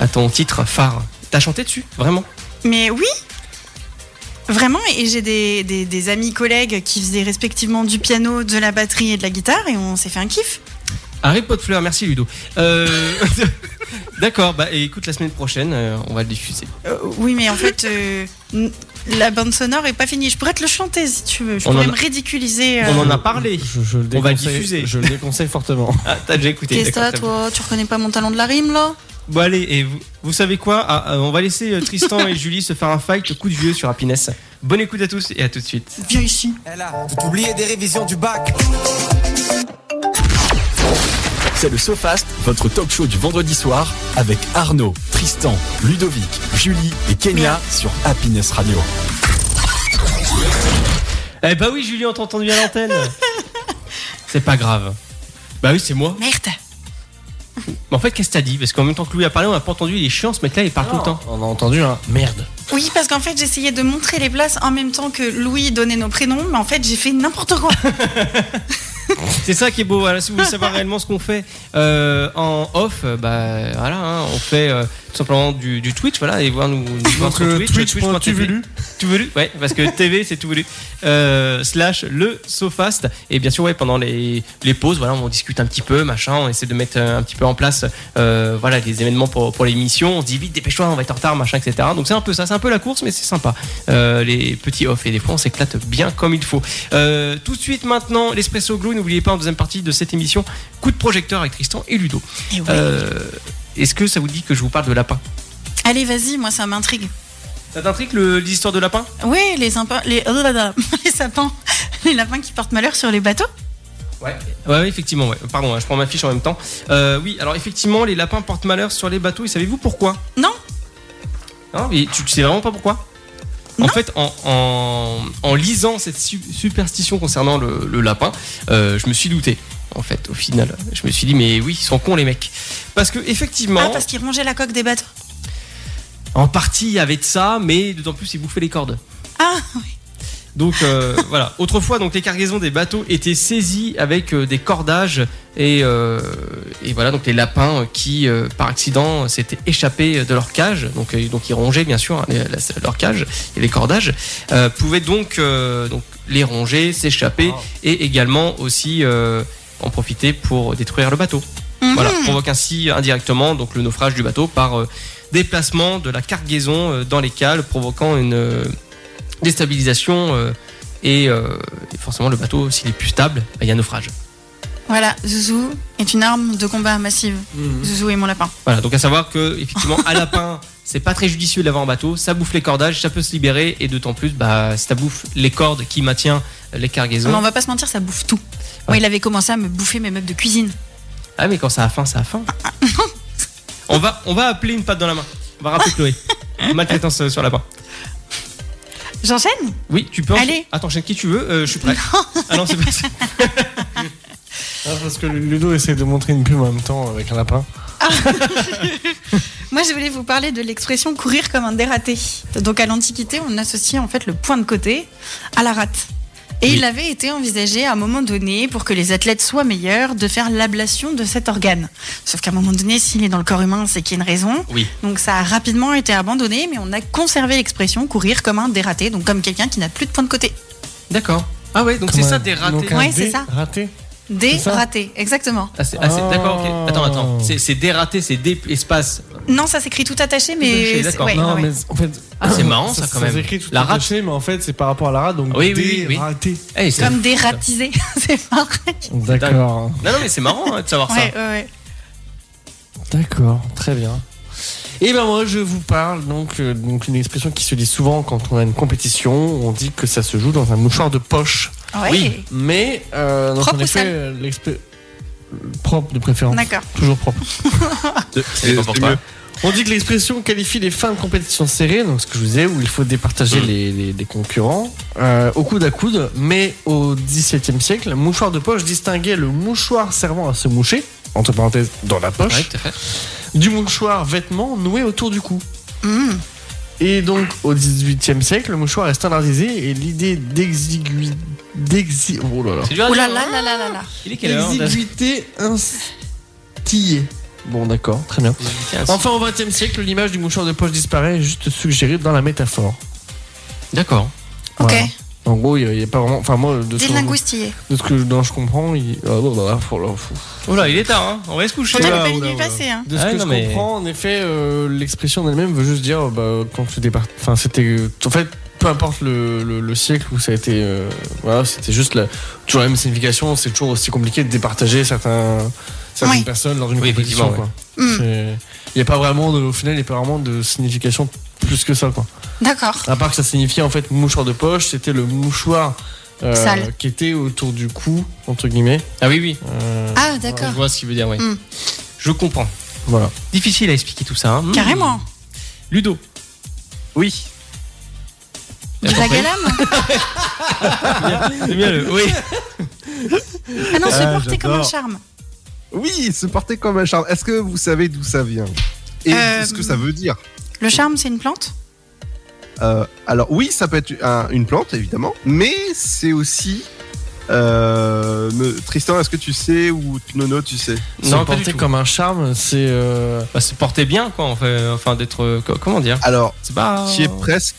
à ton titre phare. T'as chanté dessus, vraiment Mais oui, Vraiment, et j'ai des, des- des amis collègues qui faisaient respectivement du piano, de la batterie et de la guitare, et on s'est fait un kiff. Harry Potfleur, merci Ludo. Euh, D'accord, bah écoute, la semaine prochaine, euh, on va le diffuser. Euh, oui, mais en fait, euh, n- la bande sonore est pas finie. Je pourrais te le chanter si tu veux. Je On pourrais en a- me ridiculiser. euh, On en a parlé. Je, je le On va déconseille- diffuser. Je le déconseille fortement. Ah, t'as déjà écouté. Qu'est-ce que d'accord, t'as, très bien. toi Tu reconnais pas mon talent de la rime, là Bon allez, et vous, vous savez quoi Ah, euh, On va laisser euh, Tristan et Julie se faire un fight coup de vieux sur Happiness. Bonne écoute à tous et à tout de suite. Viens ici. Elle a tout oublié des révisions du bac. C'est le SoFast, votre talk show du vendredi soir avec Arnaud, Tristan, Ludovic, Julie et Kenya sur Happiness Radio. Eh bah oui, Julie, on t'a entendu à l'antenne. c'est pas grave. Bah oui, c'est moi. Merde Mais en fait, qu'est-ce que t'as dit Parce qu'en même temps que Louis a parlé, on a pas entendu. Il est chiant, ce mec-là, il parle tout le temps. On a entendu, hein. Merde. Oui, parce qu'en fait, j'essayais de montrer les places en même temps que Louis donnait nos prénoms, mais en fait, j'ai fait n'importe quoi. C'est ça qui est beau. Voilà, si vous voulez savoir réellement ce qu'on fait euh, en off, euh, bah voilà, hein, on fait euh, tout simplement du, du Twitch, voilà, et voir nous, nous voir Donc, euh, euh, Twitch.tv. Tout voulu, ouais, parce que TV c'est tout voulu. Euh, slash le SoFast. Et bien sûr, ouais, pendant les, les pauses, voilà, on discute un petit peu, machin, on essaie de mettre euh, un petit peu en place euh, voilà, des événements pour, pour l'émission. On se dit vite, dépêche-toi, on va être en retard, machin, etc. Donc c'est un peu ça, c'est un peu la course, mais c'est sympa. Euh, les petits off et des fois on s'éclate bien comme il faut. Euh, tout de suite maintenant, l'espresso glow, n'oubliez pas en deuxième partie de cette émission, coup de projecteur avec Tristan et Ludo. Et Eh ouais. Euh, Est-ce que ça vous dit que je vous parle de lapin Allez, vas-y, moi, ça m'intrigue. Ça t'intrigue le- l'histoire de lapin Oui, les, sympas- les... oh les sapins, les lapins qui portent malheur sur les bateaux. Ouais. ouais, ouais, effectivement, ouais. Pardon, hein, je prends ma fiche en même temps. Euh, oui, alors effectivement, les lapins portent malheur sur les bateaux, et savez-vous pourquoi Non. Non, mais tu, tu sais vraiment pas pourquoi en Non. fait, en, en- en lisant cette su- superstition concernant le, le lapin, euh, je me suis douté. En fait, au final, je me suis dit, mais oui, ils sont cons les mecs. Parce que effectivement, Ah, parce qu'ils rongeaient la coque des bateaux. en partie, il y avait de ça, mais d'autant plus, ils bouffaient les cordes. Ah, Donc euh, voilà, autrefois donc les cargaisons des bateaux étaient saisies avec euh, des cordages et, euh, et voilà donc les lapins euh, qui euh, par accident euh, s'étaient échappés de leur cage donc euh, donc ils rongeaient bien sûr hein, les- la- leur cage et les cordages euh, pouvaient donc euh, donc les ronger s'échapper et également aussi euh, en profiter pour détruire le bateau. Mhm. Voilà, provoque ainsi indirectement donc le naufrage du bateau par euh, déplacement de la cargaison euh, dans les cales, provoquant une euh, déstabilisation euh, et, euh, et forcément le bateau s'il est plus stable, bah, il y a naufrage. Voilà, Zouzou est une arme de combat massive. Mhm. Zouzou et mon lapin. Voilà, donc à savoir que effectivement à lapin, c'est pas très judicieux de l'avoir en bateau, ça bouffe les cordages, ça peut se libérer et d'autant plus bah ça bouffe les cordes qui maintient les cargaisons. Mais on va pas se mentir, ça bouffe tout. Moi, Ouais. il avait commencé à me bouffer mes meubles de cuisine. Ah mais quand ça a faim, ça a faim. on va on va appeler une patte dans la main. On va rappeler Chloé. Maltraitance euh, sur lapin. J'enchaîne Oui, tu peux. Allez. Attends, chaîne qui tu veux, euh, je suis prêt. Ah non, c'est pas ça. Ah, parce que Ludo essaie de montrer une plume en même temps avec un lapin. Moi, je voulais vous parler de l'expression courir comme un dératé. Donc, à l'Antiquité, on associait en fait le point de côté à la rate. Et Oui. il avait été envisagé à un moment donné, pour que les athlètes soient meilleurs, de faire l'ablation de cet organe. Sauf qu'à un moment donné, s'il est dans le corps humain, c'est qu'il y a une raison. Oui. Donc ça a rapidement été abandonné, mais on a conservé l'expression courir comme un dératé, donc comme quelqu'un qui n'a plus de point de côté. D'accord. Ah ouais, donc c'est Comme ça un- des ratés. donc un Ouais, c'est dé ça. Raté. ça Dératé, exactement. Ah, c'est- ah, c'est- D'accord, ok. Attends, attends. C'est c'est des ratés, c'est des espaces. Non, ça s'écrit tout attaché, attaché, mais... d'accord. ouais, non, ouais, ouais. mais en fait. Ah, c'est marrant, ça, quand même. Ça s'écrit tout La la rate. mais en fait, c'est par rapport à la rate, donc Oui, oui, oui, dé oui. raté. Eh, c'est- Comme dératisé, c'est pareil. D'accord. Non, non, mais c'est marrant hein, de savoir Ouais, ouais, ouais. D'accord, très bien. Et ben moi je vous parle donc euh, donc une expression qui se dit souvent quand on a une compétition, on dit que ça se joue dans un mouchoir de poche. Ouais. Oui. Mais euh, donc, Propre en ou effet, sale euh, l'expé- propre de préférence, D'accord. toujours propre. ça. Ça dépend C'est- pour toi. c'est On dit que l'expression qualifie les fins de compétition serrées, donc ce que je vous disais, où il faut départager Mhm. les, les- les concurrents euh, au coude à coude. Mais au XVIIe siècle, le mouchoir de poche distinguait le mouchoir servant à se moucher, entre parenthèses dans la poche, Ouais, tout à fait. du mouchoir vêtement noué autour du cou. Mmh. Et donc, au XVIIIe siècle, le mouchoir est standardisé et l'idée d'exigui... d'exi- oh là là. C'est dur à Ouh là dire, là hein. là là là là. Il est quelle heure Exiguïté instillée. Bon, d'accord, très bien. Enfin, au XXe siècle, l'image du mouchoir de poche disparaît, juste suggérée dans la métaphore. D'accord. Ok. Voilà. En gros, il n'y a, pas vraiment. Enfin, moi, de ce, Des que, linguistillés. de ce que dont je comprends, il. Ah, bah, bah, faut- là, faut- Oh là, il est tard, hein. on va se coucher. Pourtant, il là, est pas oh là, minuit oh là. passé. Hein. De ce Ouais, que non, je mais- comprends, en effet, euh, l'expression en elle-même veut juste dire euh, bah, quand tu départes. Enfin, c'était. En fait, peu importe le, le- le siècle où ça a été. euh, voilà, c'était juste la, toujours la même signification. C'est toujours aussi compliqué de départager certains, certaines Oui. personnes dans une Oui, compétition. effectivement, quoi. Hmm, C'est- Il n'y a pas vraiment, de, au final, il n'y a pas vraiment de signification plus que ça. Quoi. D'accord. À part que ça signifiait en fait mouchoir de poche, c'était le mouchoir euh, Sale. qui était autour du cou, entre guillemets. Ah oui, oui, Euh, Ah, je d'accord. vois ce qu'il veut dire, oui. Mm. Je comprends. Voilà. Difficile à expliquer tout ça. hein. Mm. Carrément. Ludo. Oui. Du T'as compris vagalame C'est bien le. Oui. Ah non, se Ah, porter comme un j'adore. charme. Oui, se porter comme un charme. Est-ce que vous savez d'où ça vient Et Euh, ce que ça veut dire Le charme, c'est une plante Euh, Alors oui, ça peut être un- une plante, évidemment, mais c'est aussi... euh, me- Tristan, est-ce que tu sais ou Nono, tu sais Non, se pas du porter tout. comme un charme, c'est. euh, Bah, se porter bien, quoi, en fait. enfin, d'être. euh, co- Comment dire Alors, C'est pas. qui est presque,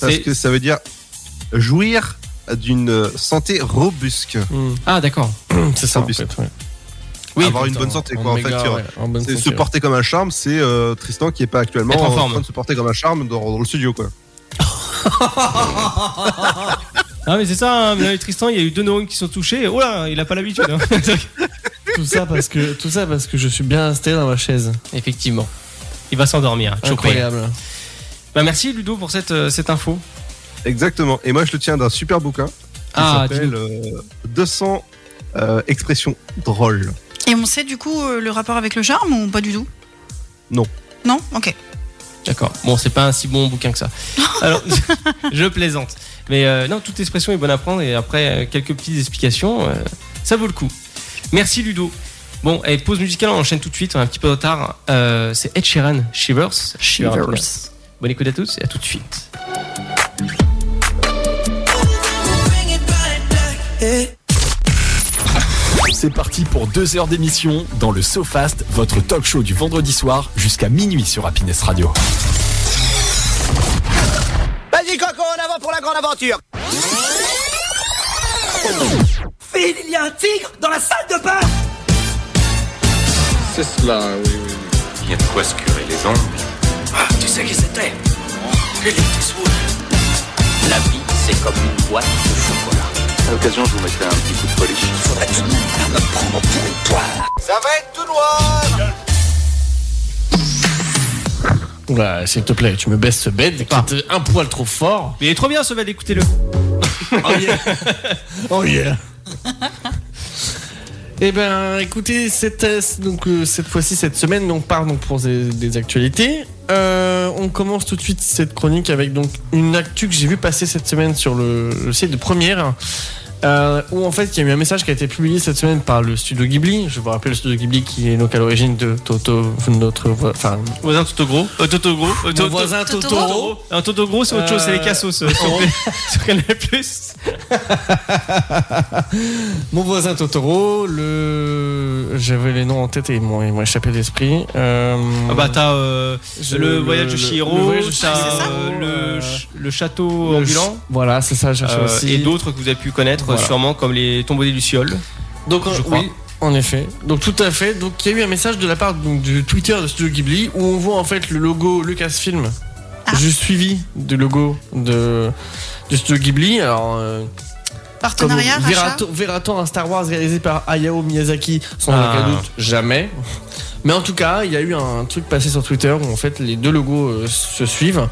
parce Oh. C'est- que ça veut dire jouir d'une santé robuste. hmm, Ah, d'accord. c'est ça, en Robuste. fait, ouais. Oui, avoir une En- bonne santé, en quoi, en méga, fait. tu vois. ouais, en bonne C'est se santé, porter comme un charme, c'est euh, Tristan qui est pas actuellement Être en en, forme. train de se porter comme un charme dans, dans le studio, quoi. Ah, mais c'est ça, hein. Mais là, Tristan, il y a eu deux neurones qui sont touchés. Oh là, il a pas l'habitude. hein. ouais. Tout ça parce que tout ça parce que je suis bien installé dans ma chaise. Effectivement. Il va s'endormir. Chopé. Incroyable. Bah, merci, Ludo, pour cette, euh, cette info. Exactement. Et moi, je le tiens d'un super bouquin qui Ah, s'appelle euh, 200 euh, expressions drôles. Et on sait du coup euh, le rapport avec le charme ou pas du tout Non. Non Ok. D'accord. Bon, c'est pas un si bon bouquin que ça. Alors, je plaisante. Mais euh, non, toute expression est bonne à prendre et après euh, quelques petites explications, euh, ça vaut le coup. Merci Ludo. Bon, et pause musicale, on enchaîne tout de suite, on est un petit peu en retard. Euh, c'est Ed Sheeran, Shivers. Shivers. Bonne écoute à tous et à tout de suite. C'est parti pour deux heures d'émission dans le SoFast, votre talk show du vendredi soir jusqu'à minuit sur Happiness Radio. Vas-y, Coco, en avant pour la grande aventure Phil, il y a un tigre dans la salle de bain Il y a de quoi se curer les ongles. Ah, tu sais qui c'était Il était saoul. La vie, c'est comme une boîte de chocolat. À l'occasion, je vous mettrai un petit coup de polish. Il faudrait tout de même pas me prendre pour une poire. Ça va être tout noir Oula, Bah, s'il te plaît, tu me baisses ce bed qui était un poil trop fort. Mais il est trop bien ce bête, écoutez-le. Oh yeah. oh yeah. Eh ben, écoutez, cette, euh, donc, euh, cette fois-ci, cette semaine, on part donc pour des, des actualités. Euh, on commence tout de suite cette chronique avec donc une actu que j'ai vu passer cette semaine sur le, le site de Première, euh, où en fait il y a eu un message qui a été publié cette semaine par le studio Ghibli. Je vous rappelle le studio Ghibli qui est donc à l'origine de Toto, notre, vo- enfin, Voisin Toto Gros. Euh, Toto Gros. Euh, mon Toto- voisin Totoro. Totoro. Un Toto Gros, c'est autre chose, c'est les Euh, cassos euh, sur, sur Canal Plus. Mon voisin Totoro, le. J'avais les noms en tête et ils m'ont ils m'ont échappé d'esprit. Euh, Ah bah t'as euh, je- le, voyage de le- Chihiro, le voyage de t'as Chihiro, euh, le, euh, ch- le château le ambulant. ch- Voilà, c'est ça, je cherchais Euh, aussi. et d'autres que vous avez pu connaître Voilà. sûrement comme les tombeaux des lucioles. Donc, je euh, crois. oui, en effet. Donc, tout à fait. Donc, il y a eu un message de la part donc, du Twitter de Studio Ghibli où on voit en fait le logo Lucasfilm. Ah. Juste suivi du logo de, du Studio Ghibli. Alors. euh, Comme Partenariat, rachat Verraton- Verraton, un Star Wars réalisé par Hayao Miyazaki, sans Ah. aucun doute, jamais. Mais en tout cas, il y a eu un truc passé sur Twitter où en fait les deux logos euh, se suivent.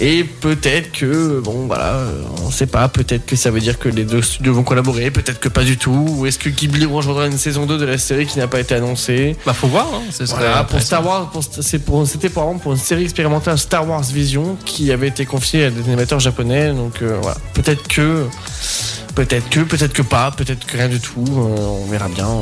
Et peut-être que, bon voilà, euh, on sait pas, peut-être que ça veut dire que les deux studios vont collaborer, peut-être que pas du tout. Ou est-ce que Ghibli rejoindra une saison 2 de la série qui n'a pas été annoncée Bah faut voir, hein, ce serait voilà, pour intéressant. Star Wars, pour- c'est pour- c'était par exemple pour une série expérimentale Star Wars Vision qui avait été confiée à des animateurs japonais. Donc euh, voilà, peut-être que, peut-être que, peut-être que pas, peut-être que rien du tout. euh, on verra bien. euh.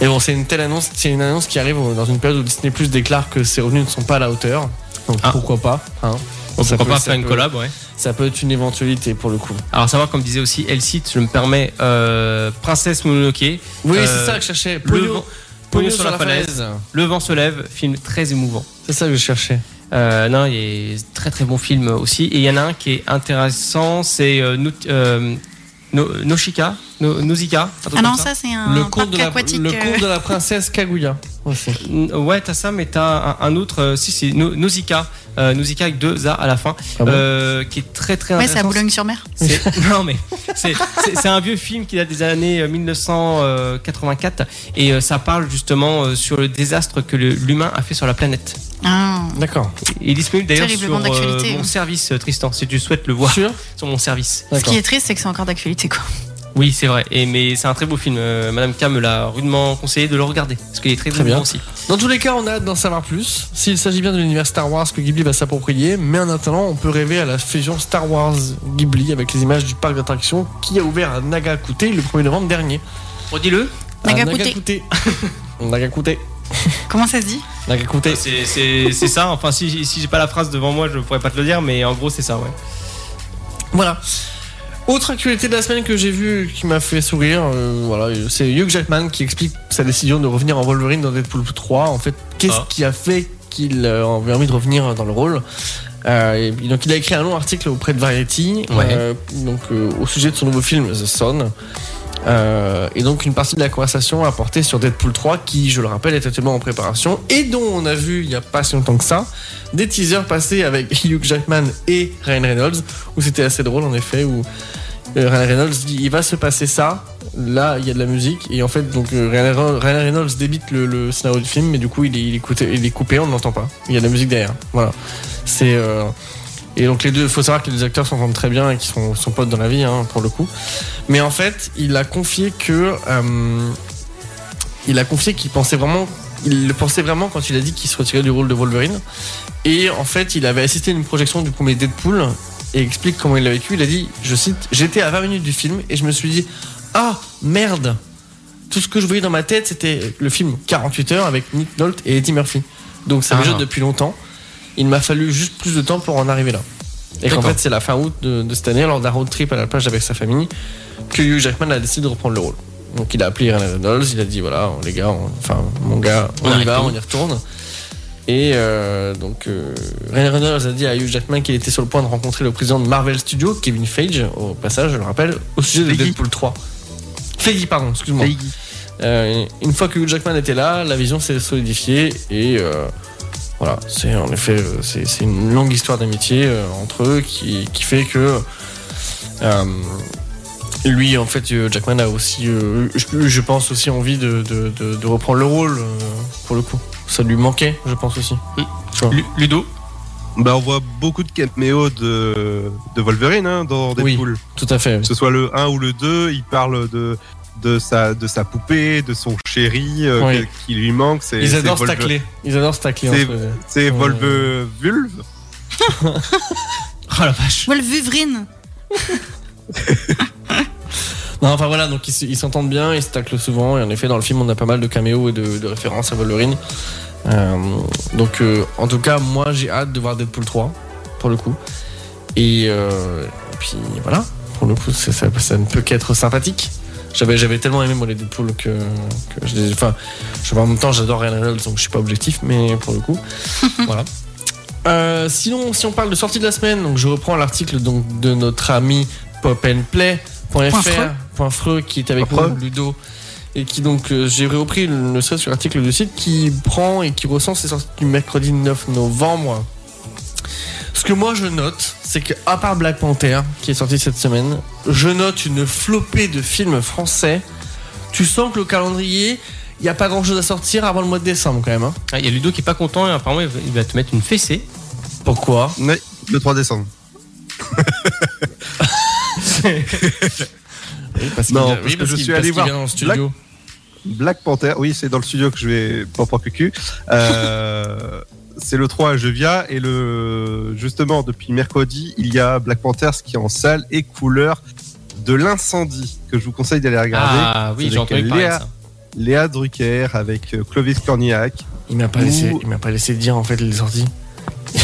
Et bon, c'est une telle annonce, c'est une annonce qui arrive dans une période où Disney Plus déclare que ses revenus ne sont pas à la hauteur. Donc Ah. pourquoi pas hein. Bon, Ça pourquoi peut- pas ça faire une peut- collab, ouais. Ça peut être une éventualité pour le coup. Alors savoir comme disait aussi Elsite, je me permets euh, Princesse Mononoke, Oui, Euh, c'est ça que je cherchais. le Pognon, vent, Pognon sur la falaise. Le vent se lève, film très émouvant. C'est ça que je cherchais. Euh, non, il y a des très très bons films aussi. Et il y en a un qui est intéressant, c'est euh, Nou- euh, No- Noshika, No- Nausicaa, un truc Ah non, comme ça, c'est un Le parc conte de la, aquatique. le euh, conte de la princesse Kaguya. aussi. Mm, Ouais, t'as ça, mais t'as un, un autre. euh, si, si, Nau- Nausicaa. Euh, Nausicaa avec deux A à la fin. Ah bon euh, qui est très très Ouais, c'est à intéressant. Boulogne-sur-Mer. C'est- non, mais c'est- c'est c'est un vieux film qui date des années euh, 1984. Et euh, ça parle justement euh, sur le désastre que le- l'humain a fait sur la planète. Ah. D'accord. Il est disponible d'ailleurs sur Terriblement euh, d'actualité, mon hein. service, euh, Tristan, si tu souhaites le voir Sûr sur mon service. Ce D'accord. qui est triste, c'est que c'est encore d'actualité, quoi. Oui, c'est vrai. Et, mais c'est un très beau film. Euh, Madame K me l'a rudement conseillé de le regarder parce qu'il est très, Très bien bien. aussi. Dans tous les cas, on a hâte d'en savoir plus. S'il s'agit bien de l'univers Star Wars que Ghibli va s'approprier, mais en attendant, on peut rêver à la fusion Star Wars Ghibli avec les images du parc d'attractions qui a ouvert à Nagakute le 1er novembre dernier. Redis-le. À Nagakute. Nagakute. Comment ça se dit Nagakute. C'est- C'est c'est ça. Enfin, si, si j'ai pas la phrase devant moi, je pourrais pas te le dire, mais en gros, c'est ça, ouais. Voilà. Autre actualité de la semaine que j'ai vue qui m'a fait sourire, euh, voilà, c'est Hugh Jackman qui explique sa décision de revenir en Wolverine dans Deadpool 3. En fait, qu'est-ce Ah. qui a fait qu'il euh, avait envie de revenir dans le rôle Euh, et donc il a écrit un long article auprès de Variety Ouais. euh, donc euh, au sujet de son nouveau film The Son Euh, et donc une partie de la conversation a porté sur Deadpool 3 qui je le rappelle est actuellement en préparation et dont on a vu il n'y a pas si longtemps que ça des teasers passés avec Hugh Jackman et Ryan Reynolds où c'était assez drôle en effet où euh, Ryan Reynolds dit il va se passer ça là il y a de la musique et en fait donc euh, Ryan Re- Ryan Reynolds débite le, le scénario du film mais du coup il est, il est coupé, il est coupé on ne l'entend pas il y a de la musique derrière voilà c'est euh, et donc les deux faut savoir que les deux acteurs s'entendent très bien et qu'ils sont, sont potes dans la vie hein, pour le coup mais en fait il a confié que euh, il a confié qu'il pensait vraiment il le pensait vraiment quand il a dit qu'il se retirait du rôle de Wolverine et en fait, il avait assisté à une projection du premier Deadpool et explique comment il l'a vécu. Il a dit, je cite, j'étais à 20 minutes du film et je me suis dit, ah merde, tout ce que je voyais dans ma tête, c'était le film 48 heures avec Nick Nolte et Eddie Murphy. Donc ça Ah. me jette depuis longtemps. Il m'a fallu juste plus de temps pour en arriver là. Et qu'en D'accord. fait, c'est la fin août de, de cette année, lors d'un road trip à la plage avec sa famille, que Hugh Jackman a décidé de reprendre le rôle. Donc il a appelé Ryan Reynolds, il a dit voilà, les gars, on- enfin mon gars, on, On y arrête va, tout. on y retourne. Et euh, donc euh, Ryan Reynolds a dit à Hugh Jackman qu'il était sur le point de rencontrer le président de Marvel Studios, Kevin Feige, au passage, je le rappelle, au sujet de Feige. Deadpool 3. Feige, pardon, excuse-moi. Euh, une fois que Hugh Jackman était là, la vision s'est solidifiée et euh, voilà, c'est en effet euh, c'est c'est une longue histoire d'amitié euh, entre eux qui, qui fait que euh, lui en fait euh, Jackman a aussi euh, je, je pense aussi envie de, de- de- de reprendre le rôle euh, pour le coup. Ça lui manquait, je pense aussi. Lu- Ludo. Bah, on voit beaucoup de caméos de, de Wolverine hein, dans Oui. Deadpool. Tout à fait. Que ce soit le 1 ou le 2, il parle de, de, sa, de sa poupée, de son chéri euh, Oui. qui- qui lui manque. c'est- Ils c'est adorent se Wolver- tacler. Oh. Ils adorent se tacler. C'est- entre eux. C'est Volve Vulve. Oh la vache. Wolverine. Non, enfin voilà, donc ils se- ils s'entendent bien, ils se taclent souvent, et en effet, dans le film, on a pas mal de caméos et de, de références à Wolverine. Euh, donc, euh, en tout cas, moi, j'ai hâte de voir Deadpool 3, pour le coup. Et, euh, et puis voilà, pour le coup, c'est- ça, ça ne peut qu'être sympathique. J'avais j'avais tellement aimé moi, les Deadpool que, que je les- Enfin, je, en même temps, j'adore Ryan Reynolds, donc je suis pas objectif, mais pour le coup, voilà. Euh, sinon, si on parle de sortie de la semaine, donc je reprends l'article donc de notre ami popandplay.fr Freux. point Freux, qui est avec Point nous, Ludo, et qui donc euh, j'ai repris le, le serait sur l'article du site qui prend et qui recense les sorties du mercredi 9 novembre. Ce que moi je note, c'est que à part Black Panther qui est sorti cette semaine, je note une flopée de films français. Tu sens que le calendrier, il n'y a pas grand chose à sortir avant le mois de décembre quand même. hein. Ah, Il y a Ludo qui est pas content et apparemment il va- il va te mettre une fessée. Pourquoi Oui, le 3 décembre. parce qu'il- Non, parce oui, parce que je qu'il- suis parce allé qu'il voir vient dans le studio. Black Panther, oui, c'est dans le studio que je vais pas pour PQ. Euh, c'est le 3 à Jevia et le justement depuis mercredi, il y a Black Panther ce qui est en salle et couleur de l'incendie que je vous conseille d'aller regarder. Ah oui, C'est j'ai entendu avec parler de Léa. ça. Léa Drucker avec euh, Clovis Cornillac. Il m'a pas Ou- laissé, il m'a pas laissé dire en fait les sorties.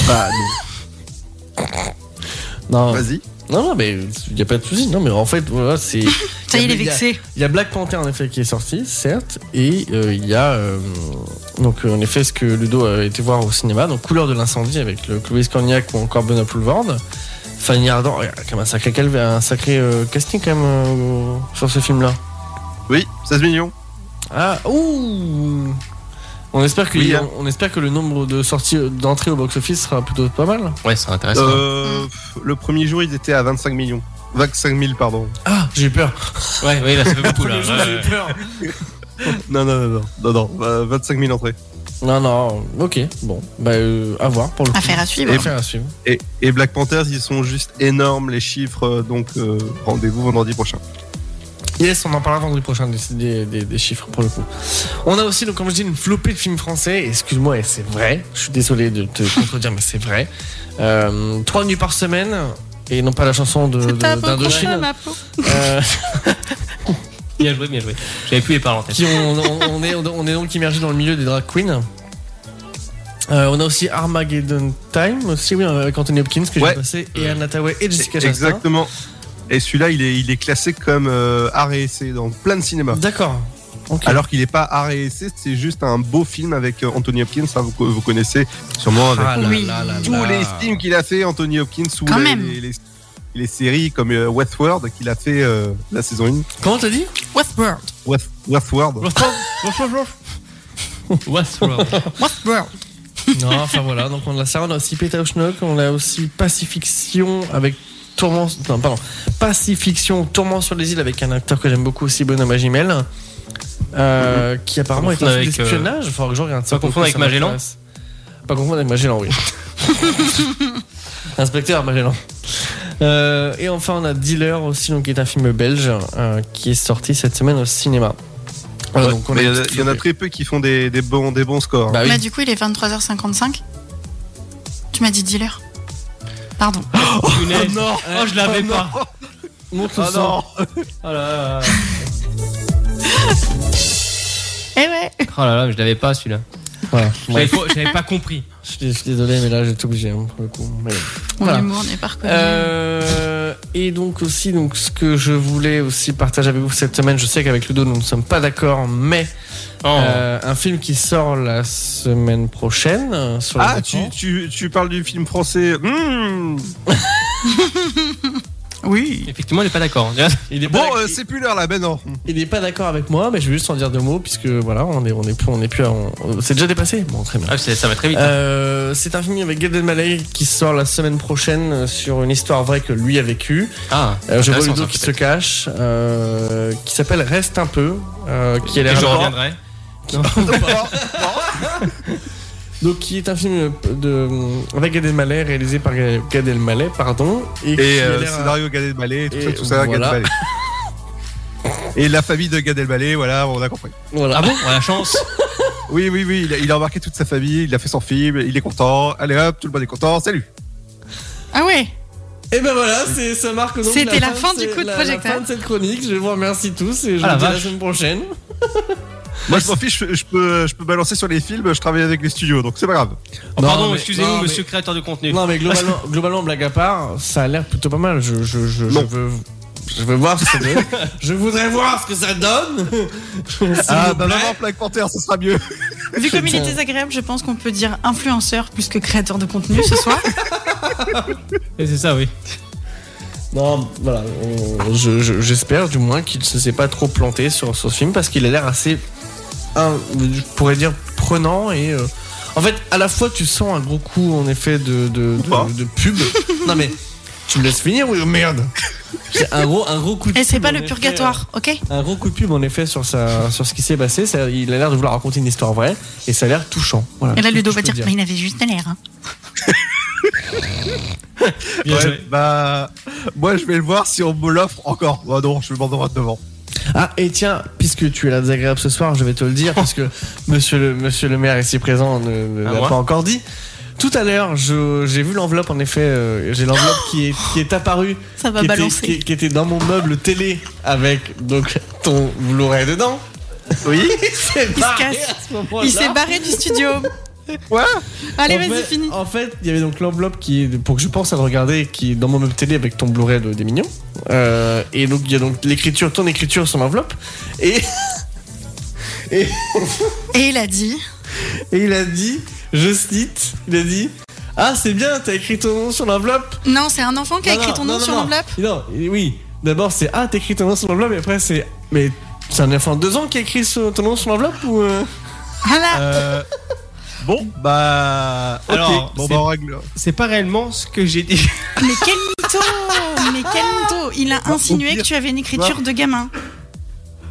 Bah, Non, vas-y. Non, non, mais il n'y a pas de souci. Non, mais en fait, voilà, c'est. Ça y est, il est y a- vexé. Il y a Black Panther en effet qui est sorti, certes, et euh, il y a euh, donc euh, en effet ce que Ludo a été voir au cinéma, donc Couleur de l'incendie avec le Chloé Scorniac ou encore Benoît Poulvord. Fanny Ardant, regarde, quand même un sacré, calva- un sacré euh, casting quand même euh, sur ce film-là. Oui, 16 millions. Ah, ouh on espère, que Oui, on- hein. on espère que le nombre de sorties d'entrées au box-office sera plutôt pas mal. Ouais, c'est intéressant. Euh, pff, le premier jour, ils étaient à 25 millions. 25 000, pardon. Ah, j'ai eu peur. Ouais, ouais, là, ça fait beaucoup là. Ouais, ouais. peur. Non, non, non, non, non, non, euh, 25 000 entrées. Non, non, ok, bon, bah euh, à voir pour le coup. Affaire à suivre. Et faire à suivre. Et, et Black Panthers, ils sont juste énormes, les chiffres. euh, Donc, euh, rendez-vous vendredi prochain. Yes, on en parlera vendredi prochain des, des- des- des chiffres pour le coup. On a aussi, donc, comme je dis, une flopée de films français. Excuse-moi, et c'est vrai. Je suis désolé de te contredire, mais c'est vrai. Euh, trois nuits par semaine, et non pas la chanson de- de- d'Indochine, euh, Bien joué, bien joué. J'avais plus les parenthèses. qui on, on- on est, on est donc immergé dans le milieu des drag queens. Euh, on a aussi Armageddon Time, aussi, oui, euh, avec Anthony Hopkins, que Ouais. j'ai passé, et Anna Tawai et Jessica Chastain. Exactement. Et celui-là, il est, il est classé comme euh, art et essai dans plein de cinéma. D'accord. Ok. Alors qu'il n'est pas art et essai, c'est juste un beau film avec euh, Anthony Hopkins. hein, vous, vous connaissez sûrement avec Ah là Oui. là là tous là. les films qu'il a fait, Anthony Hopkins, ou Quand les, même. les- les- les séries comme euh, Westworld qu'il a fait euh, la saison 1. Comment t'as dit Westworld. West- Westworld. Westworld. Westworld. Non, enfin voilà, donc on l'a ça, on a aussi Peter Schnock, on a aussi Pacifiction avec Tourment, non, pardon, Pacifiction, Tourment sur les îles avec un acteur que j'aime beaucoup aussi, Benoît Magimel, euh, qui apparemment Mhm. Pas est un confondre avec, film euh, d'espionnage, il faudra que je regarde ça. pas confondre pour le avec coup, ça Magellan m'intéresse. Pas confondre avec Magellan, oui. Inspecteur Magellan. Euh, et enfin, on a Dealer aussi, donc, qui est un film belge euh, qui est sorti cette semaine au cinéma. Voilà, Ouais, donc on mais a il y une en a- petite il y en a flopée. très peu qui font des, des bons, des bons scores. Bah oui. Bah, du coup, il est 23h55. Tu m'as dit dealer. Pardon. Punaise. Oh, je l'avais pas. Montre le sang. Oh là là. Eh ouais. Oh là là, mais je l'avais pas celui-là. Voilà. J'avais pas- J'avais pas compris. Je suis, je suis désolé, mais là, j'étais obligé hein, pour le coup. Mais- Mon Voilà. humour n'est pas reconnu. Euh, et donc aussi, donc ce que je voulais aussi partager avec vous cette semaine, je sais qu'avec Ludo, nous ne sommes pas d'accord, mais Oh. euh, un film qui sort la semaine prochaine euh, sur les Ah, tu, vacances. tu, tu parles du film français. Hmm. Oui. Effectivement, on n'est pas d'accord. Il est Bon, pas, euh, c'est plus l'heure là, ben non. il est pas d'accord avec moi, mais je vais juste en dire deux mots puisque voilà, on est, on est plus, on est plus, à- on- c'est déjà dépassé. Bon, très bien. Ah, c'est- ça va très vite. Euh, c'est un film avec Gad Elmaleh qui sort la semaine prochaine euh, sur une histoire vraie que lui a vécue. Ah, Euh, je vois intéressant, Ludo ça, qui se peut-être. cache, euh, qui s'appelle Reste un peu, euh, qui a Et l'air je reviendrai. donc qui est un film de euh, avec Gad Elmaleh réalisé par Gad Elmaleh pardon et, qui Et a euh, l'air- scénario Gad Elmaleh, tout et ça, tout ça, voilà. Gad Elmaleh. Et la famille de Gad Elmaleh, voilà, on a compris. voilà. Ah bon On a la chance. Oui, oui, oui, il a, il a embarqué toute sa famille, il a fait son film, il est content. Allez hop, tout le monde est content, salut. Ah ouais. Et ben voilà, c'est ça marque donc C'était la fin de du ce- coup de la- projecteur. La fin de cette chronique, je vous remercie tous et je Ah, la vous dis à la vache. semaine prochaine. Moi, je m'en fiche, je, je peux, je peux balancer sur les films, je travaille avec les studios, donc c'est pas grave. Oh, Non, pardon, mais- excusez-nous, non, monsieur créateur de contenu. Non mais globalement, globalement blague à part, ça a l'air plutôt pas mal. Je je je, je Non. veux je veux voir ce que ça donne. je voudrais voir ce que ça donne. Ah, bah, maman, Black Panther, ce sera mieux. Vu comme il bien. est désagréable, je pense qu'on peut dire influenceur plus que créateur de contenu ce soir. Et C'est ça, oui. Non, voilà, on- je- je- j'espère du moins qu'il ne s'est pas trop planté sur, sur ce film parce qu'il a l'air assez, un, je pourrais dire, prenant et. euh, en fait, à la fois, tu sens un gros coup en effet de, de, de- pas. de pub. non, mais tu me laisses finir, oui, merde C'est un gros, un gros coup de Et c'est pub, pas en le effet, purgatoire, ok euh, Un gros coup de pub en effet sur, sa, sur ce qui s'est passé. Ça- il a l'air de vouloir raconter une histoire vraie et ça a l'air touchant. Voilà, Et là, tout ce Ludo que va je Bah, peux dire, mais il avait juste l'air. hein. Bien Ouais, joué. bah, moi, je vais le voir si on me l'offre encore. Bah non, je vais m'en droit devant. Ah, et tiens, puisque tu es là désagréable ce soir, je vais te le dire, parce que monsieur le, monsieur le maire ici présent ne, ne Ah À l'a moi pas encore dit. Tout à l'heure, je- j'ai vu l'enveloppe, en effet, euh, j'ai l'enveloppe qui, est, qui est apparue, Ça va qui était, balancer. qui, qui était dans mon meuble télé, avec donc ton Blu-ray dedans. Oui Il s'est casse. Ah, à ce moment-là. Il s'est barré du studio. Quoi Allez, En vas-y, fait- fini. En fait, il y avait donc l'enveloppe qui, est- pour que je pense à le regarder, qui est dans mon meuble télé avec ton Blu-ray de- des mignons. Euh, et donc, il y a donc l'écriture, ton écriture sur l'enveloppe. Et, et, Et il a dit et il a dit, je cite, il a dit Ah, c'est bien, t'as écrit ton nom sur l'enveloppe. Non, c'est un enfant qui a Non, écrit non, ton non, nom non, sur non. l'enveloppe Non, oui. D'abord, c'est Ah, t'as écrit ton nom sur l'enveloppe. Et après, c'est Mais c'est un enfant de 2 ans qui a écrit ce- ton nom sur l'enveloppe ou. euh Voilà. Euh, Bon, bah. ok. Alors, bon, c'est- bah, on règle. c'est pas réellement ce que j'ai dit. Mais quel mytho Mais quel mytho Il a au insinué pire, que tu avais une écriture de gamin.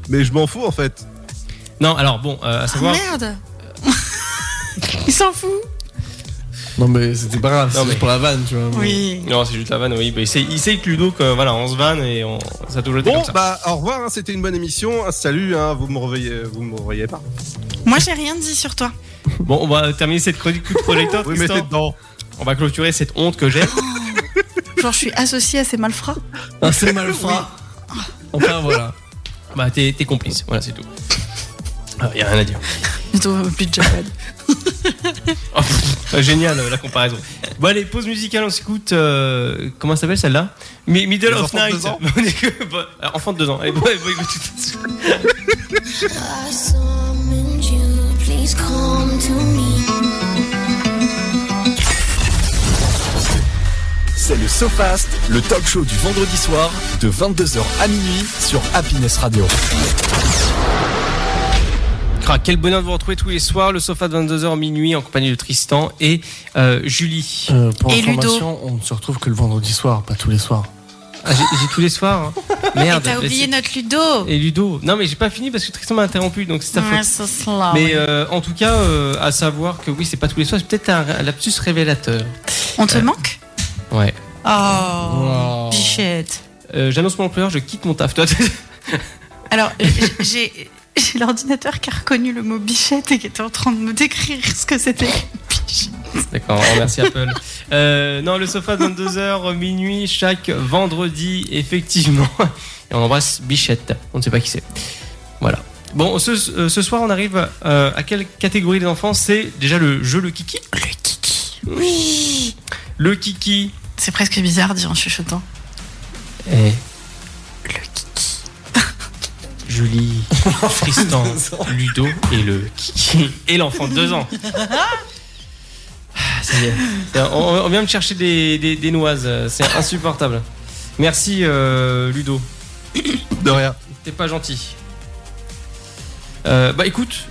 Mais je m'en fous en fait. Non, alors bon, euh, à Ah, savoir. merde Il s'en fout Non, mais c'était pas grave, Non, c'est mais- juste pour la vanne, tu vois. mais- Oui. Non, c'est juste la vanne, oui. mais c'est- il sait que Ludo, que, voilà, on se vanne et on, ça a toujours été Bon, comme ça. bah, au revoir. hein, C'était une bonne émission. Ah, Salut, hein, vous me réveillez, vous me réveillez pas. Moi, j'ai rien dit sur toi. Bon, on va terminer cette chronique coup de projecteur, Vous mettez Tristan. dedans. On va clôturer cette honte que j'ai. Genre, je suis associée à ces malfrats. Ah, c'est malfrat. Enfin, voilà. Bah, t'es t'es complice, voilà, c'est tout. Ah, y a rien à dire. Plutôt plus de Japan. Oh, pff, génial euh, la comparaison. Bon, allez, pause musicale, on s'écoute. euh, comment ça s'appelle celle-là Mi- Middle Les of enfants de Night. deux ans. On écoute- bon, alors, enfant de 2 ans. Allez, bon, eh, bon, écoute tout de suite. I summoned you, please come to me. C'est le SoFast, le talk show du vendredi soir de 22h à minuit sur Happiness Radio. Ah, quel bonheur de vous retrouver tous les soirs, le sofa de 22h minuit en compagnie de Tristan et euh, Julie. Euh, pour Et Ludo. information, on ne se retrouve que le vendredi soir, pas tous les soirs. Ah, j'ai j'ai tous les soirs. hein. Et Merde. t'as oublié c'est- notre Ludo Et Ludo. Non, mais j'ai pas fini parce que Tristan m'a interrompu, donc c'est ta Ouais, faute. c'est cela. Mais euh, en tout cas, euh, à savoir que oui, c'est pas tous les soirs, c'est peut-être un, un lapsus révélateur. On te manque Ouais. Oh, bichette. Euh, J'annonce mon employeur, je quitte mon taf. Toi, Alors, euh, j'ai j'ai l'ordinateur qui a reconnu le mot bichette et qui était en train de me décrire ce que c'était. Bichette. D'accord, on remercie Apple. Euh, non, le sofa 22h euh, minuit chaque vendredi, effectivement. Et on embrasse Bichette. On ne sait pas qui c'est. Voilà. Bon, ce, ce soir, on arrive euh, à quelle catégorie des enfants C'est déjà le jeu le kiki. Le kiki. Le kiki. C'est presque bizarre de dire en chuchotant. Eh, Le kiki. Julie, Tristan, Ludo et le kiki. Et l'enfant de 2 ans. Ah, Ça y est. Ça, On, on vient me chercher des, des, des noises. C'est insupportable. Merci, euh, Ludo. De rien. T'es pas gentil. Euh, bah écoute,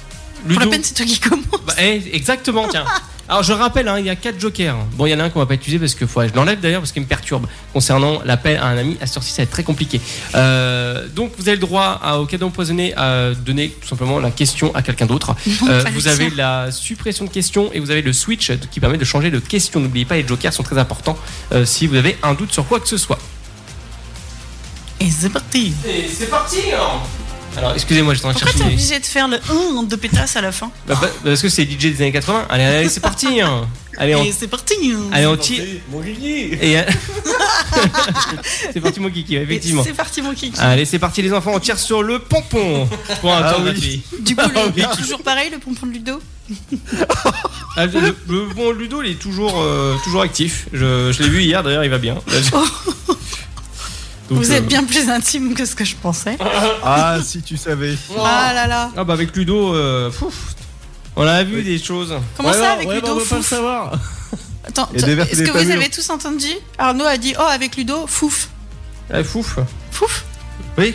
Ludo. Pour la peine, c'est toi qui commence. Bah, eh, exactement, tiens. Alors je rappelle, hein, il y a 4 jokers. Bon, il y en a un qu'on va pas utiliser parce que faut, je l'enlève d'ailleurs parce qu'il me perturbe. Concernant l'appel à un ami, à ce ci ça va être très compliqué. Euh, donc vous avez le droit à, au cadeau empoisonné à donner tout simplement la question à quelqu'un d'autre. Non, Euh, pas le vous tien. avez la suppression de questions et vous avez le switch qui permet de changer de question. N'oubliez pas, les jokers sont très importants euh, si vous avez un doute sur quoi que ce soit. Et c'est parti. Et c'est parti alors Alors excusez-moi, j'étais en train de chercher. Pourquoi t'es mes- obligé de faire le 1 de pétasse à la fin Bah, bah, parce que c'est DJ des années 80. Allez, allez, c'est parti. hein. Allez, on, Et c'est parti. allez, on tire. Et, euh, c'est parti, mon kiki, Et effectivement. Ah. C'est parti, mon kiki. Allez, c'est parti, les enfants, on tire sur le pompon pour un tour gratuit. Du coup, Ah le- oui. toujours pareil, le pompon de Ludo Ah, le, le bon Ludo, il est toujours, euh, toujours actif. Je, je l'ai vu hier, d'ailleurs, il va bien. Donc, Vous euh, êtes bien plus intime que ce que je pensais. Ah, si tu savais. Ah là là. Ah, bah, avec Ludo, euh, fouf, on a vu des choses. Comment Ouais, ça non, avec ouais, bah, Ludo On peut pas le fouf savoir. Attends, Et des vertes et est-ce des que vous pas mûres. avez tous entendu Arnaud a dit Oh, avec Ludo, fouf. Ah, fouf. Fouf Oui,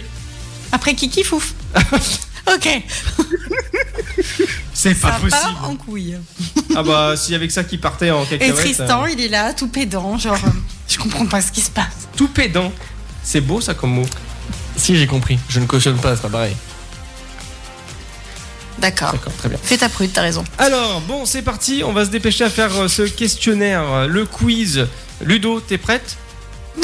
Après Kiki, fouf. ok, c'est pas ça possible. part en couille. Ah, bah, si avec ça qui partait en quelque Et Tristan, il est là, tout pédant, genre, euh, je comprends pas ce qui se passe. euh, tout pédant. C'est beau ça comme mot. Si, j'ai compris. Je ne cautionne pas, c'est pas pareil. D'accord, D'accord, très bien. fais ta prude, t'as raison. Alors, bon, c'est parti, on va se dépêcher à faire euh, ce questionnaire, euh, le quiz. Ludo, t'es prête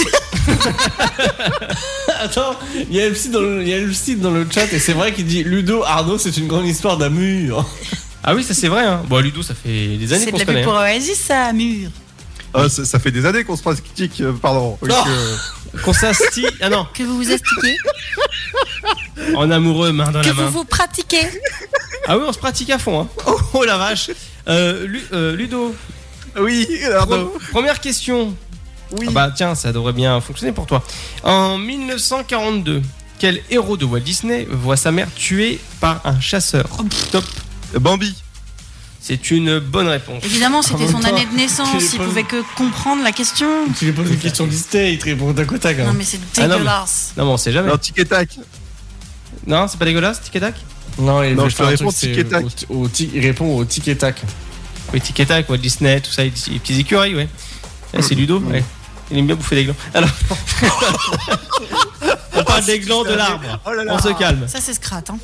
Attends, il y a Elfside dans, le- il y a Elfside dans le chat et c'est vrai qu'il dit Ludo, Arnaud, c'est une grande histoire d'amour. Ah oui, ça c'est vrai. Hein. Bon, Ludo, ça fait des années C'est qu'on de se la connaît. pub pour hein. Oasis, ça, mûr. Ah, ça, ça fait des années qu'on se pratique. euh, pardon. Oh Oui, Non. que- Qu'on s'astie, ah non, Que vous vous astiquez, en amoureux, main dans que la main. vous vous pratiquez. Ah oui, on se pratique à fond. Hein. Oh, oh, la vache. Euh, Lu- euh, Ludo, Oui, Arnaud. pre- première question. Oui. Ah bah tiens, ça devrait bien fonctionner pour toi. En 1942, quel héros de Walt Disney voit sa mère tuée par un chasseur Top, Bambi. c'est une bonne réponse. Évidemment, En c'était même son temps, année de tu naissance, les il poses- pouvait que comprendre la question. Tu lui poses une question d'Isté, il te répond d'un côté. Non, mais c'est Ah, non, mais- dégueulasse. Non, mais on sait jamais. Non, tic et tac. Non, c'est pas dégueulasse, tic et tac Non, il Non, veut je te faire un réponds truc, c'est tic et tac. au- au tic- il répond au tic et tac. Oui, tic et tac, Walt Disney, tout ça, les petits les petits écureuils, ouais. Ah, c'est Ludo, ouais. Il aime bien bouffer des glands. Alors, on parle des glands de l'arbre. Oh là On se calme. Ça, c'est Scrat. Hein.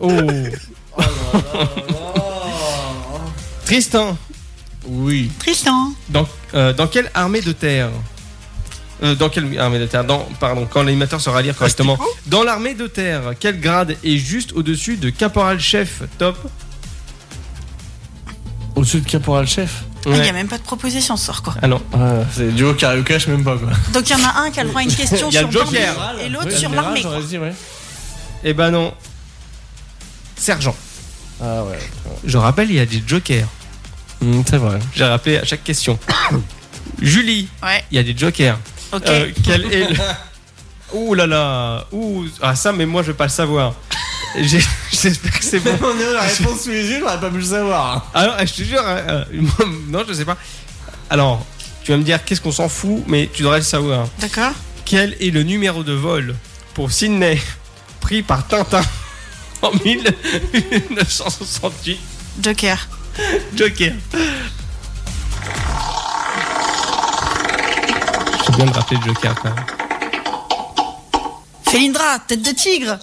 Oh. Tristan, Oui. Tristan. dans, euh, dans quelle armée de terre Euh, Dans quelle armée de terre dans, Pardon, quand l'animateur saura lire correctement. Dans l'armée de terre, quel grade est juste au-dessus de caporal-chef Top Au-dessus de caporal chef Ah, Il n'y Ouais. a même pas de proposition ce soir, quoi. Ah non. Ouais, C'est du haut carré au cash, même pas quoi. Donc il y en a un qui a le droit à une question Il y a sur le Joker. Bambi et l'autre Ouais, sur général, l'armée. quoi. J'aurais dit, ouais. Eh ben non. Sergent. Ah ouais. Je rappelle, il y a des jokers. Hmm, c'est vrai. J'ai rappelé à chaque question. Julie, Ouais, il y a des jokers. ok. Euh, quel est le... Ouh là là Ouh Ah ça, mais moi, je vais pas le savoir. J'ai- J'espère que c'est bon. On est la réponse sous les yeux, j'aurais pas pu le savoir. Alors, je te jure, hein, euh, non, je sais pas. Alors, tu vas me dire qu'est-ce qu'on s'en fout, mais tu devrais le savoir. D'accord. Quel est le numéro de vol pour Sydney pris par Tintin en 1968 Joker. Joker. Je bien me rappeler le Joker quand même. Felindra, tête de tigre.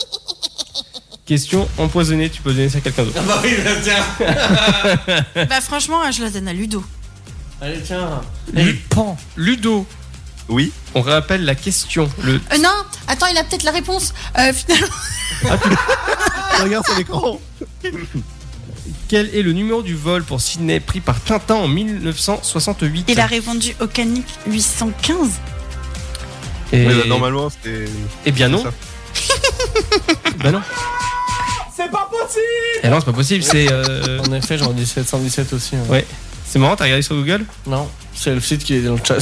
Question empoisonnée, tu peux donner ça à quelqu'un d'autre. Ah bah oui, bah tiens. bah franchement, je la donne à Ludo. Allez, tiens. Lu- Ludo, Oui. on rappelle la question. Le... Euh, non, attends, il a peut-être la réponse. Euh, finalement, Regarde sur l'écran. Quel est le numéro du vol pour Sydney pris par Tintin en 1968 il a répondu au canic 815. Et- Mais, bah, normalement, c'était. Eh bien non. C'est bah non. C'est pas possible Eh non, c'est pas possible. C'est euh, En effet, j'aurais dit 717 aussi. hein. ouais. Ouais. c'est marrant. T'as regardé sur Google Non, c'est le site qui est dans le chat.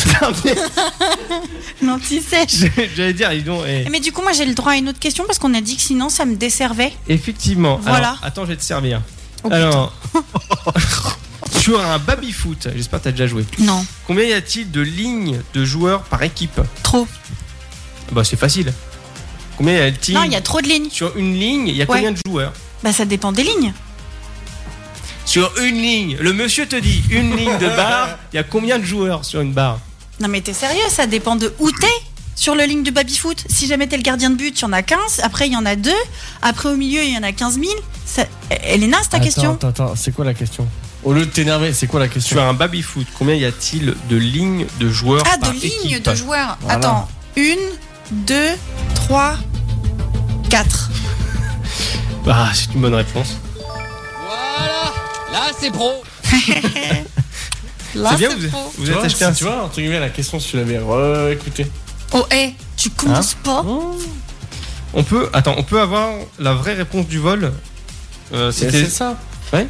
L'anti-sèche. J'allais dire, dis donc. eh. Mais du coup, moi, j'ai le droit à une autre question parce qu'on a dit que sinon, ça me desservait. Effectivement. Voilà. Alors, attends, je vais te servir. Oh, Alors, sur un baby foot, j'espère que t'as déjà joué. Non, Combien y a-t-il de lignes de joueurs par équipe trop. Bah c'est facile. Combien y a-t-il Non, il y a trop de lignes. Sur une ligne, il y a Ouais. combien de joueurs Bah, ça dépend des lignes. Sur une ligne, le monsieur te dit une ligne de barre, il y a combien de joueurs sur une barre Non, mais t'es sérieux, ça dépend de où t'es sur le ligne de baby-foot. Si jamais t'es le gardien de but, il y en a 15. Après, il y en a 2. Après, au milieu, il y en a 15 000. Ça... Elle est naze ta question Attends, attends, c'est quoi la question Au lieu de t'énerver, c'est quoi la question Sur un baby foot, combien y a-t-il de lignes de joueurs Ah, par de lignes équipe de joueurs. Voilà. Attends, 1, 2, 3, 4. Bah c'est une bonne réponse. Voilà Là, c'est pro Là, c'est bien, vous, faux. vous Tu êtes vois, acheté si un tu vois, entre guillemets, la question, si tu l'avais réécoutée. Oh, hé, tu commences Hein pas On peut, attends, on peut avoir la vraie réponse du vol Euh, C'était C'était ça. 13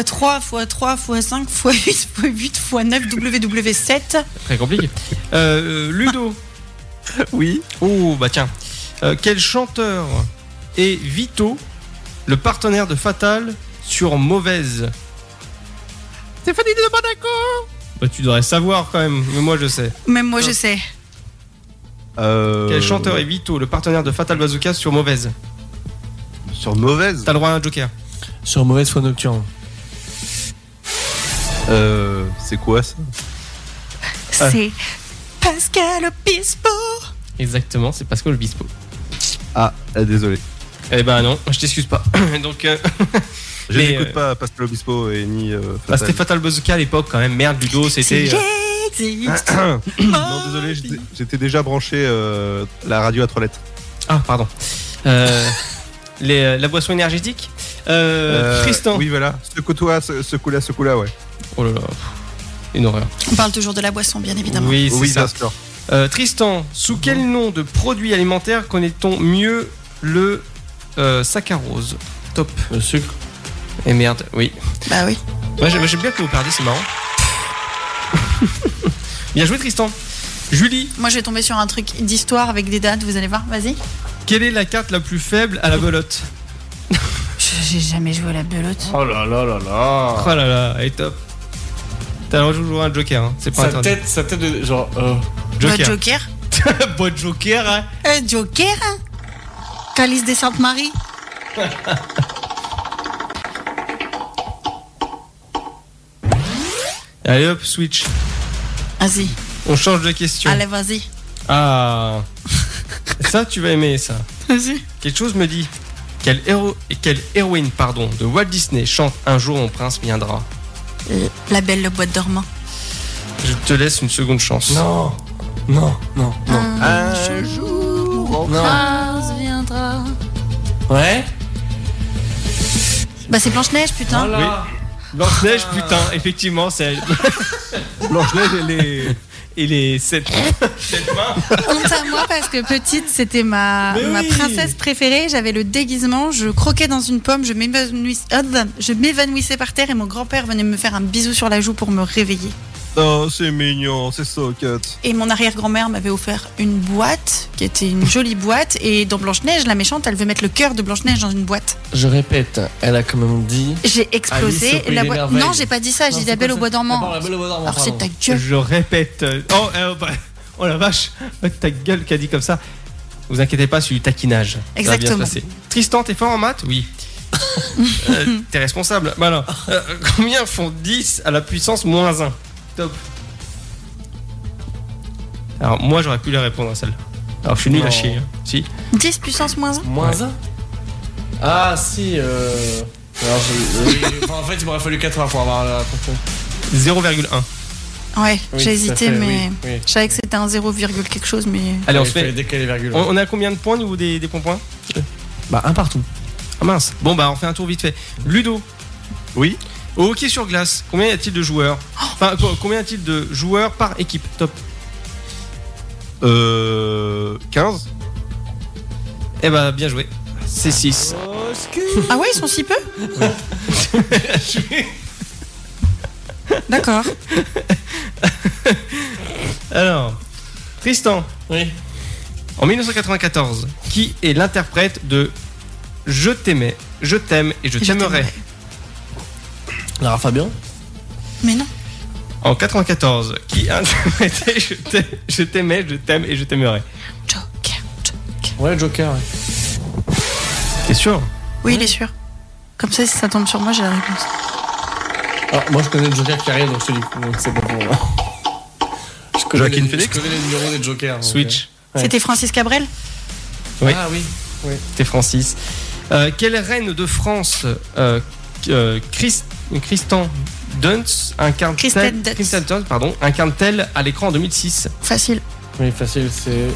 x 3 x 3 x 5 x 8 x 8 x 9 WW7. très compliqué. Euh, euh, Ludo. Oui. Oh bah tiens. Euh, quel chanteur est Vito, le partenaire de Fatal sur Mauvaise Stéphanie de Monaco Bah tu devrais savoir quand même, mais moi je sais. Même moi, je Ah. sais. Euh... Quel chanteur est Vito, le partenaire de Fatal Bazooka sur Mauvaise Sur mauvaise. T'as le droit à un joker. Sur Mauvaise Foi Nocturne. Euh, c'est quoi ça Ah. C'est Pascal Obispo. Exactement, c'est Pascal Obispo. Ah, euh, désolé. Eh ben non, je t'excuse pas. Donc euh, Je Mais, n'écoute euh, pas Pascal Obispo et ni. Euh, bah, Fatal. c'était Fatal Bazooka à l'époque quand même. Merde Ludo, c'était... euh, J'existe. Non, désolé, j'étais- j'étais déjà branché euh, la radio à trois lettres. Ah pardon. Euh, les- la boisson énergétique Euh, Euh, Tristan. Oui, voilà. Secoue-toi, se- secoue-la, secoue-la, ouais. Oh là là. Une horreur. On parle toujours de la boisson, bien évidemment. Oui, c'est Oui, ça. bien sûr. Euh, Tristan, sous quel nom de produit alimentaire connaît-on mieux le euh, saccharose Top. Le sucre. Et merde, oui. Bah oui. Ouais, j'aime j'aime bien que vous perdiez, c'est marrant. bien joué, Tristan. Julie, Moi, je vais tomber sur un truc d'histoire avec des dates, vous allez voir, vas-y. quelle est la carte la plus faible à la belote Je- J'ai jamais joué à la belote. Oh là là là là Oh là là, elle est top. T'as le droit de jouer un joker, hein. c'est pas Sa interdit. tête, sa tête de. Genre. euh, Bah, Joker. Joker Bon joker, hein. Euh, Joker hein Calice des Saintes Marie Allez hop, switch. Vas-y, On change de question. allez, vas-y. Ah. ça, tu vas aimer ça. Vas-y. Quelque chose me dit. Quel héros et quelle héroïne pardon, de Walt Disney chante Un jour mon prince viendra La belle, le boîte dormant. Je te laisse une seconde chance. Non Non, non, non. Un jour. Non. Ouais Bah, c'est Blanche-Neige, putain. Blanche-Neige, putain, effectivement, c'est elle. Blanche-Neige, elle est. Et les sept, sept mains. Honte à moi parce que petite, c'était ma, Mais ma oui. princesse préférée. J'avais le déguisement, je croquais dans une pomme, je m'évanouissais, je m'évanouissais par terre et mon grand-père venait me faire un bisou sur la joue pour me réveiller. Oh, c'est mignon, c'est so cut. Et mon arrière-grand-mère m'avait offert une boîte qui était une jolie boîte. Et dans Blanche-Neige, la méchante, elle veut mettre le cœur de Blanche-Neige dans une boîte. Je répète, elle a quand même dit. J'ai Alice au explosé Pays la des boîte. Merveilles. Non, j'ai pas dit ça, Ah, j'ai dit la belle au bois dormant. D'abord, la belle au bois dormant, Alors c'est pardon. ta gueule. Je répète. euh, Oh, euh, bah, oh la vache, ta gueule qui a dit comme ça. Vous inquiétez pas, c'est du taquinage. Ça va bien se Exactement. passer. Tristan, t'es fort en maths Oui. Euh, t'es responsable. Bah alors, euh, combien font 10 à la puissance moins 1 Top. Alors, moi, j'aurais pu la répondre à celle-là. Alors, je suis nul à Non. chier. hein. Si 10 puissance moins 1 Moins un Ah si, euh... Alors, je- oui, enfin, en fait, il m'aurait fallu 80 pour avoir la 0,1. Ouais, Oui, j'ai tout à hésité, fait, oui, mais oui. je savais que c'était un 0, virgule quelque chose, mais. Allez, on Il se fallait fait. décaler les virgules. On, on a combien de points au niveau des, des points Bah, un partout. Ah mince. Bon, bah, on fait un tour vite fait. Ludo. Oui. Oh. Au hockey sur glace, combien y a-t-il de joueurs Enfin, co- combien y a-t-il de joueurs par équipe Top. Euh. 15 Eh bah, bien joué. C'est 6. Ah ouais, ils sont si peu D'accord. Alors, Tristan, Oui. en 1994, qui est l'interprète de Je t'aimais, je t'aime et je je t'aimerai t'aimerai. Lara Fabian Mais non. En 94, qui a interprété Je t'aime- Je t'aimais, je t'aime et je t'aimerai Joker. Joker. Ouais, Joker. ouais. T'es sûr Oui, il est sûr. Comme ça, si ça tombe sur moi, j'ai la réponse. Alors, moi, je connais le Joker qui arrive, donc je te dis, donc c'est bon pour moi. Je connais Joaquin les- Phoenix Je connais les numéros des Jokers. donc, Switch, Ouais. C'était Francis Cabrel euh. Oui. Ah oui. t'es Francis. Euh, quelle reine de France, euh, euh, Chris- Christian Dunst, incarne Kristen Dunst. pardon, incarne-t-elle à l'écran en 2006 Facile. Oui, facile, c'est... Euh...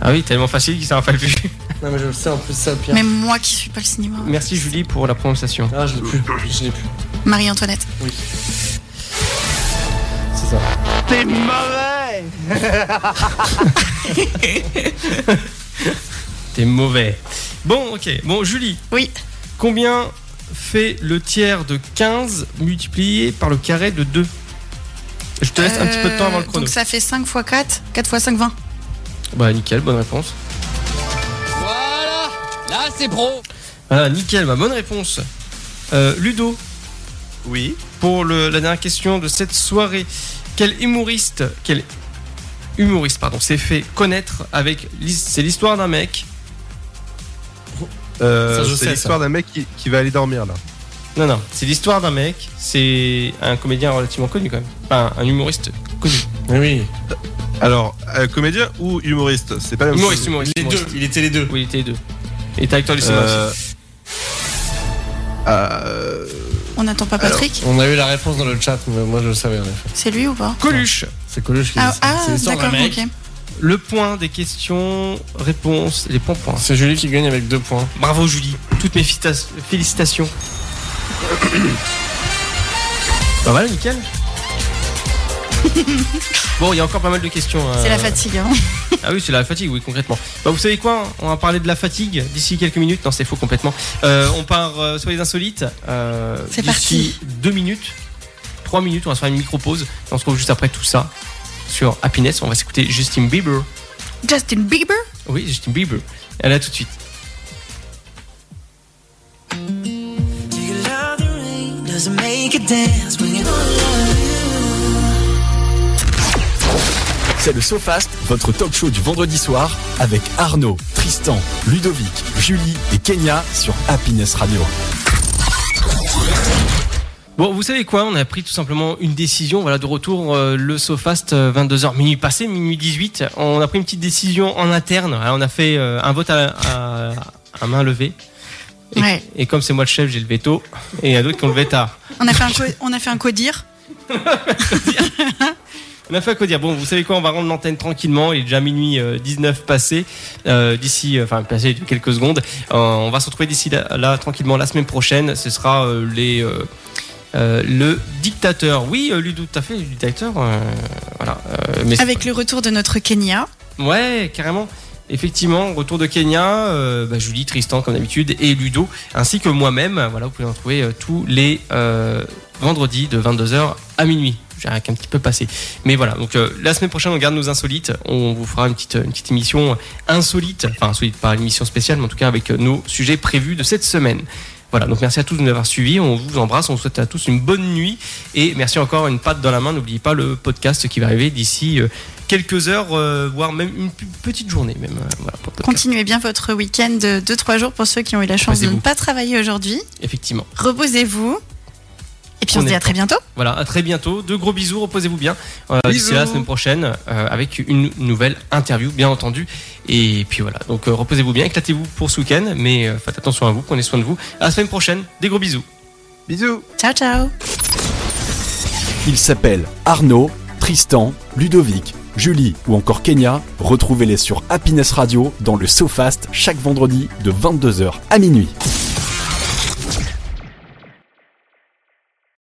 Ah oui, tellement facile qu'il s'en rappelle plus. Non, mais je le sais, en plus, ça, Pierre. Même moi qui suis pas le cinéma. Merci Julie pour la prononciation. Ah, je l'ai plus. Je l'ai plus. Marie-Antoinette. C'est ça. T'es mauvais. Bon, ok. Bon, Julie. Oui. Combien fait le tiers de 15 multiplié par le carré de 2 Je te laisse un petit peu de temps avant le Euh, chrono. Donc ça fait 5 x 4, 4 x 5, 20. Bah, nickel, bonne réponse. Voilà Là, c'est pro Voilà, nickel, bah, bonne réponse. Euh, Ludo, Oui. pour le- la dernière question de cette soirée, quel humoriste, quel humoriste, pardon, s'est fait connaître avec. l'his- C'est l'histoire d'un mec. Ça, Euh, je sais, c'est ça. l'histoire d'un mec qui, qui va aller dormir là. Non, non, c'est l'histoire d'un mec. C'est un comédien relativement connu quand même. Enfin, un humoriste connu. Mais oui. Alors, euh, comédien ou humoriste C'est pas la même Humoriste, chose. humoriste. Les humoriste. deux. Il était les deux. Oui, il était les deux. Et t'as acteur du cinéma Euh, aussi. euh, On n'attend pas Patrick On a eu la réponse dans le chat, mais moi, je le savais, en effet. C'est lui ou pas Coluche, C'est Coluche qui Ah, dit ça. ah, C'est l'histoire d'un d'accord, mec. ok. le point des questions, réponses, les points points. C'est Julie qui gagne avec deux points. Bravo Julie, toutes mes fita- félicitations. bah voilà, nickel. Bon, il y a encore pas mal de questions. euh. C'est la fatigue. hein. Ah oui, c'est la fatigue, oui, concrètement. Bah, vous savez quoi On va parler de la fatigue d'ici quelques minutes. Non, c'est faux complètement. Euh, on part euh, sur les insolites. euh, C'est d'ici Deux minutes, trois minutes, on va se faire une micro-pause. Et On se retrouve juste après tout ça sur Happiness. On va s'écouter Justin Bieber. Justin Bieber Oui, Justin Bieber. Elle là tout de suite. Do you love the rain? Does it make you dance when you C'est le SoFast, votre talk show du vendredi soir avec Arnaud, Tristan, Ludovic, Julie et Kenya sur Happiness Radio. Bon, vous savez quoi On a pris tout simplement une décision. Voilà, de retour, euh, le SoFast, 22h, minuit passé, minuit 18. On a pris une petite décision en interne. Voilà, on a fait euh, un vote à, à- à main levée. Et, Ouais. et comme c'est moi le chef, j'ai le veto. Et il y a d'autres qui ont le bêta. On a fait un, co- on a fait un codir. On a fait à quoi dire. Bon, vous savez quoi On va rendre l'antenne tranquillement. Il est déjà minuit euh, 19 passé. Euh, d'ici, euh, enfin, passé de quelques secondes. Euh, on va se retrouver d'ici là, là, tranquillement, la semaine prochaine. Ce sera euh, les. euh, euh, le dictateur, oui, euh, Ludo, tout à fait, le dictateur, euh, voilà. euh, mais c'est- Avec le retour de notre Kenya. Ouais, carrément. Effectivement, retour de Kenya, euh, bah, Julie, Tristan comme d'habitude, et Ludo, ainsi que moi-même. Voilà, vous pouvez en trouver euh, tous les euh, vendredis de 22h à minuit. J'ai rien qu'un petit peu passé. Mais voilà, donc euh, la semaine prochaine, on garde nos insolites. On vous fera une petite, une petite émission insolite, enfin insolite, pas une émission spéciale, mais en tout cas avec euh, nos sujets prévus de cette semaine. Voilà, donc merci à tous de nous avoir suivis. On vous embrasse, on vous souhaite à tous une bonne nuit. Et merci encore, une patte dans la main. N'oubliez pas le podcast qui va arriver d'ici. euh, quelques heures, euh, voire même une p- petite journée même. euh, voilà, pour le podcast. Continuez bien votre week-end de 2-3 jours pour ceux qui ont eu la chance de Reposez-vous. ne pas travailler aujourd'hui. Effectivement. Reposez-vous. Et puis on, On se dit est à très bientôt. Voilà, à très bientôt. De gros bisous, reposez-vous bien. Euh, D'ici Bisous. la semaine prochaine, euh, avec une nouvelle interview, bien entendu. Et puis voilà, donc euh, reposez-vous bien, éclatez-vous pour ce week-end, mais euh, faites attention à vous, prenez soin de vous. À la semaine prochaine, des gros bisous. Bisous Ciao, ciao. Ils s'appellent Arnaud, Tristan, Ludovic, Julie ou encore Kenya. Retrouvez-les sur Happiness Radio dans le SoFast chaque vendredi de 22h à minuit.